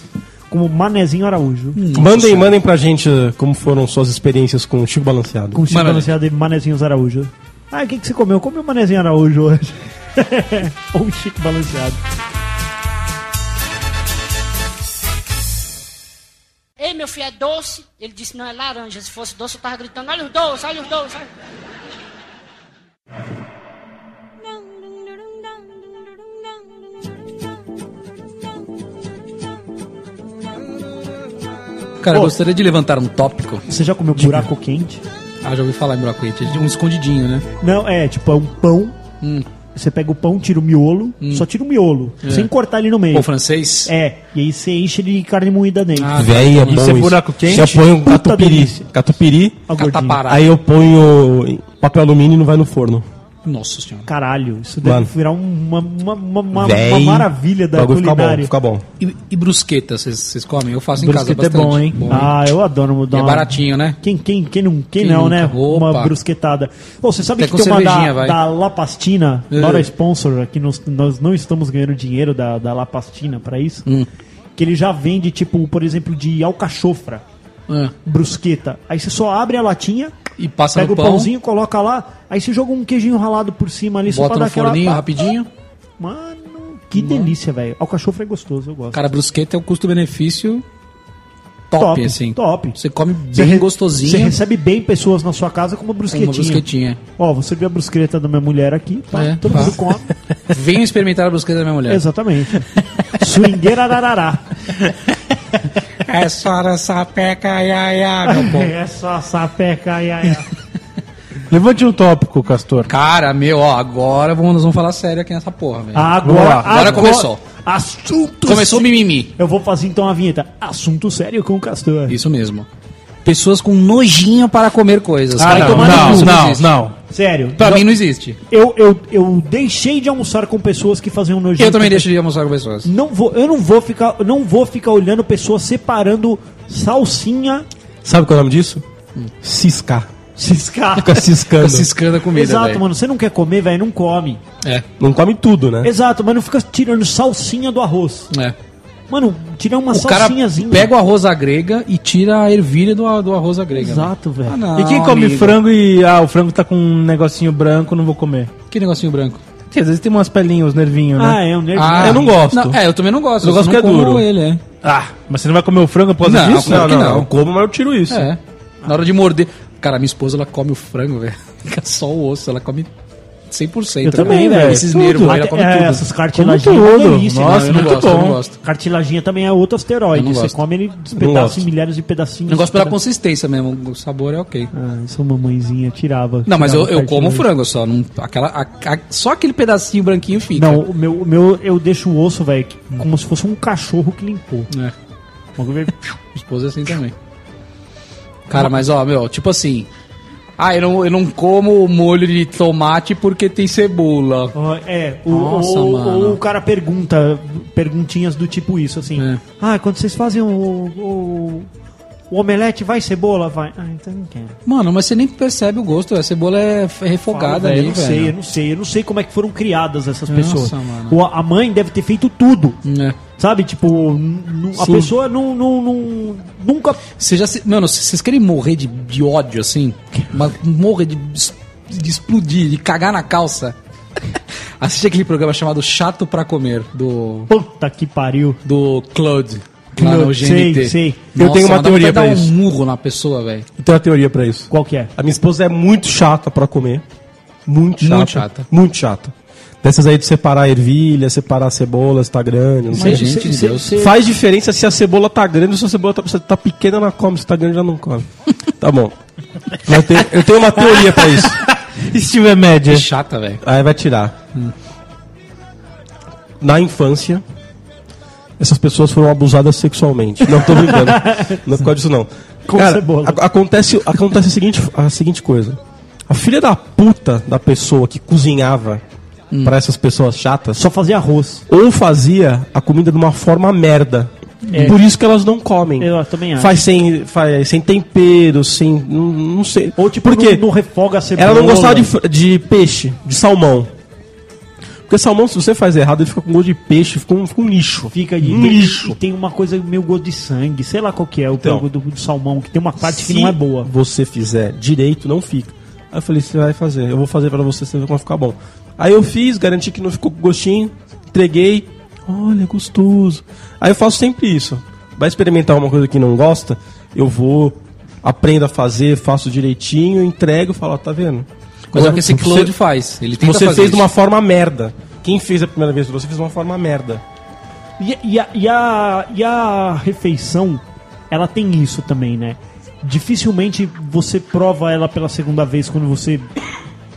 Speaker 1: como Manezinho Araújo.
Speaker 4: Mandem, mandem pra gente uh, como foram suas experiências com o Chico Balanceado.
Speaker 1: Com o Chico
Speaker 3: Maravilha.
Speaker 1: anunciado de Manezinhos Araújo. Ah, o que, que você comeu? Comeu Manezinho Araújo hoje. Ou o Chico Balanceado.
Speaker 5: Ei, meu filho, é doce? Ele disse, não, é laranja. Se fosse doce, eu tava gritando, olha os doces, olha os doces. olha-
Speaker 3: Cara, eu gostaria de levantar um tópico.
Speaker 1: Você já comeu buraco quente?
Speaker 3: Ah, já ouvi falar em buraco quente. Um escondidinho, né?
Speaker 1: Não, é tipo, é um pão. Você pega o pão, tira o miolo, só tira o miolo, sem cortar ele no meio.
Speaker 3: Ou francês.
Speaker 1: É, e aí você enche ele de carne moída dentro.
Speaker 3: Ah,
Speaker 4: Véi, é bom
Speaker 2: Isso é buraco quente?
Speaker 4: Você põe um
Speaker 1: Puta
Speaker 4: catupiry.
Speaker 1: delícia.
Speaker 4: Catupiry,
Speaker 2: um
Speaker 1: Ó, gordinho.
Speaker 3: Catapará.
Speaker 4: aí eu ponho em papel alumínio e não vai no forno.
Speaker 3: Nossa senhora.
Speaker 1: Caralho, isso deve
Speaker 4: Mano.
Speaker 1: virar um, uma, uma, uma, uma-
Speaker 4: Véi,
Speaker 1: uma maravilha
Speaker 4: o
Speaker 1: da
Speaker 4: bagulho
Speaker 1: culinária.
Speaker 4: Fica bom, fica bom.
Speaker 3: E, e brusqueta, vocês vocês comem? Eu faço em casa
Speaker 2: Brusqueta é
Speaker 3: bastante.
Speaker 2: bom, hein?
Speaker 1: Ah, eu adoro dar
Speaker 3: E é
Speaker 1: uma-
Speaker 3: baratinho, né?
Speaker 1: Quem, quem, quem não, quem
Speaker 3: Quem
Speaker 1: não
Speaker 3: nunca?
Speaker 1: né? Uma
Speaker 3: Opa.
Speaker 1: brusquetada. Ô, você sabe
Speaker 3: Até
Speaker 1: que
Speaker 3: com
Speaker 1: tem uma da,
Speaker 3: cervejinha, vai.
Speaker 1: da La Pastina,
Speaker 3: É.
Speaker 1: Nora Sponsor, que nós, nós não estamos ganhando dinheiro da, da La Pastina pra isso.
Speaker 3: Hum.
Speaker 1: Que ele já vende, tipo, por exemplo, de alcachofra,
Speaker 3: Ah,
Speaker 1: brusqueta. Aí você só abre a latinha,
Speaker 3: E passa
Speaker 1: pega
Speaker 3: no
Speaker 1: o
Speaker 3: pão,
Speaker 1: pãozinho, coloca lá, aí você joga um queijinho ralado por cima ali, só
Speaker 3: bota
Speaker 1: pra
Speaker 3: no
Speaker 1: dar aquela.
Speaker 3: forninho
Speaker 1: pá,
Speaker 3: rapidinho.
Speaker 1: Mano, que delícia, velho. Alcachofra é gostoso, eu gosto.
Speaker 3: Cara, brusqueta é o custo-benefício top, assim.
Speaker 1: Top.
Speaker 3: Você come
Speaker 1: Você
Speaker 3: bem
Speaker 1: re- Você
Speaker 3: gostosinho.
Speaker 1: recebe bem pessoas na sua casa com uma
Speaker 3: com Uma
Speaker 1: brusquetinha.
Speaker 3: brusquetinha.
Speaker 1: Ó, você viu a brusqueta da minha mulher aqui, tá?
Speaker 3: É,
Speaker 1: Todo
Speaker 3: tá. É.
Speaker 1: mundo come.
Speaker 3: Venham experimentar a brusqueta da minha mulher.
Speaker 1: Exatamente. Swingueira ararará.
Speaker 3: É só a sapeca, ia, ia, meu povo.
Speaker 1: É só sapeca, ia, ia.
Speaker 2: Levante um tópico, Castor.
Speaker 3: Cara, meu, ó, agora vamos- nós vamos falar sério aqui nessa porra, velho.
Speaker 1: Agora,
Speaker 2: lá,
Speaker 3: É. agora começou.
Speaker 1: Assunto
Speaker 3: Começou o
Speaker 1: sé-
Speaker 3: mimimi.
Speaker 1: Eu vou fazer então a vinheta. Assunto sério com o Castor.
Speaker 3: Isso mesmo. Pessoas com nojinho para comer coisas.
Speaker 2: Ah,
Speaker 3: Vai
Speaker 2: não,
Speaker 3: tomar no cu,
Speaker 2: não,
Speaker 3: isso
Speaker 2: não,
Speaker 3: existe.
Speaker 2: não.
Speaker 1: Sério.
Speaker 3: Pra mim não existe.
Speaker 1: Eu, eu, eu deixei de almoçar com pessoas que faziam nojento.
Speaker 3: Eu também deixo de almoçar com pessoas.
Speaker 1: Não vou, eu não vou ficar, não vou ficar olhando pessoas separando salsinha,
Speaker 4: Sabe qual é o nome disso? Ciscar.
Speaker 1: ciscar.
Speaker 4: Fica ciscando.
Speaker 3: Fica ciscando a comida,
Speaker 1: Exato,
Speaker 3: velho.
Speaker 1: mano. Você não quer comer, velho, não come.
Speaker 3: É,
Speaker 4: Não come tudo, né?
Speaker 1: Exato, mas não fica tirando salsinha do arroz.
Speaker 3: é.
Speaker 1: Mano, tirar uma
Speaker 3: O cara
Speaker 1: salsinhazinha.
Speaker 3: pega o arroz à grega e tira a ervilha do, a- do arroz à grega.
Speaker 1: Exato, velho.
Speaker 3: velho. Ah, não,
Speaker 2: e quem come
Speaker 3: amigo.
Speaker 2: frango e. Ah, o frango tá com um negocinho branco, não vou comer.
Speaker 3: Que negocinho branco.
Speaker 2: Porque às vezes tem umas pelinhas, os nervinhos,
Speaker 1: Ah,
Speaker 2: né?
Speaker 1: é um nervo.
Speaker 4: eu não gosto.
Speaker 3: é, eu também não gosto.
Speaker 4: Eu gosto
Speaker 3: só
Speaker 4: que é
Speaker 3: não como
Speaker 4: duro.
Speaker 3: ele, é.
Speaker 2: Ah, mas você não vai comer o frango por causa
Speaker 3: Não,
Speaker 2: disso?
Speaker 3: claro que não.
Speaker 4: Eu como, mas eu tiro isso.
Speaker 3: É. Na hora de morder. Cara, minha esposa, ela come o frango, velho. Fica só o osso, ela come 100%.
Speaker 1: Eu
Speaker 3: cara.
Speaker 1: também, velho.
Speaker 3: né? Esses
Speaker 1: Tudo.
Speaker 3: nervos, aí,
Speaker 1: Até-
Speaker 3: ela come
Speaker 1: é,
Speaker 3: tudo.
Speaker 1: Essas cartilaginhas
Speaker 2: Como
Speaker 1: é uma
Speaker 2: tudo.
Speaker 1: delícia.
Speaker 3: Nossa,
Speaker 1: né?
Speaker 3: eu não
Speaker 2: muito
Speaker 3: gosto, eu não
Speaker 2: bom.
Speaker 3: gosto.
Speaker 1: Cartilaginha também é outro
Speaker 3: Eu
Speaker 1: asteroide.
Speaker 3: não
Speaker 1: Você
Speaker 3: gosto.
Speaker 1: come ele
Speaker 4: Não
Speaker 1: despedaça
Speaker 4: gosto.
Speaker 1: em milhares de pedacinhos.
Speaker 3: Eu gosto pela
Speaker 1: Despedaça-
Speaker 3: consistência mesmo, o sabor é ok.
Speaker 1: Ah, essa mamãezinha tirava.
Speaker 3: Não, mas eu,
Speaker 1: tirava
Speaker 3: eu como
Speaker 1: cartilagem.
Speaker 3: frango só. Não, aquela, a- a- só aquele pedacinho branquinho fica.
Speaker 1: Não, o meu, o meu eu deixo o osso, velho, que- como se fosse um cachorro que limpou.
Speaker 3: É.
Speaker 1: O bagulho veio-
Speaker 3: Minha esposa é assim também. Cara, mas ó, meu, tipo assim. Ah, eu não, eu não como molho de tomate porque tem cebola.
Speaker 1: Ó, É, o,
Speaker 3: Nossa,
Speaker 1: ou-
Speaker 3: mano.
Speaker 1: ou o cara pergunta perguntinhas do tipo isso, assim.
Speaker 3: É.
Speaker 1: Ah, quando vocês fazem o, o, o omelete, vai cebola? Vai. Ah, então não quero.
Speaker 3: Mano, mas você nem percebe o gosto. A cebola é f- refogada
Speaker 1: Fala,
Speaker 3: ali,
Speaker 1: Eu não
Speaker 3: velho.
Speaker 1: sei, eu não sei. Eu não sei como é que foram criadas essas
Speaker 3: Nossa,
Speaker 1: pessoas.
Speaker 3: mano.
Speaker 1: O- a mãe deve ter feito tudo.
Speaker 3: É.
Speaker 1: Sabe? Tipo, n- n- a
Speaker 3: Sim.
Speaker 1: pessoa não, não, não- nunca.
Speaker 3: Você já se- Mano, c- vocês querem morrer de, de ódio, assim? Mas morrer de, es- de explodir, de cagar na calça? Assiste aquele programa chamado Chato pra Comer, do,
Speaker 1: Puta que pariu.
Speaker 3: do Claude. Lá no
Speaker 1: Claude,
Speaker 3: GNT.
Speaker 1: sei, sei.
Speaker 4: Eu tenho uma
Speaker 3: mas dá
Speaker 4: teoria
Speaker 3: pra
Speaker 4: pra
Speaker 3: dar
Speaker 4: isso.
Speaker 3: um murro na pessoa, velho.
Speaker 4: Eu tenho uma teoria pra isso.
Speaker 1: Qual que é?
Speaker 4: A minha esposa é muito chata pra comer. Muito chata.
Speaker 3: Muito chata.
Speaker 4: Muito chata. Dessas aí de separar a ervilha, separar a cebola, se tá grande. Não sei.
Speaker 3: Mas, gente de Deus.
Speaker 1: cê-
Speaker 4: Faz diferença se a cebola tá grande ou se a cebola tá, se tá pequena, ela come. Se tá grande, ela não come. Tá bom. Eu tenho, eu tenho uma teoria pra isso.
Speaker 2: E se tiver média?
Speaker 3: É chata, velho.
Speaker 4: Aí vai tirar. Na infância, essas pessoas foram abusadas sexualmente. Não tô brincando. não é por causa disso, não.
Speaker 1: Com cebola.
Speaker 4: ac- acontece, acontece a, seguinte, a seguinte coisa. A filha da puta da pessoa que cozinhava
Speaker 1: Hum.
Speaker 4: pra essas pessoas chatas
Speaker 1: Só fazer arroz.
Speaker 4: ou fazia a comida de uma forma merda. Por isso que elas não comem.
Speaker 1: É. Eu também acho.
Speaker 4: Faz sem, faz sem tempero, sem. Não, não sei.
Speaker 1: Ou tipo,
Speaker 4: Por quê?
Speaker 1: não, não refoga a cebola.
Speaker 4: Ela não gostava de, fr- de peixe, de salmão. Porque salmão, se você faz errado, ele fica com gosto de peixe, fica um, fica um lixo.
Speaker 1: Fica de
Speaker 4: um
Speaker 1: E
Speaker 4: lixo.
Speaker 1: tem uma coisa meio gosto de sangue, sei lá qual que é, o
Speaker 4: Então.
Speaker 1: pego do, do salmão, que tem uma parte
Speaker 4: Se
Speaker 1: que não é boa.
Speaker 4: você fizer direito, não fica. Aí eu falei, você vai fazer, eu vou fazer pra você, você vê como vai ficar bom. Aí eu fiz, garanti que não ficou com gostinho, entreguei, olha, gostoso. Aí eu faço sempre isso. Vai experimentar uma coisa que não gosta, eu vou, aprendo a fazer, faço direitinho, entrego e falo, ó, tá vendo?
Speaker 3: Coisa
Speaker 1: é
Speaker 4: Agora,
Speaker 3: que esse
Speaker 4: você-
Speaker 3: Claude faz. Ele tenta
Speaker 4: Você
Speaker 3: fazer
Speaker 4: fez de
Speaker 3: isso.
Speaker 4: uma forma merda. Quem fez a primeira vez pra você fez de uma forma merda.
Speaker 1: E, e a, e, a, e a refeição, ela tem isso também, né? Dificilmente você prova ela pela segunda vez quando você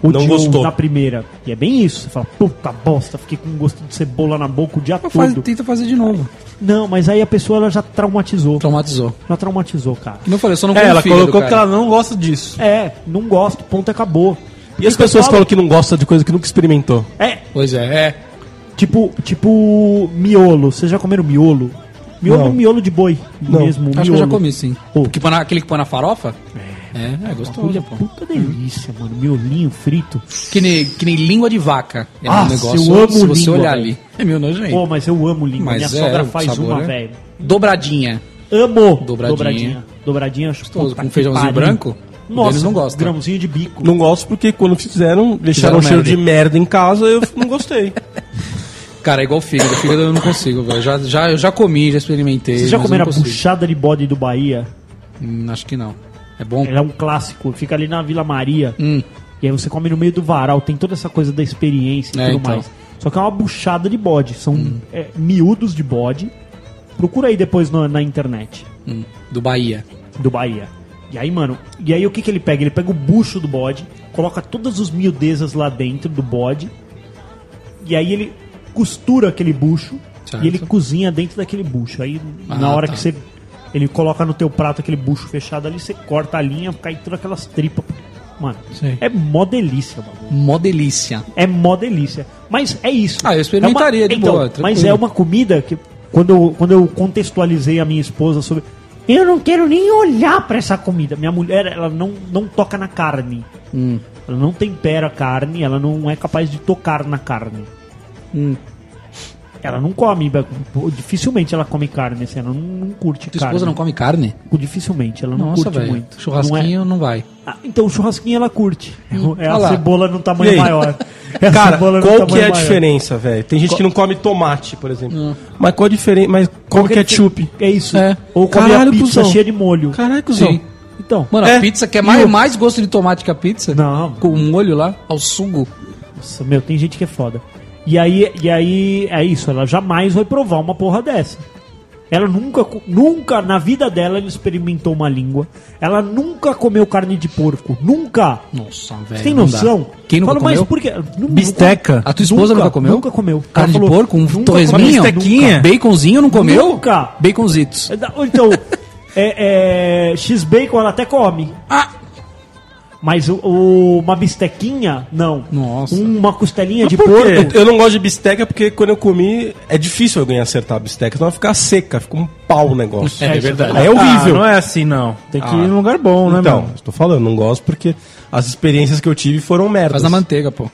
Speaker 1: odiou
Speaker 4: gostou.
Speaker 1: na primeira. E é bem isso. Você fala, puta bosta, fiquei com gosto de cebola na boca o dia
Speaker 3: Faz-
Speaker 1: todo.
Speaker 3: tenta fazer de novo.
Speaker 1: Não, mas aí a pessoa ela já traumatizou.
Speaker 3: Traumatizou.
Speaker 1: Já traumatizou, cara.
Speaker 3: Não falei, eu só não
Speaker 2: É,
Speaker 3: como
Speaker 2: ela
Speaker 3: fígado,
Speaker 2: colocou
Speaker 3: cara.
Speaker 2: que ela não gosta disso.
Speaker 1: É, não gosto, ponto acabou.
Speaker 4: E as
Speaker 1: Porque eu
Speaker 4: pessoas
Speaker 1: falo-
Speaker 4: falam que não gostam de coisa que nunca experimentou.
Speaker 1: É,
Speaker 3: Pois é, é.
Speaker 1: tipo, tipo miolo. Vocês já comeram miolo? Miolo, é
Speaker 4: Não.
Speaker 1: miolo de boi
Speaker 4: Não.
Speaker 1: mesmo,
Speaker 3: Acho que eu
Speaker 1: miolo.
Speaker 3: já comi, sim.
Speaker 1: Pô.
Speaker 3: Que põe na- aquele que põe na farofa? É, é, gostoso,
Speaker 1: Olha,
Speaker 3: pô.
Speaker 1: puta delícia, mano. Miolinho frito.
Speaker 3: Que nem, que nem língua de vaca. É
Speaker 1: Ah, eu amo
Speaker 3: se você
Speaker 1: língua,
Speaker 3: olhar
Speaker 1: velho.
Speaker 3: ali. É meio nojento.
Speaker 1: Pô, mas eu amo língua.
Speaker 3: Mas
Speaker 1: Minha
Speaker 3: é,
Speaker 1: sogra
Speaker 3: o
Speaker 1: faz
Speaker 3: sabor
Speaker 1: uma,
Speaker 3: é-
Speaker 1: velho.
Speaker 3: Dobradinha.
Speaker 1: Amo
Speaker 3: Dobradinha.
Speaker 1: dobradinha. Dobradinha, acho
Speaker 3: Gostoso,
Speaker 1: puta
Speaker 3: com
Speaker 1: que
Speaker 3: feijãozinho
Speaker 1: pariu.
Speaker 3: branco.
Speaker 1: Nossa,
Speaker 3: Eles não gostam.
Speaker 1: grãozinho de bico.
Speaker 4: Não gosto porque quando fizeram, deixaram um cheiro
Speaker 3: merda.
Speaker 4: de merda em casa, eu não gostei.
Speaker 3: Cara, é igual fígado. Fígado eu não consigo, velho. Já, já, eu já comi, já experimentei.
Speaker 1: Vocês já
Speaker 3: mas eu
Speaker 1: comeram a
Speaker 3: não consigo.
Speaker 1: buchada de bode do Bahia?
Speaker 3: Hum, acho que não. É bom?
Speaker 1: Ela é um clássico. Fica ali na Vila Maria.
Speaker 3: Hum.
Speaker 1: E aí você come no meio do varal, tem toda essa coisa da experiência e
Speaker 3: É,
Speaker 1: tudo
Speaker 3: então. Hum.
Speaker 1: mais. Só que é uma buchada de bode, são é, miúdos de bode. Procura aí depois no- na internet
Speaker 3: Hum, Do Bahia.
Speaker 1: do Bahia. E aí, mano, e aí o que, que ele pega? Ele pega o bucho do bode, coloca todas as miudezas lá dentro do bode, e aí ele costura aquele bucho
Speaker 3: Certo.
Speaker 1: e ele cozinha dentro daquele bucho. Aí na
Speaker 3: Ah,
Speaker 1: hora
Speaker 3: tá.
Speaker 1: que você. Ele coloca no teu prato aquele bucho fechado ali, você corta a linha, cai todas aquelas tripas. Mano,
Speaker 3: Sei.
Speaker 1: é mó delícia, mano.
Speaker 3: Mó delícia.
Speaker 1: É mó delícia. Mas é isso.
Speaker 3: Ah, eu experimentaria
Speaker 1: É uma-
Speaker 3: de boa, tranquilo.
Speaker 1: Mas é uma comida que, quando eu, quando eu contextualizei a minha esposa sobre. Eu não quero nem olhar pra essa comida. Minha mulher, ela não, não toca na carne.
Speaker 3: Hum.
Speaker 1: Ela não tempera a carne, ela não é capaz de tocar na carne.
Speaker 3: Hum.
Speaker 1: Ela não come, dificilmente ela come carne, assim, ela não, não curte
Speaker 3: Tua
Speaker 1: carne.
Speaker 3: esposa não come carne?
Speaker 1: Dificilmente, ela não
Speaker 3: Nossa,
Speaker 1: curte
Speaker 3: velho.
Speaker 1: muito. Não é-
Speaker 3: Churrasquinho não, vai.
Speaker 1: ah, então o churrasquinho ela curte. É
Speaker 3: olha
Speaker 1: a
Speaker 3: lá.
Speaker 1: cebola num
Speaker 4: E
Speaker 1: tamanho
Speaker 4: aí?
Speaker 1: maior. É a
Speaker 4: Cara,
Speaker 1: cebola num
Speaker 4: qual que
Speaker 1: tamanho
Speaker 4: é a
Speaker 1: maior.
Speaker 4: diferença, velho? Tem gente que não come tomate, por exemplo. Mas qual a diferença? Mas como
Speaker 1: Porque ele
Speaker 4: ketchup?
Speaker 1: tem- É isso.
Speaker 3: É.
Speaker 1: Ou come a
Speaker 4: Caralho,
Speaker 1: pizza
Speaker 4: cuzão.
Speaker 1: cheia de molho.
Speaker 4: Caralho, cuzão.
Speaker 3: Sim.
Speaker 1: Então,
Speaker 3: Mano,
Speaker 4: É.
Speaker 3: a pizza quer
Speaker 4: E
Speaker 3: mais,
Speaker 4: o-
Speaker 3: mais gosto de tomate que a pizza?
Speaker 1: Não.
Speaker 3: Com o molho lá, ao sugo.
Speaker 1: nossa, meu, tem gente que é foda. E aí, e aí é isso, ela jamais vai provar uma porra dessa. Ela nunca, co- nunca na vida dela ela experimentou uma língua. Ela nunca comeu carne de porco, nunca.
Speaker 3: Nossa, velho.
Speaker 1: Você tem
Speaker 3: não
Speaker 1: noção?
Speaker 3: dá. Quem nunca
Speaker 1: Fala,
Speaker 3: comeu?
Speaker 1: mas por quê? Nunca-
Speaker 2: Bisteca.
Speaker 3: A tua esposa nunca comeu?
Speaker 1: Nunca comeu.
Speaker 3: Carne de
Speaker 1: Ela falou,
Speaker 3: porco? Um
Speaker 1: nunca
Speaker 3: torresminho?
Speaker 2: comeu. Bistequinha?
Speaker 3: Nunca. Baconzinho não comeu?
Speaker 1: Nunca.
Speaker 3: Baconzitos.
Speaker 1: É da- ou Então, é, é, X-Bacon ela até come.
Speaker 3: Ah!
Speaker 1: Mas o, o- uma bistequinha, não. Um,
Speaker 3: Nossa.
Speaker 1: Uma costelinha de
Speaker 4: Por
Speaker 1: porco.
Speaker 4: quê? Eu não gosto de bisteca porque quando eu comi, é difícil alguém acertar a bisteca, senão vai ficar seca, fica um pau o negócio.
Speaker 1: É verdade.
Speaker 4: É
Speaker 2: Ah,
Speaker 4: horrível.
Speaker 2: não é assim, não. Tem que
Speaker 3: Ah.
Speaker 2: ir num lugar bom, né,
Speaker 4: então,
Speaker 2: mano?
Speaker 4: estou falando, não gosto porque as experiências que eu tive foram merdas.
Speaker 3: Faz na manteiga, pô.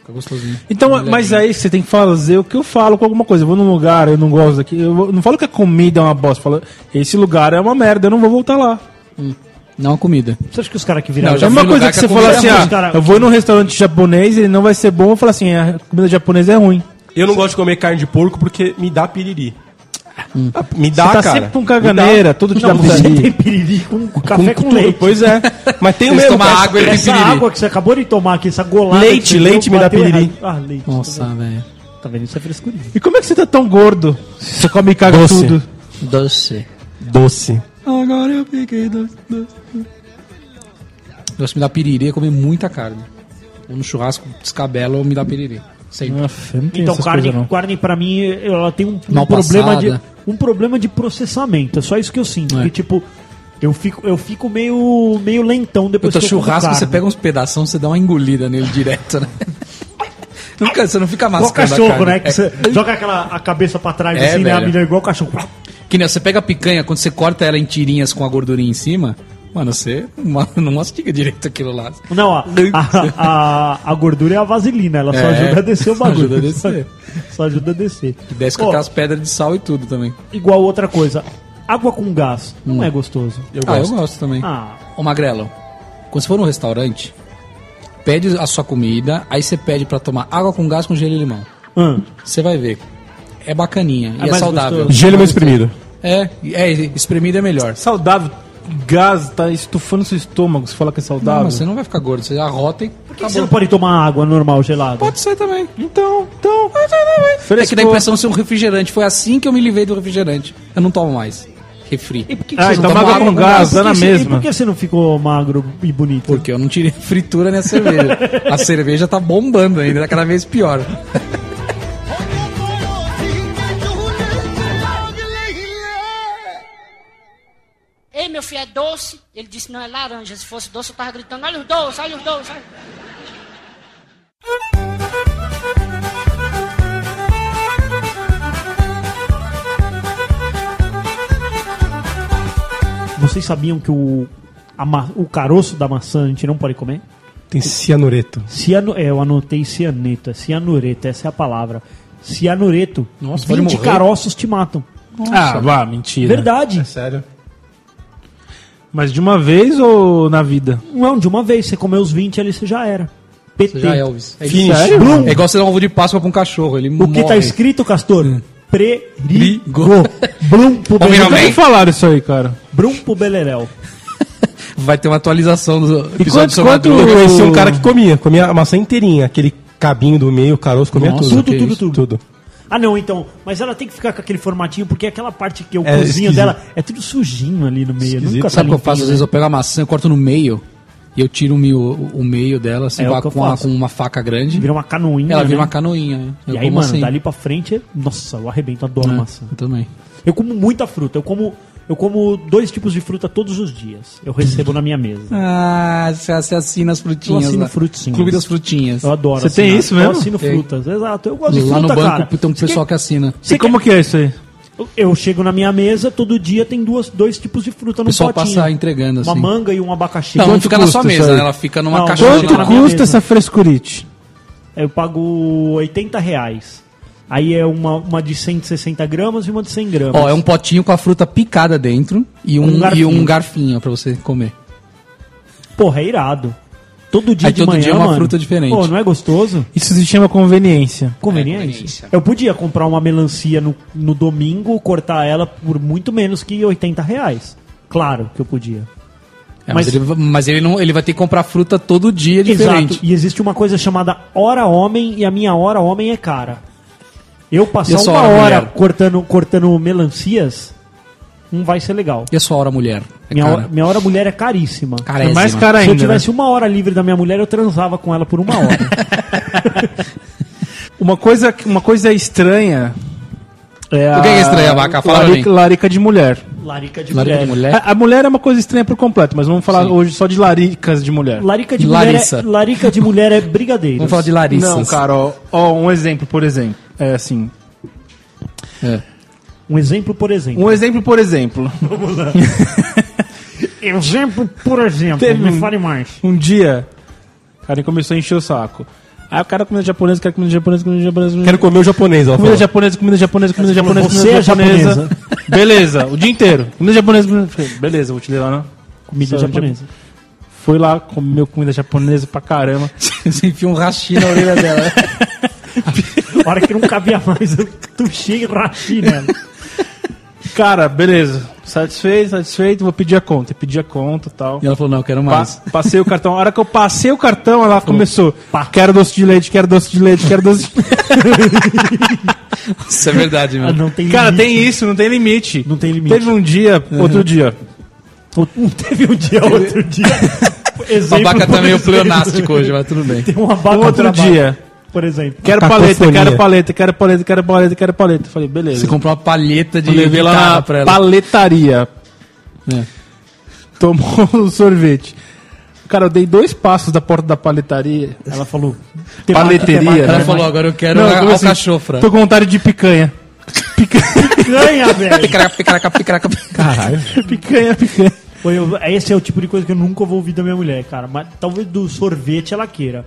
Speaker 3: Fica gostosinho.
Speaker 2: Então, mas aí você tem que fazer o que eu falo com alguma coisa. Eu vou num lugar, eu não gosto daqui. Eu vou- não falo que a comida é uma bosta. Eu falo, esse lugar é uma merda, eu não vou voltar lá.
Speaker 3: Não a comida.
Speaker 1: Você acha que os caras que
Speaker 3: Não,
Speaker 1: viraram...
Speaker 3: eu já
Speaker 2: é
Speaker 1: Não,
Speaker 2: uma
Speaker 3: fui em
Speaker 2: coisa
Speaker 3: lugar
Speaker 2: que, você
Speaker 3: que a
Speaker 2: fala
Speaker 3: comida
Speaker 2: assim,
Speaker 1: é
Speaker 2: ah,
Speaker 1: ruim, cara.
Speaker 2: eu vou num restaurante japonês, ele não vai ser bom. Eu falo assim, a comida japonesa é ruim.
Speaker 4: Eu não gosto de comer carne de porco porque me dá piriri. Ah, Me dá,
Speaker 2: você tá
Speaker 4: cara.
Speaker 2: sempre com
Speaker 4: Me dá.
Speaker 2: caganeira, tudo te dá
Speaker 1: você tem
Speaker 2: vontade.
Speaker 1: piriri com café com,
Speaker 4: tudo,
Speaker 1: leite.
Speaker 4: Pois é. Mas tem o
Speaker 3: Vocês
Speaker 4: mesmo.
Speaker 3: tomam
Speaker 4: cara.
Speaker 3: água e-
Speaker 1: Essa
Speaker 3: piriri.
Speaker 1: água que você acabou de tomar aqui, essa golada...
Speaker 4: Leite,
Speaker 1: que você
Speaker 4: leite me dá
Speaker 1: bateu
Speaker 4: piriri.
Speaker 1: errado. Ah, leite.
Speaker 3: Nossa, velho.
Speaker 1: Tá vendo? Isso é frescurinho.
Speaker 2: E como é que você tá tão gordo? Se Você come e caga
Speaker 4: Doce.
Speaker 2: tudo.
Speaker 3: Doce.
Speaker 4: Doce.
Speaker 3: Agora eu peguei doce, doce. Doce me dá piriri, é comer muita carne. Ou no churrasco, descabelo, ou me dá piriri. Sempre.
Speaker 2: Aff, eu não tenho
Speaker 1: Então,
Speaker 2: essas
Speaker 1: carne,
Speaker 2: coisas, não.
Speaker 1: carne pra mim, ela tem um, um
Speaker 3: Mal
Speaker 1: problema de
Speaker 3: passada.
Speaker 1: um problema de processamento. É só isso que eu sinto.
Speaker 3: É.
Speaker 1: Porque, tipo, eu fico, eu fico meio, meio lentão
Speaker 3: Eu
Speaker 1: depois
Speaker 3: tô
Speaker 1: que eu como
Speaker 3: churrasco, você
Speaker 1: carne.
Speaker 3: pega uns pedaços, você dá uma engolida nele direto, né? Nunca, você não fica
Speaker 1: Igual
Speaker 3: mascando a
Speaker 1: cachorro,
Speaker 3: carne.
Speaker 1: né? Que
Speaker 3: É.
Speaker 1: você joga aquela a cabeça pra trás
Speaker 3: É,
Speaker 1: assim, né? A
Speaker 3: velho.
Speaker 1: mina é igual cachorro.
Speaker 3: Que nem você pega a picanha, quando você corta ela em tirinhas com a gordurinha em cima, Mano, você ma- não mastiga direito aquilo lá.
Speaker 1: Não, a, a, a- a gordura é a vaselina, ela só
Speaker 3: É,
Speaker 1: ajuda a descer o
Speaker 3: só
Speaker 1: bagulho.
Speaker 3: ajuda a descer.
Speaker 1: Só, só ajuda a descer.
Speaker 3: Que desce com
Speaker 1: Ó,
Speaker 3: aquelas pedras de sal e tudo também.
Speaker 1: Igual outra coisa, água com gás não é gostoso.
Speaker 4: Eu
Speaker 3: ah,
Speaker 4: gosto.
Speaker 3: Hum. eu gosto também.
Speaker 1: Ah,
Speaker 3: Ô Magrelo, quando você for num restaurante, pede a sua comida, aí você pede pra tomar água com gás com gelo e limão.
Speaker 1: hum,
Speaker 3: Você vai ver. É bacaninha
Speaker 1: É
Speaker 3: e é
Speaker 1: mais
Speaker 3: saudável.
Speaker 1: gostoso.
Speaker 4: Gelo mais espremido.
Speaker 3: É, é, espremido é melhor.
Speaker 2: Saudável. Gás tá estufando seu estômago. Você fala que é saudável.
Speaker 3: Não, mas você não vai ficar gordo, você arrota e acabou.
Speaker 1: você não pode tomar água normal gelada.
Speaker 3: Pode ser também.
Speaker 2: Então, então.
Speaker 3: É que dá a impressão de ser um refrigerante. Foi assim que eu me livrei do refrigerante. Eu não tomo mais. Refri.
Speaker 1: E por que, que
Speaker 2: Ah,
Speaker 1: você
Speaker 2: então
Speaker 1: não toma
Speaker 2: água com gás,
Speaker 3: Tá
Speaker 2: dá na
Speaker 1: E por que você- E
Speaker 2: mesma.
Speaker 1: por que você não ficou magro e bonito?
Speaker 3: Porque eu não tirei fritura na cerveja. a cerveja tá bombando ainda, tá cada vez pior.
Speaker 5: Ei, meu filho, é doce? Ele disse, não, é laranja. Se fosse doce, eu tava gritando, olha os doces, olha os doces. olha-
Speaker 1: Vocês sabiam que o, a ma- o caroço da maçã a gente não pode comer?
Speaker 4: Tem cianureto.
Speaker 1: Ciano, é, eu anotei cianeto, é cianureto, essa é a palavra. Cianureto,
Speaker 3: Nossa, pode
Speaker 1: 20
Speaker 3: morrer.
Speaker 1: caroços te matam.
Speaker 2: Ah, vá, mentira.
Speaker 1: Verdade.
Speaker 4: Sério?
Speaker 2: Mas de uma vez ou na vida?
Speaker 1: Não, de uma vez, você comeu os 20 ali, você já era.
Speaker 3: Você
Speaker 1: PT.
Speaker 3: já é Elvis. É,
Speaker 4: Finish.
Speaker 3: isso.
Speaker 1: Blum.
Speaker 3: É igual você dar um ovo de Páscoa pra um cachorro. Ele
Speaker 1: O que tá
Speaker 3: morre. Hum.
Speaker 1: escrito, Castor? Prerigo.
Speaker 3: Ligou.
Speaker 1: Blum pro
Speaker 2: Nunca
Speaker 3: Homem
Speaker 1: Belerel.
Speaker 3: Amém.
Speaker 2: me falaram isso aí, cara.
Speaker 1: Brum pro Belerel.
Speaker 3: Vai ter uma atualização do episódio
Speaker 2: quanto-
Speaker 3: sobre a
Speaker 2: quanto-
Speaker 3: droga.
Speaker 4: Eu conheci um cara que comia, comia a maçã inteirinha, aquele cabinho do meio, o caroço, comia
Speaker 3: Nossa,
Speaker 4: tudo.
Speaker 3: que é
Speaker 1: Tudo, isso? tudo,
Speaker 4: tudo.
Speaker 1: Ah, não, então. Mas ela tem que ficar com aquele formatinho, porque aquela parte que eu
Speaker 4: É
Speaker 1: cozinho
Speaker 4: esquisito.
Speaker 1: dela é tudo sujinho ali no meio.
Speaker 4: Esquisito.
Speaker 1: Nunca tá
Speaker 3: Sabe o que eu
Speaker 1: limpinho,
Speaker 3: faço? Às
Speaker 1: né?
Speaker 3: vezes eu pego a maçã, eu corto no meio e eu tiro o meio, o meio dela, assim,
Speaker 1: É
Speaker 3: com,
Speaker 1: o
Speaker 3: a-
Speaker 1: que eu
Speaker 3: com a-
Speaker 1: faço.
Speaker 3: com uma faca grande.
Speaker 1: Vira uma canoinha.
Speaker 3: Ela vira
Speaker 1: né?
Speaker 3: uma canoinha. né? Eu
Speaker 1: E aí,
Speaker 3: como
Speaker 1: mano,
Speaker 3: assim.
Speaker 1: dali pra frente, é- nossa, eu arrebento, adoro
Speaker 3: É,
Speaker 1: maçã.
Speaker 3: Eu também.
Speaker 1: Eu como muita fruta, eu como, eu como dois tipos de fruta todos os dias. Eu recebo na minha mesa.
Speaker 3: Ah, você você assina as frutinhas.
Speaker 1: Eu assino
Speaker 3: lá.
Speaker 1: frutinhas.
Speaker 3: Clube das frutinhas.
Speaker 1: Eu adoro. assim, né?
Speaker 2: Você tem isso mesmo?
Speaker 1: Eu assino
Speaker 3: Tem.
Speaker 1: frutas, exato. Eu gosto de
Speaker 3: Lá
Speaker 1: fruta,
Speaker 3: no banco
Speaker 1: cara.
Speaker 3: tem um pessoal que assina.
Speaker 1: Você
Speaker 2: e como que é isso aí?
Speaker 1: Eu- Eu chego na minha mesa, todo dia tem duas, dois tipos de fruta
Speaker 3: O
Speaker 1: no
Speaker 3: pessoal
Speaker 1: potinho.
Speaker 3: passa entregando
Speaker 1: Uma
Speaker 3: assim.
Speaker 1: manga e um abacaxi.
Speaker 3: Não, não
Speaker 2: Quanto
Speaker 3: fica na sua
Speaker 2: custa isso
Speaker 3: mesa,
Speaker 2: aí?
Speaker 3: né? ela fica numa
Speaker 1: Não,
Speaker 3: caixinha.
Speaker 1: Quanto
Speaker 2: Quanto
Speaker 1: na
Speaker 3: lá.
Speaker 1: minha
Speaker 2: custa
Speaker 1: mesa.
Speaker 2: essa frescurite?
Speaker 1: Eu pago 80 reais. Aí é uma, uma de 160 gramas e uma de 100 gramas.
Speaker 3: Ó, é um potinho com a fruta picada dentro e um,
Speaker 1: Um
Speaker 3: e
Speaker 1: garfinho.
Speaker 3: um garfinho pra você comer.
Speaker 1: Porra, é irado. Todo dia
Speaker 3: Aí
Speaker 1: de
Speaker 3: todo
Speaker 1: manhã,
Speaker 3: dia é uma
Speaker 1: mano.
Speaker 3: fruta diferente.
Speaker 1: Pô, não é gostoso?
Speaker 2: Isso se chama conveniência.
Speaker 1: Conveniente.
Speaker 3: conveniência.
Speaker 1: Eu podia comprar uma melancia no, no domingo, cortar ela por muito menos que 80 reais. Claro que eu podia.
Speaker 3: É, mas
Speaker 1: Mas-
Speaker 3: ele, mas ele não, ele vai ter que comprar fruta todo dia É diferente.
Speaker 1: E existe uma coisa chamada hora homem e a minha hora homem é cara. Eu
Speaker 3: E a
Speaker 1: passar
Speaker 3: sua
Speaker 1: uma
Speaker 3: hora
Speaker 1: hora
Speaker 3: mulher?
Speaker 1: cortando, cortando melancias, não vai ser legal.
Speaker 3: E a sua hora, mulher? É
Speaker 1: minha,
Speaker 3: cara.
Speaker 1: hora, minha hora mulher é caríssima.
Speaker 3: Carésima.
Speaker 2: É mais cara
Speaker 1: Se eu
Speaker 2: ainda. né?
Speaker 1: tivesse uma hora livre da minha mulher, eu transava com ela por uma hora.
Speaker 2: Uma, coisa, uma coisa estranha. É
Speaker 3: O que é estranha, Vaca? Fala pra
Speaker 2: larica,
Speaker 3: mim.
Speaker 2: larica de mulher.
Speaker 1: Larica de
Speaker 3: Larica de
Speaker 1: mulher.
Speaker 3: mulher?
Speaker 2: A, a mulher é uma coisa estranha por completo, mas vamos falar hoje só de laricas de mulher.
Speaker 1: Larica de mulher,
Speaker 3: Larissa.
Speaker 1: é, larica de mulher é brigadeiro.
Speaker 3: Vamos falar de Larissa.
Speaker 2: Não, cara, ó, ó, um exemplo, por exemplo. É assim.
Speaker 1: Um exemplo, por exemplo.
Speaker 2: Um exemplo, por exemplo.
Speaker 1: Um Exemplo, por exemplo.
Speaker 2: Teve um-
Speaker 1: mais.
Speaker 2: Um dia, o cara começou a encher o saco. Aí o cara comida japonesa, quer comida japonesa, comida japonesa. Comida
Speaker 4: Quero comer o japonês, ó.
Speaker 2: Comida japonesa, comida japonesa, comida japonesa,
Speaker 1: Você
Speaker 2: comida
Speaker 1: é japonesa.
Speaker 2: Beleza, o dia inteiro. Comida japonesa, comida... Falei, Beleza, vou te levar, né?
Speaker 1: Comida
Speaker 2: Só
Speaker 1: japonesa.
Speaker 2: Foi lá, comeu comida japonesa pra caramba.
Speaker 3: Você enfia um rachi na orelha dela.
Speaker 1: Tipo, A hora que não cabia mais, eu tuxei e rachi né? nela.
Speaker 2: Cara, beleza. Satisfeito, satisfeito, vou pedir a conta. Pedi a conta e tal.
Speaker 1: é
Speaker 3: e ela falou, não, eu quero
Speaker 2: Pa-
Speaker 3: mais.
Speaker 2: passei o cartão. A hora que eu passei o cartão, ela começou. Quero doce de leite, quero doce de leite, quero doce de leite.
Speaker 3: Isso é verdade,
Speaker 1: Ah,
Speaker 3: mano.
Speaker 1: não tem
Speaker 2: Cara,
Speaker 1: limite.
Speaker 2: tem isso, não tem limite.
Speaker 1: Não tem limite. Uhum.
Speaker 2: Teve um dia, outro dia.
Speaker 1: Um teve um dia, outro dia.
Speaker 3: A
Speaker 1: Exemplo,
Speaker 3: vaca
Speaker 1: por
Speaker 3: tá meio
Speaker 1: exemplo.
Speaker 3: pleonástico hoje, mas tudo bem.
Speaker 1: Tem uma vaca
Speaker 2: Um outro
Speaker 1: trabalho,
Speaker 2: dia.
Speaker 1: Por exemplo.
Speaker 2: Quero
Speaker 4: Cacofonia.
Speaker 2: paleta, quero paleta, quero paleta, quero paleta, quero paleta. Falei,
Speaker 3: Você
Speaker 2: beleza.
Speaker 3: comprou uma palheta de
Speaker 2: Eu levei lá na
Speaker 3: guitarra pra ela.
Speaker 2: paletaria.
Speaker 3: É.
Speaker 2: Tomou o sorvete. Cara, eu dei dois passos da porta da paletaria.
Speaker 1: Ela falou.
Speaker 2: Paleteria,
Speaker 1: tem
Speaker 2: né?
Speaker 1: vaca,
Speaker 3: Ela
Speaker 1: tem
Speaker 3: falou, agora eu quero
Speaker 2: eu comecei-
Speaker 3: alcachofra.
Speaker 2: Tô com vontade de picanha. Picanha,
Speaker 1: vaca. Ganha, velho.
Speaker 3: Picaraca, picaraca, picaraca.
Speaker 2: picanha, picanha.
Speaker 1: Foi eu- Esse é o tipo de coisa que eu nunca vou ouvir da minha mulher, cara. Mas talvez do sorvete ela queira.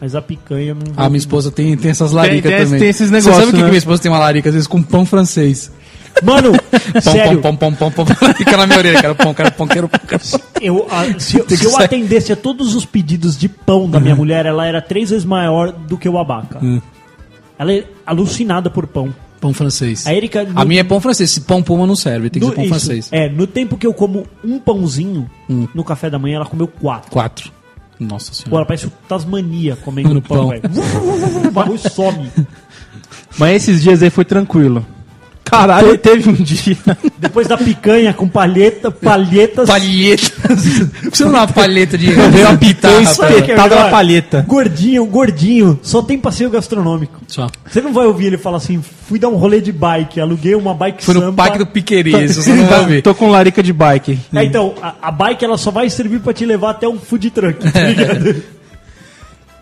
Speaker 1: Mas a picanha não.
Speaker 3: Ah, minha esposa tem, tem essas laricas
Speaker 2: tem-
Speaker 3: também.
Speaker 2: tem esses
Speaker 3: Você
Speaker 2: negócios,
Speaker 3: sabe o que,
Speaker 2: né?
Speaker 3: que minha esposa tem uma larica? Às vezes com pão francês.
Speaker 1: Mano,
Speaker 3: Pão,
Speaker 1: sério,
Speaker 3: pão, pão, pão, pão, pão. Fica na minha orelha, cara. Pão, cara, pão, quero pão, quero pão.
Speaker 1: eu, a- se,
Speaker 3: Tem que
Speaker 1: se eu
Speaker 3: sair. Uhum.
Speaker 1: atendesse a todos os pedidos de pão da minha mulher, ela era três vezes maior do que o abaca.
Speaker 3: Hum.
Speaker 1: Ela é alucinada por pão.
Speaker 3: Pão francês.
Speaker 1: A Erika.
Speaker 3: A minha é pão francês. Se pão puma não serve, tem que
Speaker 1: no,
Speaker 3: ser pão
Speaker 1: isso,
Speaker 3: francês. Hum.
Speaker 1: É, no tempo que eu como um pãozinho no café da manhã, ela comeu quatro.
Speaker 3: Quatro. Nossa
Speaker 1: Pô,
Speaker 3: senhora.
Speaker 1: ela parece o Tasmania comendo
Speaker 3: No
Speaker 1: pão,
Speaker 3: pão.
Speaker 1: velho. O bagulho some.
Speaker 2: Mas esses dias aí foi tranquilo. Caralho, teve um dia.
Speaker 1: Depois da picanha com palheta, palhetas.
Speaker 3: Palhetas. Você não dá uma palheta de.
Speaker 4: Veio a pitanha
Speaker 3: Pitarra, cara.
Speaker 4: espetada na palheta.
Speaker 1: Gordinho, gordinho, só tem passeio gastronômico.
Speaker 3: Só.
Speaker 1: Você não vai ouvir ele falar assim, fui dar um rolê de bike, aluguei uma bike
Speaker 3: Foi no
Speaker 1: samba.
Speaker 3: Parque do Piqueri, isso você não vai ouvir.
Speaker 2: Tô com larica de bike.
Speaker 1: É, então, a, a bike ela só vai servir pra te levar até um food truck, tá
Speaker 3: É.
Speaker 1: ligado?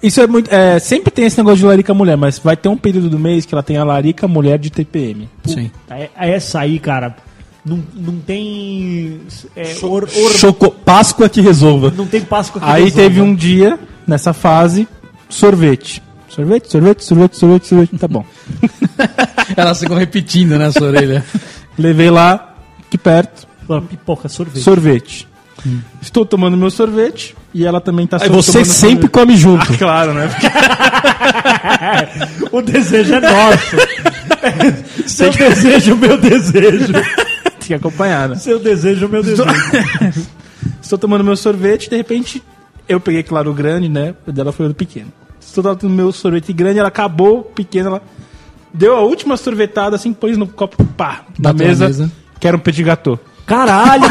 Speaker 2: Isso é muito. é, sempre tem esse negócio de larica mulher, mas vai ter um período do mês que ela tem a larica mulher de TPM.
Speaker 3: Sim.
Speaker 1: É- é Essa aí, cara, não, não tem... é, or- or-
Speaker 4: Choco, Páscoa que resolva.
Speaker 1: não tem Páscoa que né?
Speaker 2: Aí
Speaker 1: resolva.
Speaker 2: teve um dia, nessa fase, sorvete. Sorvete, sorvete, sorvete, sorvete, sorvete. Tá bom.
Speaker 3: Elas ficam repetindo na sua orelha.
Speaker 2: Levei lá, aqui perto,
Speaker 3: um
Speaker 1: Uma Pipoca, sorvete.
Speaker 2: sorvete. Estou tomando meu sorvete e ela também tá
Speaker 4: Aí
Speaker 2: so-
Speaker 4: você
Speaker 2: tomando
Speaker 4: sempre
Speaker 2: sorvete.
Speaker 4: come junto.
Speaker 2: Claro, né?
Speaker 1: O desejo é nosso. Seu desejo, meu desejo.
Speaker 2: Tem que acompanhar, né?
Speaker 1: Seu desejo, meu desejo.
Speaker 2: Estou tomando meu sorvete, de repente eu peguei, claro, o grande, né? O dela foi o pequeno. Estou tomando meu sorvete grande, ela acabou, o pequeno, ela deu a última sorvetada, assim, pôs no copo, pá, na
Speaker 3: Bateu na
Speaker 2: mesa.
Speaker 3: mesa.
Speaker 2: Quero um petit gâteau.
Speaker 1: Caralho!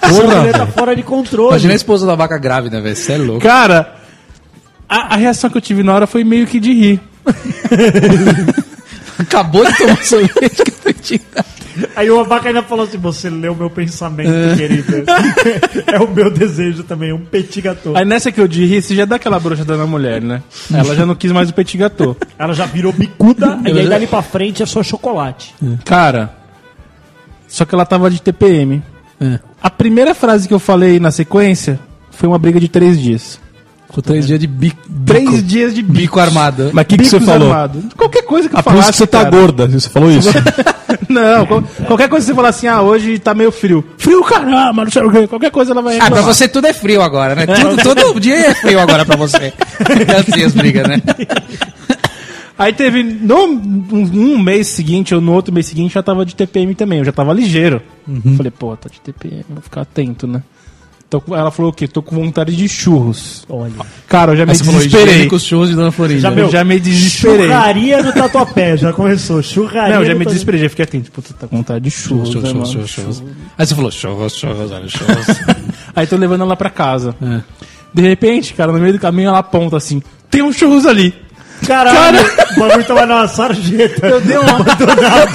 Speaker 1: Essa mulher tá fora de controle.
Speaker 3: Imagina a esposa da vaca grávida, velho. Você é louco.
Speaker 2: Cara, a, a reação que eu tive na hora foi meio que de rir.
Speaker 3: Acabou de tomar sorvete que eu tô te dando.
Speaker 1: Aí o abaca ainda falou assim: Você leu meu pensamento, querida. é o meu desejo também, um petit gâteau.
Speaker 2: Aí nessa que eu de rir, você já dá aquela brochada na mulher, né? Ela já não quis mais o petit gâteau.
Speaker 1: Ela já virou bicuda, e
Speaker 3: Eu
Speaker 1: aí
Speaker 3: já-
Speaker 1: dali pra frente é só chocolate.
Speaker 2: É. Cara, só que ela tava de TPM.
Speaker 3: É.
Speaker 2: A primeira frase que eu falei na sequência foi uma briga de três dias.
Speaker 3: Com três dias de bico. bico.
Speaker 2: Três dias de bico.
Speaker 3: bico armado.
Speaker 4: Mas o que, que você
Speaker 2: Bicos
Speaker 4: falou?
Speaker 2: armado. Qualquer coisa que eu
Speaker 4: Ah, por isso que você tá
Speaker 2: cara.
Speaker 4: gorda. Você falou isso?
Speaker 2: Não, qual- qualquer coisa que você falar assim, ah, hoje tá meio frio. Frio, caramba, não sei o quê. Qualquer coisa ela vai
Speaker 3: Ah, pra
Speaker 2: reclamar.
Speaker 3: você tudo é frio agora, né? Tudo, todo dia é frio agora pra você. É assim as brigas, né?
Speaker 2: Aí teve, no, um, um mês seguinte ou no outro mês seguinte, já tava de TPM também. Eu já tava ligeiro. Falei, pô, tá de TPM, vou ficar atento, né? Tô com- ela falou o quê? Tô com vontade de churros.
Speaker 1: Olha.
Speaker 2: Cara, eu já me
Speaker 3: Aí você falou higiene
Speaker 2: desesperei.
Speaker 3: com os shows de Dona Florinda.
Speaker 1: Já
Speaker 3: né?
Speaker 1: meu,
Speaker 2: Eu já me desesperei.
Speaker 1: Churraria no tatuapé, já começou. Churraria.
Speaker 2: Não, eu já
Speaker 1: no
Speaker 2: me
Speaker 1: Tatuapé.
Speaker 2: desesperei, já fiquei atento. Tipo, tá com vontade de churros,
Speaker 3: Shows,
Speaker 2: né,
Speaker 3: shows,
Speaker 2: mano?
Speaker 3: shows, shows. Aí você falou shows, shows, olha, shows.
Speaker 2: Aí tô levando ela pra casa.
Speaker 3: É.
Speaker 2: De repente, cara, no meio do caminho ela aponta assim: tem um churros ali.
Speaker 1: Caralho, o bagulho tava na sarjeta.
Speaker 2: Eu dei, um,
Speaker 3: tava,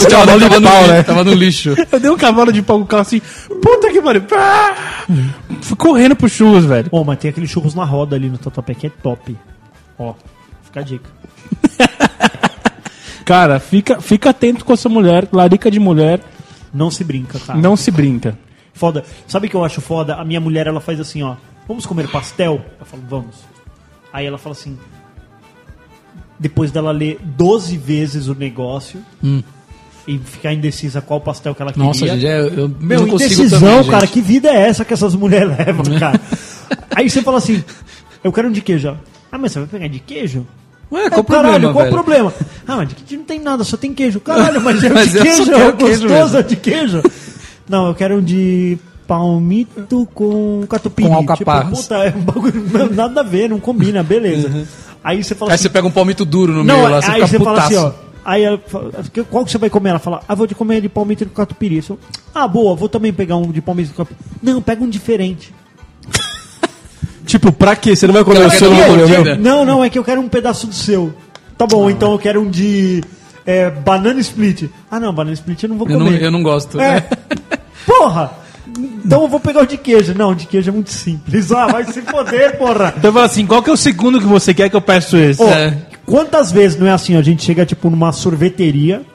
Speaker 4: Cavalo de
Speaker 3: tava no
Speaker 4: pau,
Speaker 3: lixo,
Speaker 4: né?
Speaker 3: tava no lixo.
Speaker 2: eu dei um cavalo de pau com o carro assim, puta que pariu. Pá! Fui correndo pro churros, velho.
Speaker 1: Pô, mas tem aquele churros na roda ali no tatuapé que é top. Ó, fica a dica.
Speaker 2: Cara, fica, fica atento com a sua mulher, larica de mulher,
Speaker 1: Não se brinca, tá? cara.
Speaker 2: não se brinca.
Speaker 1: Foda. Sabe o que eu acho foda? A minha mulher, ela faz assim, ó. Vamos comer pastel? Eu falo, vamos. Aí ela fala assim. Depois dela ler 12 vezes o negócio e ficar indecisa qual pastel que ela queria.
Speaker 3: Hum. Nossa, gente, é- eu
Speaker 1: Meu,
Speaker 3: não consigo
Speaker 1: indecisão,
Speaker 3: também,
Speaker 1: cara.
Speaker 3: gente. Né?
Speaker 1: Que vida é essa que essas mulheres levam, cara? Aí você fala assim, eu quero um de queijo. ó. Ah, mas você vai pegar de queijo?
Speaker 3: Ué,
Speaker 1: É,
Speaker 3: qual o
Speaker 1: caralho,
Speaker 3: problema,
Speaker 1: qual o
Speaker 3: velho?
Speaker 1: problema? Ah, mas de queijo não tem nada, só tem queijo. Caralho, mas é o
Speaker 3: Mas
Speaker 1: de
Speaker 3: eu só
Speaker 1: queijo,
Speaker 3: quero
Speaker 1: é o
Speaker 3: queijo
Speaker 1: gostoso
Speaker 3: mesmo.
Speaker 1: é de queijo. Não, eu quero um de palmito com catupiry.
Speaker 3: Com alcaparras. Uhum.
Speaker 1: Tipo, puta, é um bagulho, não, nada a ver, não combina, beleza. Aí você fala assim,
Speaker 3: Aí você pega um palmito duro no
Speaker 1: não,
Speaker 3: meio lá, você
Speaker 1: aí
Speaker 3: fica
Speaker 1: você fala assim,
Speaker 3: putaço.
Speaker 1: ó. Aí ela fala, "Que- qual que você vai comer? Ela fala, ah, vou de comer de palmito com catupiry. Eu falo, ah, boa, vou também pegar um de palmito com catupiry. Não, pega um diferente.
Speaker 4: tipo, pra quê? Você não vai comer
Speaker 3: Cara,
Speaker 4: o
Speaker 3: quer
Speaker 4: seu, não vai
Speaker 3: dar uma
Speaker 4: comer o
Speaker 3: mordida?
Speaker 4: meu?
Speaker 1: Não, não, é que eu quero um pedaço do seu. Tá bom,
Speaker 3: Ah.
Speaker 1: então eu quero um de é, banana split. Ah, não, banana split eu não vou
Speaker 3: Eu
Speaker 1: comer.
Speaker 3: não, eu não gosto. né?
Speaker 1: É. Porra! Então eu vou pegar o de queijo. Não, o de queijo é muito simples. Ah, vai se foder, porra!
Speaker 2: Então fala assim, qual que é o segundo que você quer que eu peço esse?
Speaker 1: Ô,
Speaker 3: É.
Speaker 1: Quantas vezes não é assim? ó, A gente chega tipo numa sorveteria,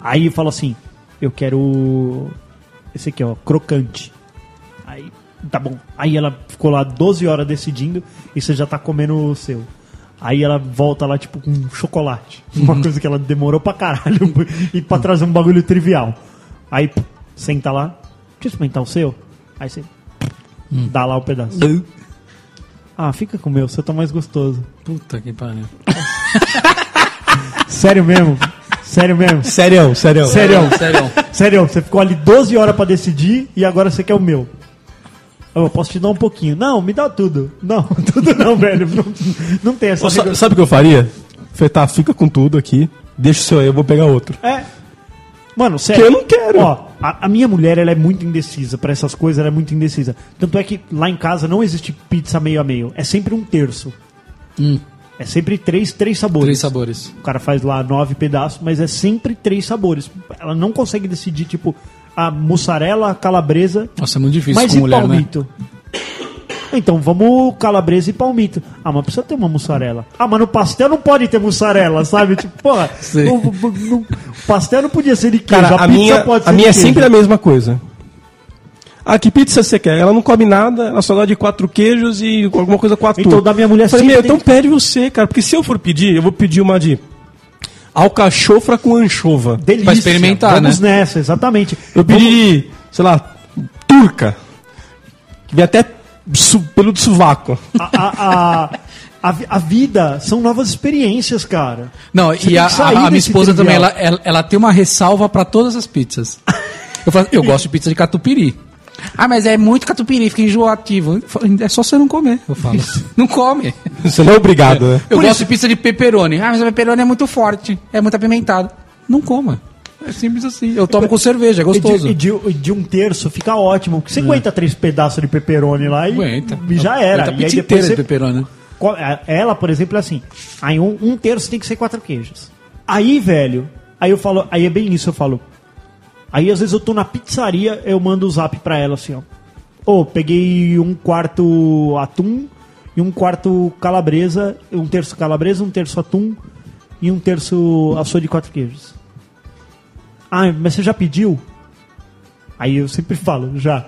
Speaker 1: aí fala assim: Eu quero esse aqui, ó, crocante. Aí, tá bom. Aí ela ficou lá 12 horas decidindo e você já tá comendo o seu. Aí ela volta lá, tipo, com chocolate. Uma coisa que ela demorou pra caralho e pra trazer um bagulho trivial. Aí, pô, senta lá, deixa eu experimentar o seu. Aí você dá lá o pedaço. Ah, fica com o meu, o seu tá mais gostoso.
Speaker 3: Puta que pariu.
Speaker 1: Sério mesmo? Sério mesmo?
Speaker 4: Sério, sério.
Speaker 1: Sério.
Speaker 3: Sério.
Speaker 1: Sério, você ficou ali 12 horas pra decidir e agora você quer o meu. Eu posso te dar um pouquinho. Não, me dá tudo. Não, tudo não, velho. Não, não tem essa.
Speaker 4: Ô, sa-
Speaker 1: nego-
Speaker 4: sabe o que eu faria? Falei, tá, fica com tudo aqui. Deixa o seu aí, eu vou pegar outro.
Speaker 1: É. Mano, sério.
Speaker 4: Que eu não quero.
Speaker 1: Ó, a, a minha mulher, ela é muito indecisa. Pra essas coisas, ela é muito indecisa. Tanto é que lá em casa não existe pizza meio a meio. É sempre um terço.
Speaker 4: Hum.
Speaker 1: É sempre três, três sabores.
Speaker 3: Três sabores.
Speaker 1: O cara faz lá nove pedaços, mas é sempre três sabores. Ela não consegue decidir, tipo, a mussarela, a calabresa
Speaker 3: Nossa, é muito difícil
Speaker 1: mas
Speaker 3: com
Speaker 1: e
Speaker 3: mulher, né?
Speaker 1: palmito? Então vamos calabresa e palmito. Ah, mas precisa ter uma mussarela. Ah, mas no pastel não pode ter mussarela, sabe? Tipo, porra,
Speaker 3: Sim.
Speaker 1: o, o- o- o pastel não podia ser de queijo,
Speaker 4: Cara, a,
Speaker 1: pizza
Speaker 4: minha,
Speaker 1: pode ser
Speaker 4: a
Speaker 1: de
Speaker 4: minha é
Speaker 1: queijo.
Speaker 4: sempre a mesma coisa. Ah, que pizza você quer? Ela não come nada, ela só gosta de quatro queijos e alguma coisa quatro.
Speaker 1: Então, da minha mulher
Speaker 4: Eu Falei,
Speaker 1: sempre
Speaker 4: meu,
Speaker 1: tem
Speaker 4: então pede você, cara, porque se eu for pedir, eu vou pedir uma de alcachofra com anchova.
Speaker 1: Delícia.
Speaker 3: Pra experimentar, né?
Speaker 1: Vamos nessa, exatamente.
Speaker 4: Eu pedi, sei lá, turca. Que vem até su- pelo de sovaco.
Speaker 1: A, a, a, a, vi- a vida são novas experiências, cara.
Speaker 3: Não,
Speaker 1: Você tem
Speaker 3: e a,
Speaker 1: que sair
Speaker 3: a- a minha
Speaker 1: desse
Speaker 3: esposa também, ela,
Speaker 1: trivial.
Speaker 3: ela, ela tem uma ressalva pra todas as pizzas. Eu falo, eu gosto de pizza de catupiry. Ah, mas é muito catupiry, fica enjoativo. Eu falo, É só você não comer, eu falo. Não come.
Speaker 4: Você não é obrigado, né?
Speaker 3: Eu gosto de pizza de pepperoni. Ah, mas a pepperoni é muito forte, é muito apimentado. Não coma. É simples assim. Eu tomo com cerveja, é
Speaker 1: E de-
Speaker 3: gostoso. É.
Speaker 1: E de, e de um terço fica ótimo. Porque você aguenta três pedaços de pepperoni lá e,
Speaker 3: Aguenta.
Speaker 1: e já era.
Speaker 3: Aguenta É, a
Speaker 1: e aí
Speaker 3: pizza
Speaker 1: depois
Speaker 3: inteira de
Speaker 1: você-
Speaker 3: pepperoni.
Speaker 1: Qual- a- Ela, por exemplo, é assim. Aí um, um terço tem que ser quatro queijos. Aí, velho, aí eu falo, aí é bem isso, eu falo. Aí às vezes eu tô na pizzaria, eu mando o zap pra ela assim, ó. Ô, peguei um quarto atum e um quarto calabresa, um terço calabresa, um terço atum e um terço açougue de quatro queijos. Ah, mas você já pediu? Aí eu sempre falo, já.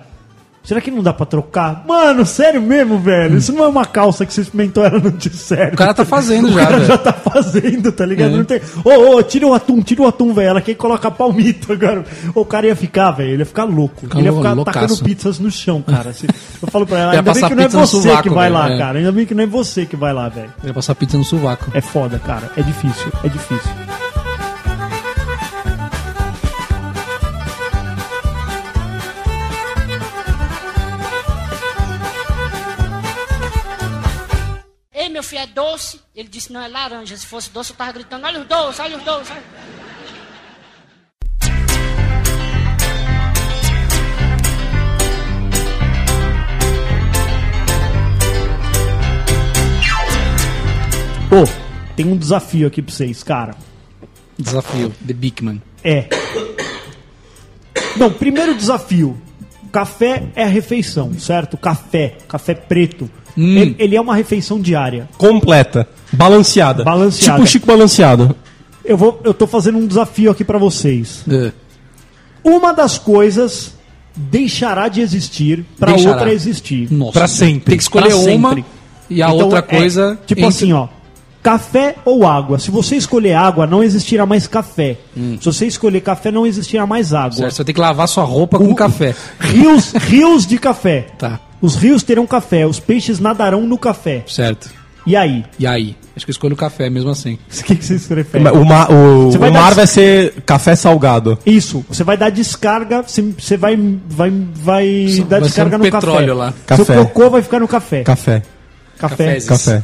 Speaker 1: Será que não dá pra trocar? Mano, sério mesmo, velho? Isso não é uma calça que você experimentou, ela não te serve.
Speaker 3: O cara tá fazendo
Speaker 1: O
Speaker 3: já,
Speaker 1: cara
Speaker 3: velho.
Speaker 1: já tá fazendo, tá ligado?
Speaker 3: É.
Speaker 1: Não tem... Ô, ô, tira o atum, tira o atum, velho. Ela quer colocar palmito agora. O cara ia ficar, velho, ele ia ficar louco.
Speaker 3: Ficar
Speaker 1: ele ia
Speaker 3: lou-
Speaker 1: ficar
Speaker 3: loucaço.
Speaker 1: tacando pizzas no chão, cara. Se- Eu falo pra ela,
Speaker 3: Ia
Speaker 1: ainda bem
Speaker 3: passar
Speaker 1: que não é
Speaker 3: pizza no
Speaker 1: você que
Speaker 3: sovaco,
Speaker 1: vai
Speaker 3: velho,
Speaker 1: lá,
Speaker 3: é.
Speaker 1: cara. Ainda bem que não é você que vai lá, velho.
Speaker 3: Vai passar pizza no sovaco.
Speaker 1: É foda, cara. É difícil, é difícil.
Speaker 5: Ei, meu filho, é doce? Ele disse, não, é laranja. Se fosse doce, eu tava gritando, olha os doces, olha os doces. olha os-".
Speaker 1: Ô, tem um desafio aqui pra vocês, cara.
Speaker 3: Desafio, The Big Man.
Speaker 1: É. Não, primeiro desafio. Café é a refeição, certo? Café, café preto.
Speaker 3: Hum.
Speaker 1: Ele, ele é uma refeição diária.
Speaker 4: Completa. Balanceada.
Speaker 1: Balanceada.
Speaker 4: Tipo o Chico Balanceado.
Speaker 1: Eu vou, eu tô fazendo um desafio aqui pra vocês.
Speaker 3: É.
Speaker 1: Uma das coisas deixará de existir pra
Speaker 3: Deixará.
Speaker 1: outra existir.
Speaker 3: Nossa.
Speaker 4: Pra sempre.
Speaker 3: Tem que escolher
Speaker 1: Pra
Speaker 3: uma
Speaker 1: sempre.
Speaker 3: e a
Speaker 1: Então,
Speaker 3: outra
Speaker 1: é
Speaker 3: coisa.
Speaker 1: tipo
Speaker 3: entre-
Speaker 1: assim, ó. Café ou água? Se você escolher água, não existirá mais café. Se você escolher café, não existirá mais água.
Speaker 3: Hum. Certo, você vai ter que lavar sua roupa com
Speaker 1: O-
Speaker 3: café.
Speaker 1: Rios, rios de café.
Speaker 3: Tá.
Speaker 1: Os rios terão café, os peixes nadarão no café.
Speaker 3: Certo.
Speaker 1: E aí?
Speaker 3: E aí? Acho que eu escolho o café mesmo assim.
Speaker 1: O que, que vocês preferem?
Speaker 4: O, ma- o-
Speaker 1: Você vai
Speaker 4: o
Speaker 1: dar-
Speaker 4: mar vai é ser café salgado.
Speaker 1: Isso, você vai dar descarga, você- você vai, vai, vai dar
Speaker 3: vai
Speaker 1: descarga
Speaker 3: ser um
Speaker 1: no café.
Speaker 3: petróleo lá.
Speaker 1: Seu
Speaker 4: Café.
Speaker 1: cocô vai ficar no café.
Speaker 4: Café.
Speaker 1: café.
Speaker 3: Cafézinho. Ah.
Speaker 4: Café.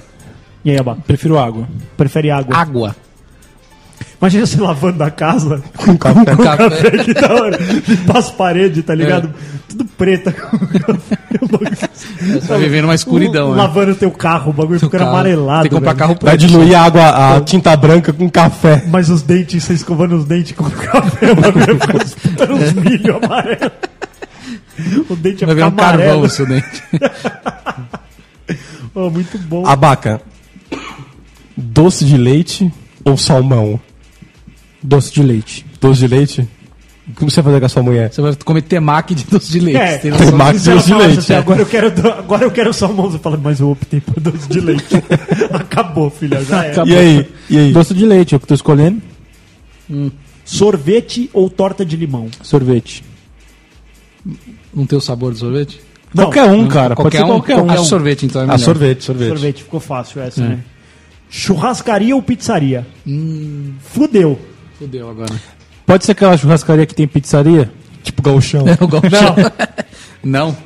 Speaker 1: E aí, Abá?
Speaker 2: Prefiro água.
Speaker 1: Prefere água?
Speaker 3: Água.
Speaker 1: Imagina você lavando a casa
Speaker 4: Com café.
Speaker 1: com
Speaker 3: Café.
Speaker 1: café que da hora. Limpa as paredes, tá ligado? Tudo preta.
Speaker 3: Você vai viver numa escuridão, né?
Speaker 1: Lavando teu carro, o bagulho ficando
Speaker 3: Carro.
Speaker 1: amarelado.
Speaker 3: Tem que comprar
Speaker 1: velho.
Speaker 3: carro
Speaker 4: Vai
Speaker 3: preto.
Speaker 4: diluir a água, a tinta branca com café.
Speaker 1: Mas os dentes, você escovando os dentes com café, o bagulho fica uns- ficando uns milho amarelo. O dente ia
Speaker 3: É. Vai virar
Speaker 1: ficar
Speaker 3: um carvão né?
Speaker 1: amarelo.
Speaker 3: o seu dente.
Speaker 1: Oh, muito bom.
Speaker 3: Ah,
Speaker 4: Abaca. Doce de leite ou salmão?
Speaker 2: Doce de leite.
Speaker 4: Doce de leite? Como você vai fazer com a sua mulher?
Speaker 3: Você vai comer temaki de doce de leite.
Speaker 1: É,
Speaker 3: Tem
Speaker 1: tem
Speaker 3: noção
Speaker 4: temaki.
Speaker 3: disso?
Speaker 1: Se ela
Speaker 4: doce de
Speaker 1: falasse
Speaker 4: leite,
Speaker 1: assim,
Speaker 3: né?"
Speaker 4: é.
Speaker 1: agora, eu quero, do- agora eu quero salmão. Você fala, mas eu optei por doce de leite. Acabou, filha, já era.
Speaker 2: Acabou.
Speaker 4: E aí? E aí?
Speaker 2: Doce de leite, é o que eu tô escolhendo.
Speaker 1: Sorvete ou torta de limão?
Speaker 2: Sorvete.
Speaker 3: Não tem o sabor do sorvete?
Speaker 1: Não,
Speaker 2: qualquer um, cara.
Speaker 3: qualquer
Speaker 2: Pode ser
Speaker 3: um,
Speaker 2: qualquer, um.
Speaker 3: Ah, sorvete, então é
Speaker 4: Ah,
Speaker 3: melhor.
Speaker 4: sorvete, sorvete.
Speaker 1: Sorvete, ficou fácil essa,
Speaker 2: É.
Speaker 1: né? Churrascaria ou pizzaria? Fudeu.
Speaker 3: Fudeu agora.
Speaker 2: Pode ser aquela churrascaria que tem pizzaria?
Speaker 4: Tipo galchão.
Speaker 3: O galchão. Não.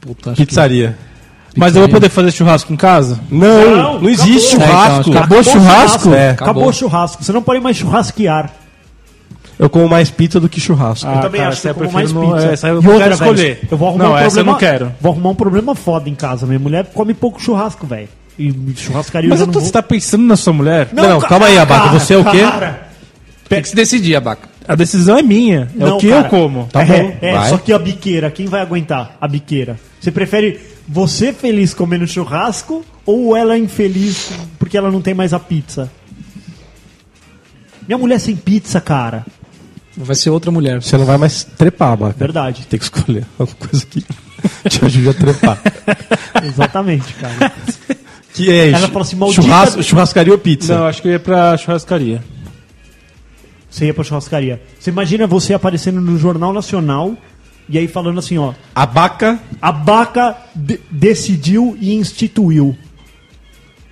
Speaker 3: Puta, acho que-
Speaker 4: Pizzaria.
Speaker 2: Mas eu vou poder fazer churrasco em casa?
Speaker 4: Não,
Speaker 1: Não,
Speaker 4: não existe
Speaker 1: acabou.
Speaker 3: É,
Speaker 4: churrasco.
Speaker 3: então,
Speaker 2: Acabou o churrasco?
Speaker 4: É.
Speaker 1: Acabou. o churrasco. Você não pode mais churrasquear.
Speaker 4: Eu como mais pizza do que churrasco.
Speaker 2: Ah,
Speaker 1: eu também acho que eu como mais pizza.
Speaker 2: Essa eu
Speaker 1: E
Speaker 2: não
Speaker 1: outra,
Speaker 2: quero
Speaker 1: velho,
Speaker 2: escolher.
Speaker 1: Eu vou arrumar
Speaker 2: não,
Speaker 1: um
Speaker 2: essa eu
Speaker 1: problema,
Speaker 2: não quero.
Speaker 1: Vou arrumar um problema foda em casa. Minha mulher come pouco churrasco, velho. E churrascaria
Speaker 2: Mas
Speaker 1: eu
Speaker 2: eu
Speaker 1: já
Speaker 2: tô-
Speaker 1: não
Speaker 2: você tá
Speaker 1: vou.
Speaker 2: pensando na sua mulher?
Speaker 4: Não, calma
Speaker 2: Ah,
Speaker 4: aí, Abaca, você é o quê?
Speaker 1: Cara,
Speaker 3: Tem É que se decidir, abaca.
Speaker 2: A decisão é minha. É
Speaker 1: não,
Speaker 2: o que
Speaker 1: cara.
Speaker 2: eu como.
Speaker 1: é,
Speaker 4: Tá bom,
Speaker 1: é,
Speaker 4: vai.
Speaker 1: só que a biqueira, quem vai aguentar a biqueira? Você prefere você feliz comendo churrasco ou ela infeliz porque ela não tem mais a pizza? Minha mulher sem pizza, cara.
Speaker 3: Vai ser outra mulher.
Speaker 4: Você não vai mais trepar, Baca.
Speaker 1: Verdade.
Speaker 4: Tem que escolher alguma coisa que te ajude a trepar.
Speaker 1: Exatamente, cara.
Speaker 4: que é
Speaker 1: Ela
Speaker 4: chu-
Speaker 1: fala assim, maldita-
Speaker 4: churrasco- churrascaria ou pizza?
Speaker 2: Não, acho que eu ia pra churrascaria.
Speaker 1: Você ia pra churrascaria. Você imagina você aparecendo no Jornal Nacional e aí falando assim, ó.
Speaker 4: Abaca,
Speaker 1: A Baca de- decidiu e instituiu.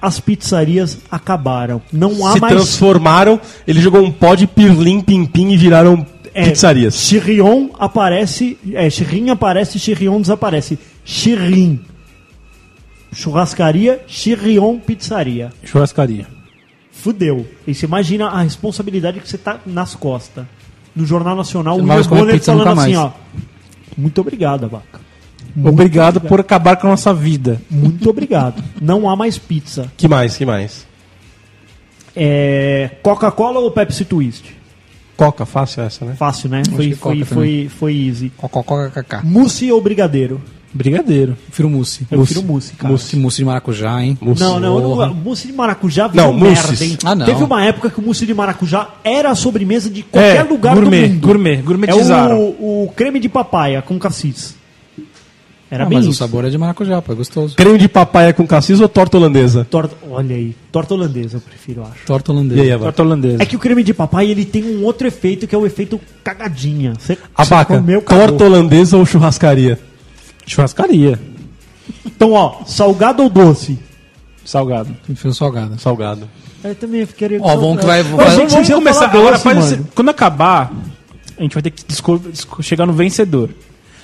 Speaker 1: As pizzarias acabaram. Não há
Speaker 4: se
Speaker 1: Um mais
Speaker 4: transformaram, ele jogou um pó de pirlim, pim-pim e viraram
Speaker 1: É,
Speaker 4: pizzarias.
Speaker 1: Chirrion aparece, é, Chirrin aparece, Chirrion desaparece. Chirrin. Churrascaria, Chirrion pizzaria.
Speaker 2: Churrascaria.
Speaker 1: Fudeu. E você imagina a responsabilidade que você tá nas costas. No Jornal Nacional,
Speaker 3: Você
Speaker 1: o
Speaker 3: não vai mais
Speaker 1: William
Speaker 3: comer
Speaker 1: Bonner
Speaker 3: pizza
Speaker 1: falando
Speaker 3: nunca
Speaker 1: assim, ó.
Speaker 3: mais.
Speaker 1: Muito obrigado, Abaca.
Speaker 2: obrigado por acabar com a nossa vida.
Speaker 1: Muito obrigado. Não há mais pizza.
Speaker 4: Que mais, que mais?
Speaker 1: É, Coca-Cola ou Pepsi Twist?
Speaker 4: Coca, fácil essa, né?
Speaker 1: Fácil, né? Foi,
Speaker 3: que
Speaker 1: foi,
Speaker 3: Coca
Speaker 1: foi, foi easy.
Speaker 3: Cocococacá.
Speaker 1: Mousse ou brigadeiro?
Speaker 2: Brigadeiro.
Speaker 3: Prefiro mousse.
Speaker 1: Eu prefiro mousse, cara.
Speaker 3: Mousse, mousse de maracujá, hein?
Speaker 4: Mousse.
Speaker 1: Não, não, eu
Speaker 3: Porra.
Speaker 1: não, mousse de maracujá virou
Speaker 4: Não, mousses.
Speaker 1: merda, hein?
Speaker 3: Ah, não.
Speaker 1: Teve uma época que o mousse de maracujá era a sobremesa de qualquer
Speaker 3: É,
Speaker 1: lugar
Speaker 2: É, gourmet,
Speaker 1: do mundo.
Speaker 2: gourmet,
Speaker 1: É
Speaker 2: gourmetizaram.
Speaker 1: o, o creme de papaya com cassis. Era
Speaker 3: Ah,
Speaker 1: bem
Speaker 3: mas o
Speaker 1: isso.
Speaker 3: sabor é de maracujá, pô, é gostoso.
Speaker 4: Creme de papaya com cassis ou torta holandesa?
Speaker 1: Torta, olha aí, torta holandesa eu prefiro, eu acho.
Speaker 3: Torta
Speaker 4: E
Speaker 3: holandesa.
Speaker 4: aí, Abaca?
Speaker 2: Torta holandesa.
Speaker 1: É que o creme de papai ele tem um outro efeito que é o efeito cagadinha. Você
Speaker 4: Abaca,
Speaker 1: comeu, cagou.
Speaker 4: torta holandesa ou churrascaria?
Speaker 2: Churrascaria.
Speaker 1: Então, ó, salgado ou doce?
Speaker 2: Salgado.
Speaker 3: Prefiro salgada.
Speaker 4: Salgado.
Speaker 1: Eu também ficaria
Speaker 3: Ó, vamos que vai...
Speaker 1: Mas,
Speaker 3: vai
Speaker 1: gente,
Speaker 2: Vamos
Speaker 1: se eu
Speaker 2: começar
Speaker 1: falar
Speaker 2: agora.
Speaker 1: doce,
Speaker 2: faz
Speaker 1: mano.
Speaker 2: esse- Quando acabar, a gente vai ter que disco- disco- chegar no vencedor.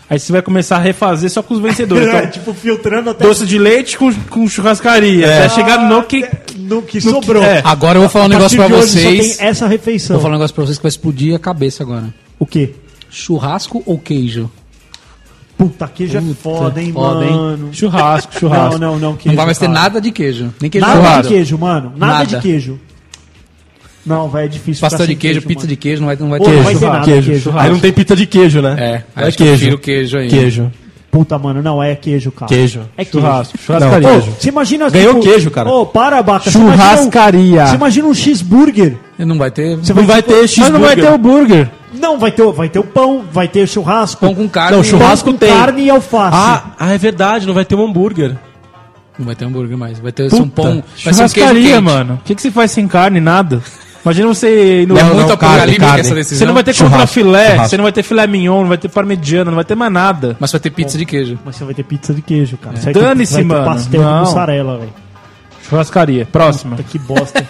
Speaker 2: Aí você vai começar a refazer só com os vencedores.
Speaker 1: É,
Speaker 2: Então,
Speaker 1: tipo, filtrando até
Speaker 2: doce de leite com, com
Speaker 1: É.
Speaker 2: churrascaria. Vai chegar no que.
Speaker 1: no que sobrou.
Speaker 2: é.
Speaker 3: Agora eu vou falar um
Speaker 1: A
Speaker 3: negócio pra
Speaker 1: partir de hoje só
Speaker 3: vocês.
Speaker 1: tem essa refeição.
Speaker 3: Vou falar um negócio pra vocês que vai explodir a cabeça agora.
Speaker 1: O quê?
Speaker 3: Churrasco ou queijo?
Speaker 1: Puta, queijo é
Speaker 3: Puta,
Speaker 1: foda, hein,
Speaker 3: foda, hein?
Speaker 1: mano.
Speaker 2: Churrasco,
Speaker 1: Não,
Speaker 2: churrasco.
Speaker 1: não, não. Queijo,
Speaker 3: não vai mais ter
Speaker 1: cara.
Speaker 3: nada de queijo. Nem queijo
Speaker 1: Nada
Speaker 3: ralado.
Speaker 1: de queijo, mano. Nada, de
Speaker 3: Nada.
Speaker 1: queijo. Não, velho, é difícil.
Speaker 3: Pastel
Speaker 1: ficar
Speaker 3: de
Speaker 1: sem
Speaker 3: queijo, pizza de queijo, não vai, não vai
Speaker 1: Pô,
Speaker 3: ter
Speaker 1: não vai ter nada,
Speaker 4: queijo.
Speaker 1: queijo.
Speaker 4: Aí não tem pizza de queijo, né?
Speaker 3: É,
Speaker 4: é
Speaker 3: acho que eu prefiro
Speaker 4: queijo. Ah.
Speaker 3: queijo aí.
Speaker 4: Queijo.
Speaker 1: mano. Puta, mano, não, é queijo, cara.
Speaker 4: Queijo.
Speaker 1: É queijo.
Speaker 2: Churrasco,
Speaker 4: Não,
Speaker 2: churrascaria.
Speaker 4: queijo.
Speaker 1: Você imagina... tipo,
Speaker 4: Ganhou queijo, cara.
Speaker 1: Ô, para, Baca. você imagina
Speaker 2: Churrascaria.
Speaker 1: um- Você imagina um cheeseburger.
Speaker 3: Não vai ter
Speaker 1: Você
Speaker 4: Não vai ter
Speaker 2: Mas não vai ter o burger.
Speaker 1: Não, vai ter, o- vai ter o pão, vai ter o churrasco.
Speaker 3: pão com carne.
Speaker 4: Não, churrasco
Speaker 1: com
Speaker 4: tem.
Speaker 1: carne e alface.
Speaker 4: Ah, ah, é verdade, não vai ter um hambúrguer.
Speaker 3: Não vai ter hambúrguer mais. Vai ter só um pão. Vai ser um queijo
Speaker 2: Churrascaria,
Speaker 3: quente.
Speaker 2: mano. O que, que você faz sem carne? Nada. Imagina você ir no.
Speaker 3: É
Speaker 4: Não,
Speaker 1: um
Speaker 3: muito
Speaker 4: não, carne,
Speaker 3: apocalíptica
Speaker 4: carne.
Speaker 3: essa decisão.
Speaker 2: Você não vai ter
Speaker 4: Churrasco,
Speaker 2: contra filé,
Speaker 4: churrasco.
Speaker 2: você não vai ter filé mignon, não vai ter parmegiana, não vai ter mais nada.
Speaker 3: Mas vai ter pizza de queijo.
Speaker 1: Mas você vai ter pizza de queijo,
Speaker 3: É.
Speaker 1: cara. Você vai ter-
Speaker 2: Dane-se,
Speaker 1: vai ter
Speaker 2: mano.
Speaker 1: pastel
Speaker 2: Não.
Speaker 1: de mussarela, velho.
Speaker 2: Churrascaria. Próxima.
Speaker 1: Puta, Que bosta.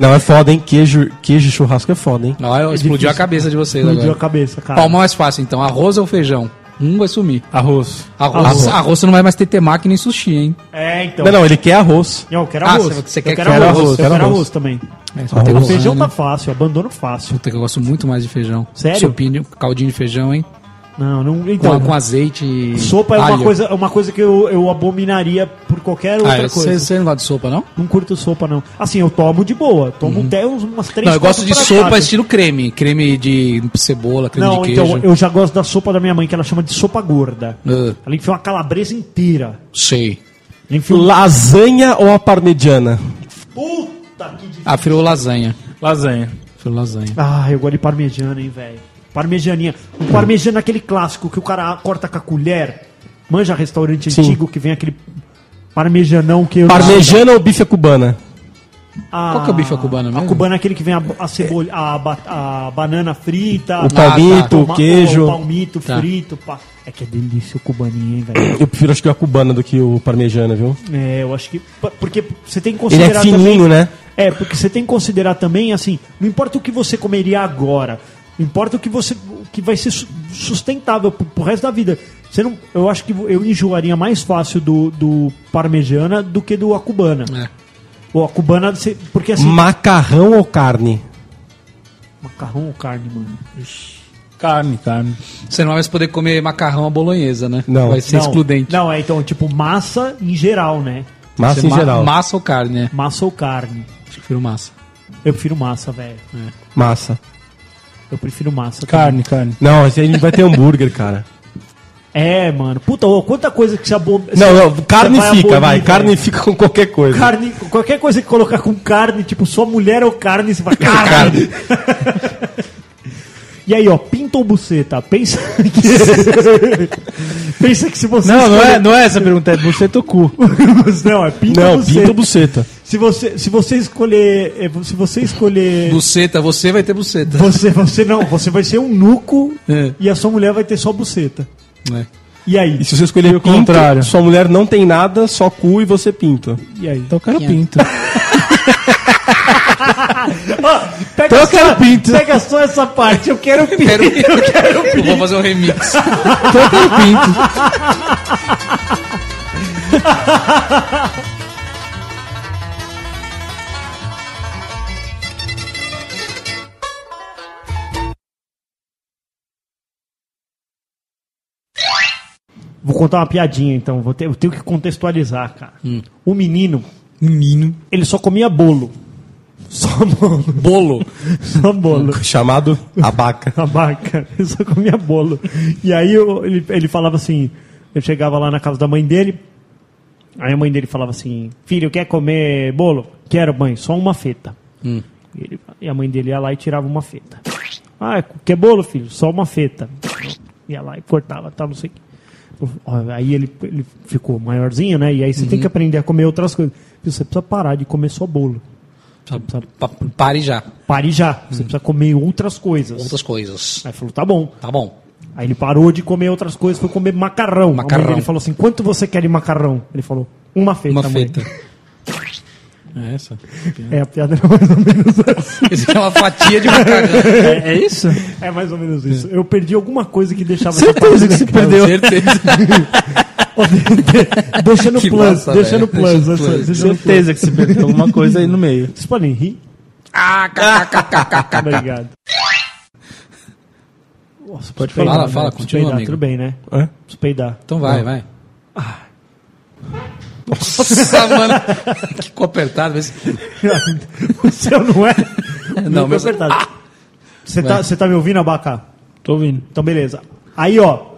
Speaker 4: Não, é foda, hein? Queijo, queijo e churrasco é foda, hein?
Speaker 3: Não, explodiu
Speaker 1: difícil,
Speaker 3: a cabeça de vocês
Speaker 1: Explodiu a
Speaker 3: agora.
Speaker 1: cabeça, cara.
Speaker 3: Palma mais fácil, então. Arroz ou feijão? Um vai sumir.
Speaker 2: Arroz.
Speaker 3: Arroz,
Speaker 1: Arroz.
Speaker 3: arroz. você não vai mais ter temaki nem sushi, hein?
Speaker 1: É, então.
Speaker 4: Não, não, ele quer arroz.
Speaker 1: Não, eu quero
Speaker 3: Ah,
Speaker 1: arroz.
Speaker 3: você- você
Speaker 1: eu
Speaker 3: quer-
Speaker 1: quero
Speaker 3: quero
Speaker 1: arroz,
Speaker 4: arroz,
Speaker 1: eu
Speaker 4: quero
Speaker 1: quero
Speaker 4: arroz.
Speaker 1: arroz também.
Speaker 3: É, só vai ter
Speaker 4: Arroz.
Speaker 3: goiânia.
Speaker 1: Feijão tá fácil, abandono fácil.
Speaker 3: Puta que eu gosto muito mais de feijão.
Speaker 1: Sério?
Speaker 3: Sopinho, caldinho de feijão, hein?
Speaker 1: Não, não.
Speaker 3: Com,
Speaker 1: Então,
Speaker 3: com azeite e
Speaker 1: sopa é uma,
Speaker 3: alho.
Speaker 1: coisa, é uma coisa que eu, eu abominaria por qualquer
Speaker 3: Ah,
Speaker 1: outra
Speaker 3: é,
Speaker 1: coisa.
Speaker 3: você, você não gosta de sopa, não?
Speaker 1: Não curto sopa, não. Assim, eu tomo de boa. Tomo até uns, umas
Speaker 3: Uhum.
Speaker 1: três
Speaker 3: Não, eu gosto
Speaker 1: quatro
Speaker 3: de
Speaker 1: pratadas.
Speaker 3: sopa estilo creme. Creme de cebola, creme
Speaker 1: Não,
Speaker 3: de queijo.
Speaker 1: então, eu já gosto da sopa da minha mãe, que ela chama de sopa gorda.
Speaker 3: Ah.
Speaker 1: Ela enfia uma calabresa inteira.
Speaker 3: Sei.
Speaker 1: Ela enfia um...
Speaker 4: Lasanha ou a parmegiana?
Speaker 1: Puta que difícil.
Speaker 3: Ah, prefiro lasanha.
Speaker 2: Lasanha.
Speaker 3: Prefiro lasanha.
Speaker 1: Ah, eu gosto de parmegiana, hein, velho. Parmejaninha. O parmejano é aquele clássico que o cara corta com a colher. Manja restaurante
Speaker 4: Sim.
Speaker 1: antigo que vem aquele parmejanão que eu não-
Speaker 4: Parmejana ou bife à cubana?
Speaker 1: Ah,
Speaker 3: Qual que é o bife à cubana
Speaker 1: A
Speaker 3: mesmo?
Speaker 1: cubana é aquele que vem a, a cebola, a, ba- a banana frita,
Speaker 4: O palmito,
Speaker 1: toma-
Speaker 4: o queijo.
Speaker 1: o palmito
Speaker 3: Tá.
Speaker 1: frito. pá. É que é delícia o cubaninho, hein, velho?
Speaker 4: Eu prefiro acho que a cubana do que o parmejana, viu?
Speaker 1: É, eu acho que. Porque você tem que
Speaker 4: Ele
Speaker 1: considerar.
Speaker 4: é fininho,
Speaker 1: também,
Speaker 4: né?
Speaker 1: É, porque você tem que considerar também, assim, não importa o que você comeria agora, importa o que você. o que vai ser su- sustentável pro, pro resto da vida. Você não, eu acho que eu enjoaria mais fácil do, do parmejana do que do a cubana.
Speaker 3: É.
Speaker 1: Ou a cubana, você- porque assim.
Speaker 4: Macarrão ou carne?
Speaker 1: Macarrão ou carne, mano?
Speaker 2: Carne, carne.
Speaker 3: Você não vai mais poder comer macarrão à bolonhesa, né?
Speaker 4: Não.
Speaker 3: Vai ser excludente.
Speaker 1: Não, é então, tipo, massa em geral, né?
Speaker 3: Vai
Speaker 4: Massa
Speaker 3: ser
Speaker 4: em
Speaker 3: ma-
Speaker 4: geral.
Speaker 3: Massa ou carne, né?
Speaker 1: Massa ou carne.
Speaker 3: Acho que prefiro massa.
Speaker 1: Eu prefiro massa, velho.
Speaker 4: Massa.
Speaker 1: Eu prefiro massa.
Speaker 2: Carne, carne.
Speaker 4: Não, esse aí a gente vai ter hambúrguer, cara.
Speaker 1: É, mano. Puta, ô, quanta coisa que você abob...
Speaker 4: Não, não, carne
Speaker 1: Você vai
Speaker 4: fica,
Speaker 1: abolir,
Speaker 4: vai.
Speaker 1: velho.
Speaker 4: Carne fica com qualquer coisa.
Speaker 1: Carne, qualquer coisa que colocar com carne, tipo só mulher ou carne, você fala carne. e aí, ó, pinta ou buceta? Pensa que. Pensa que se você.
Speaker 2: Não, não é, não é essa a pergunta, é você tocu.
Speaker 1: escolher- não, é pinta ou
Speaker 4: Não,
Speaker 1: buceta.
Speaker 4: pinta ou buceta.
Speaker 1: Se você, se você escolher. eh, Se você escolher.
Speaker 3: Buceta, você vai ter buceta.
Speaker 1: Você, você não, você vai ser um nuco
Speaker 3: É.
Speaker 1: e a sua mulher vai ter só buceta.
Speaker 3: né?
Speaker 1: E aí?
Speaker 4: E se você escolher o
Speaker 2: contrário.
Speaker 4: sua mulher não tem nada, só cu e você pinta.
Speaker 1: E aí?
Speaker 2: Então o cara pinta.
Speaker 1: Ó, pega,
Speaker 2: Então eu
Speaker 1: só,
Speaker 2: quero pinto.
Speaker 1: pega só essa parte, eu quero pinto.
Speaker 3: Quero- Eu vou fazer um remix.
Speaker 2: Então eu quero pinto.
Speaker 1: Vou contar uma piadinha, então. Vou ter- eu tenho que contextualizar, cara. O Hum. Um menino,
Speaker 3: Menino.
Speaker 1: ele só comia bolo. Só bolo.
Speaker 3: Bolo.
Speaker 1: Só bolo.
Speaker 4: Chamado abaca.
Speaker 1: A vaca. Ele só comia bolo. E aí eu- ele, ele falava assim... Eu chegava lá na casa da mãe dele. Aí a mãe dele falava assim... Filho, quer comer bolo? Quero, mãe. Só uma feta. E, ele- e a mãe dele ia lá e tirava uma feta. Ah, quer bolo, filho? Só uma feta. Ia lá e cortava, tal, não sei o quê. Ó, Aí ele, ele ficou maiorzinho, né? E aí você tem que aprender a comer outras coisas. Você precisa parar de comer só bolo.
Speaker 3: Só- só Tá, pa- Pare já.
Speaker 1: Pare já. Você precisa comer outras coisas.
Speaker 3: Outras coisas.
Speaker 1: Aí falou, tá bom.
Speaker 3: Tá bom.
Speaker 1: Aí ele parou de comer outras coisas, foi comer macarrão.
Speaker 3: Macarrão.
Speaker 1: Ele falou assim, quanto você quer de macarrão? Ele falou, uma feta,
Speaker 3: Uma
Speaker 1: mãe.
Speaker 3: feta. É essa?
Speaker 1: É, a piada era mais ou menos assim.
Speaker 3: Isso aqui é uma fatia de macarrão.
Speaker 2: É, isso?
Speaker 1: É mais ou menos isso. Eu perdi alguma coisa que deixava... essa
Speaker 2: Certeza que
Speaker 1: parte
Speaker 2: você perdeu.
Speaker 1: legal.
Speaker 3: Certeza.
Speaker 1: deixa no
Speaker 3: Que
Speaker 1: plus,
Speaker 3: massa,
Speaker 1: deixa no
Speaker 3: velho. Deixa
Speaker 1: plus.
Speaker 3: no
Speaker 1: essa-
Speaker 3: plus.
Speaker 1: deixa no plus.
Speaker 2: Certeza que você perdeu alguma coisa aí no meio.
Speaker 1: Vocês podem rir?
Speaker 3: Ah,
Speaker 1: Obrigado. Nossa, pode
Speaker 3: falar. Fala, fala,
Speaker 1: preciso
Speaker 3: continua,
Speaker 1: peidar,
Speaker 3: amigo.
Speaker 1: Tudo bem, né?
Speaker 4: Hã?
Speaker 1: Preciso peidar.
Speaker 3: Então vai, vai. Nossa, mano. Que copo apertado. Mas...
Speaker 1: o seu não é?
Speaker 3: Não,
Speaker 1: meu
Speaker 3: mas-
Speaker 1: apertado. Você tá, você tá me ouvindo, Abacá?
Speaker 2: Tô ouvindo.
Speaker 1: Então, beleza. Aí, ó.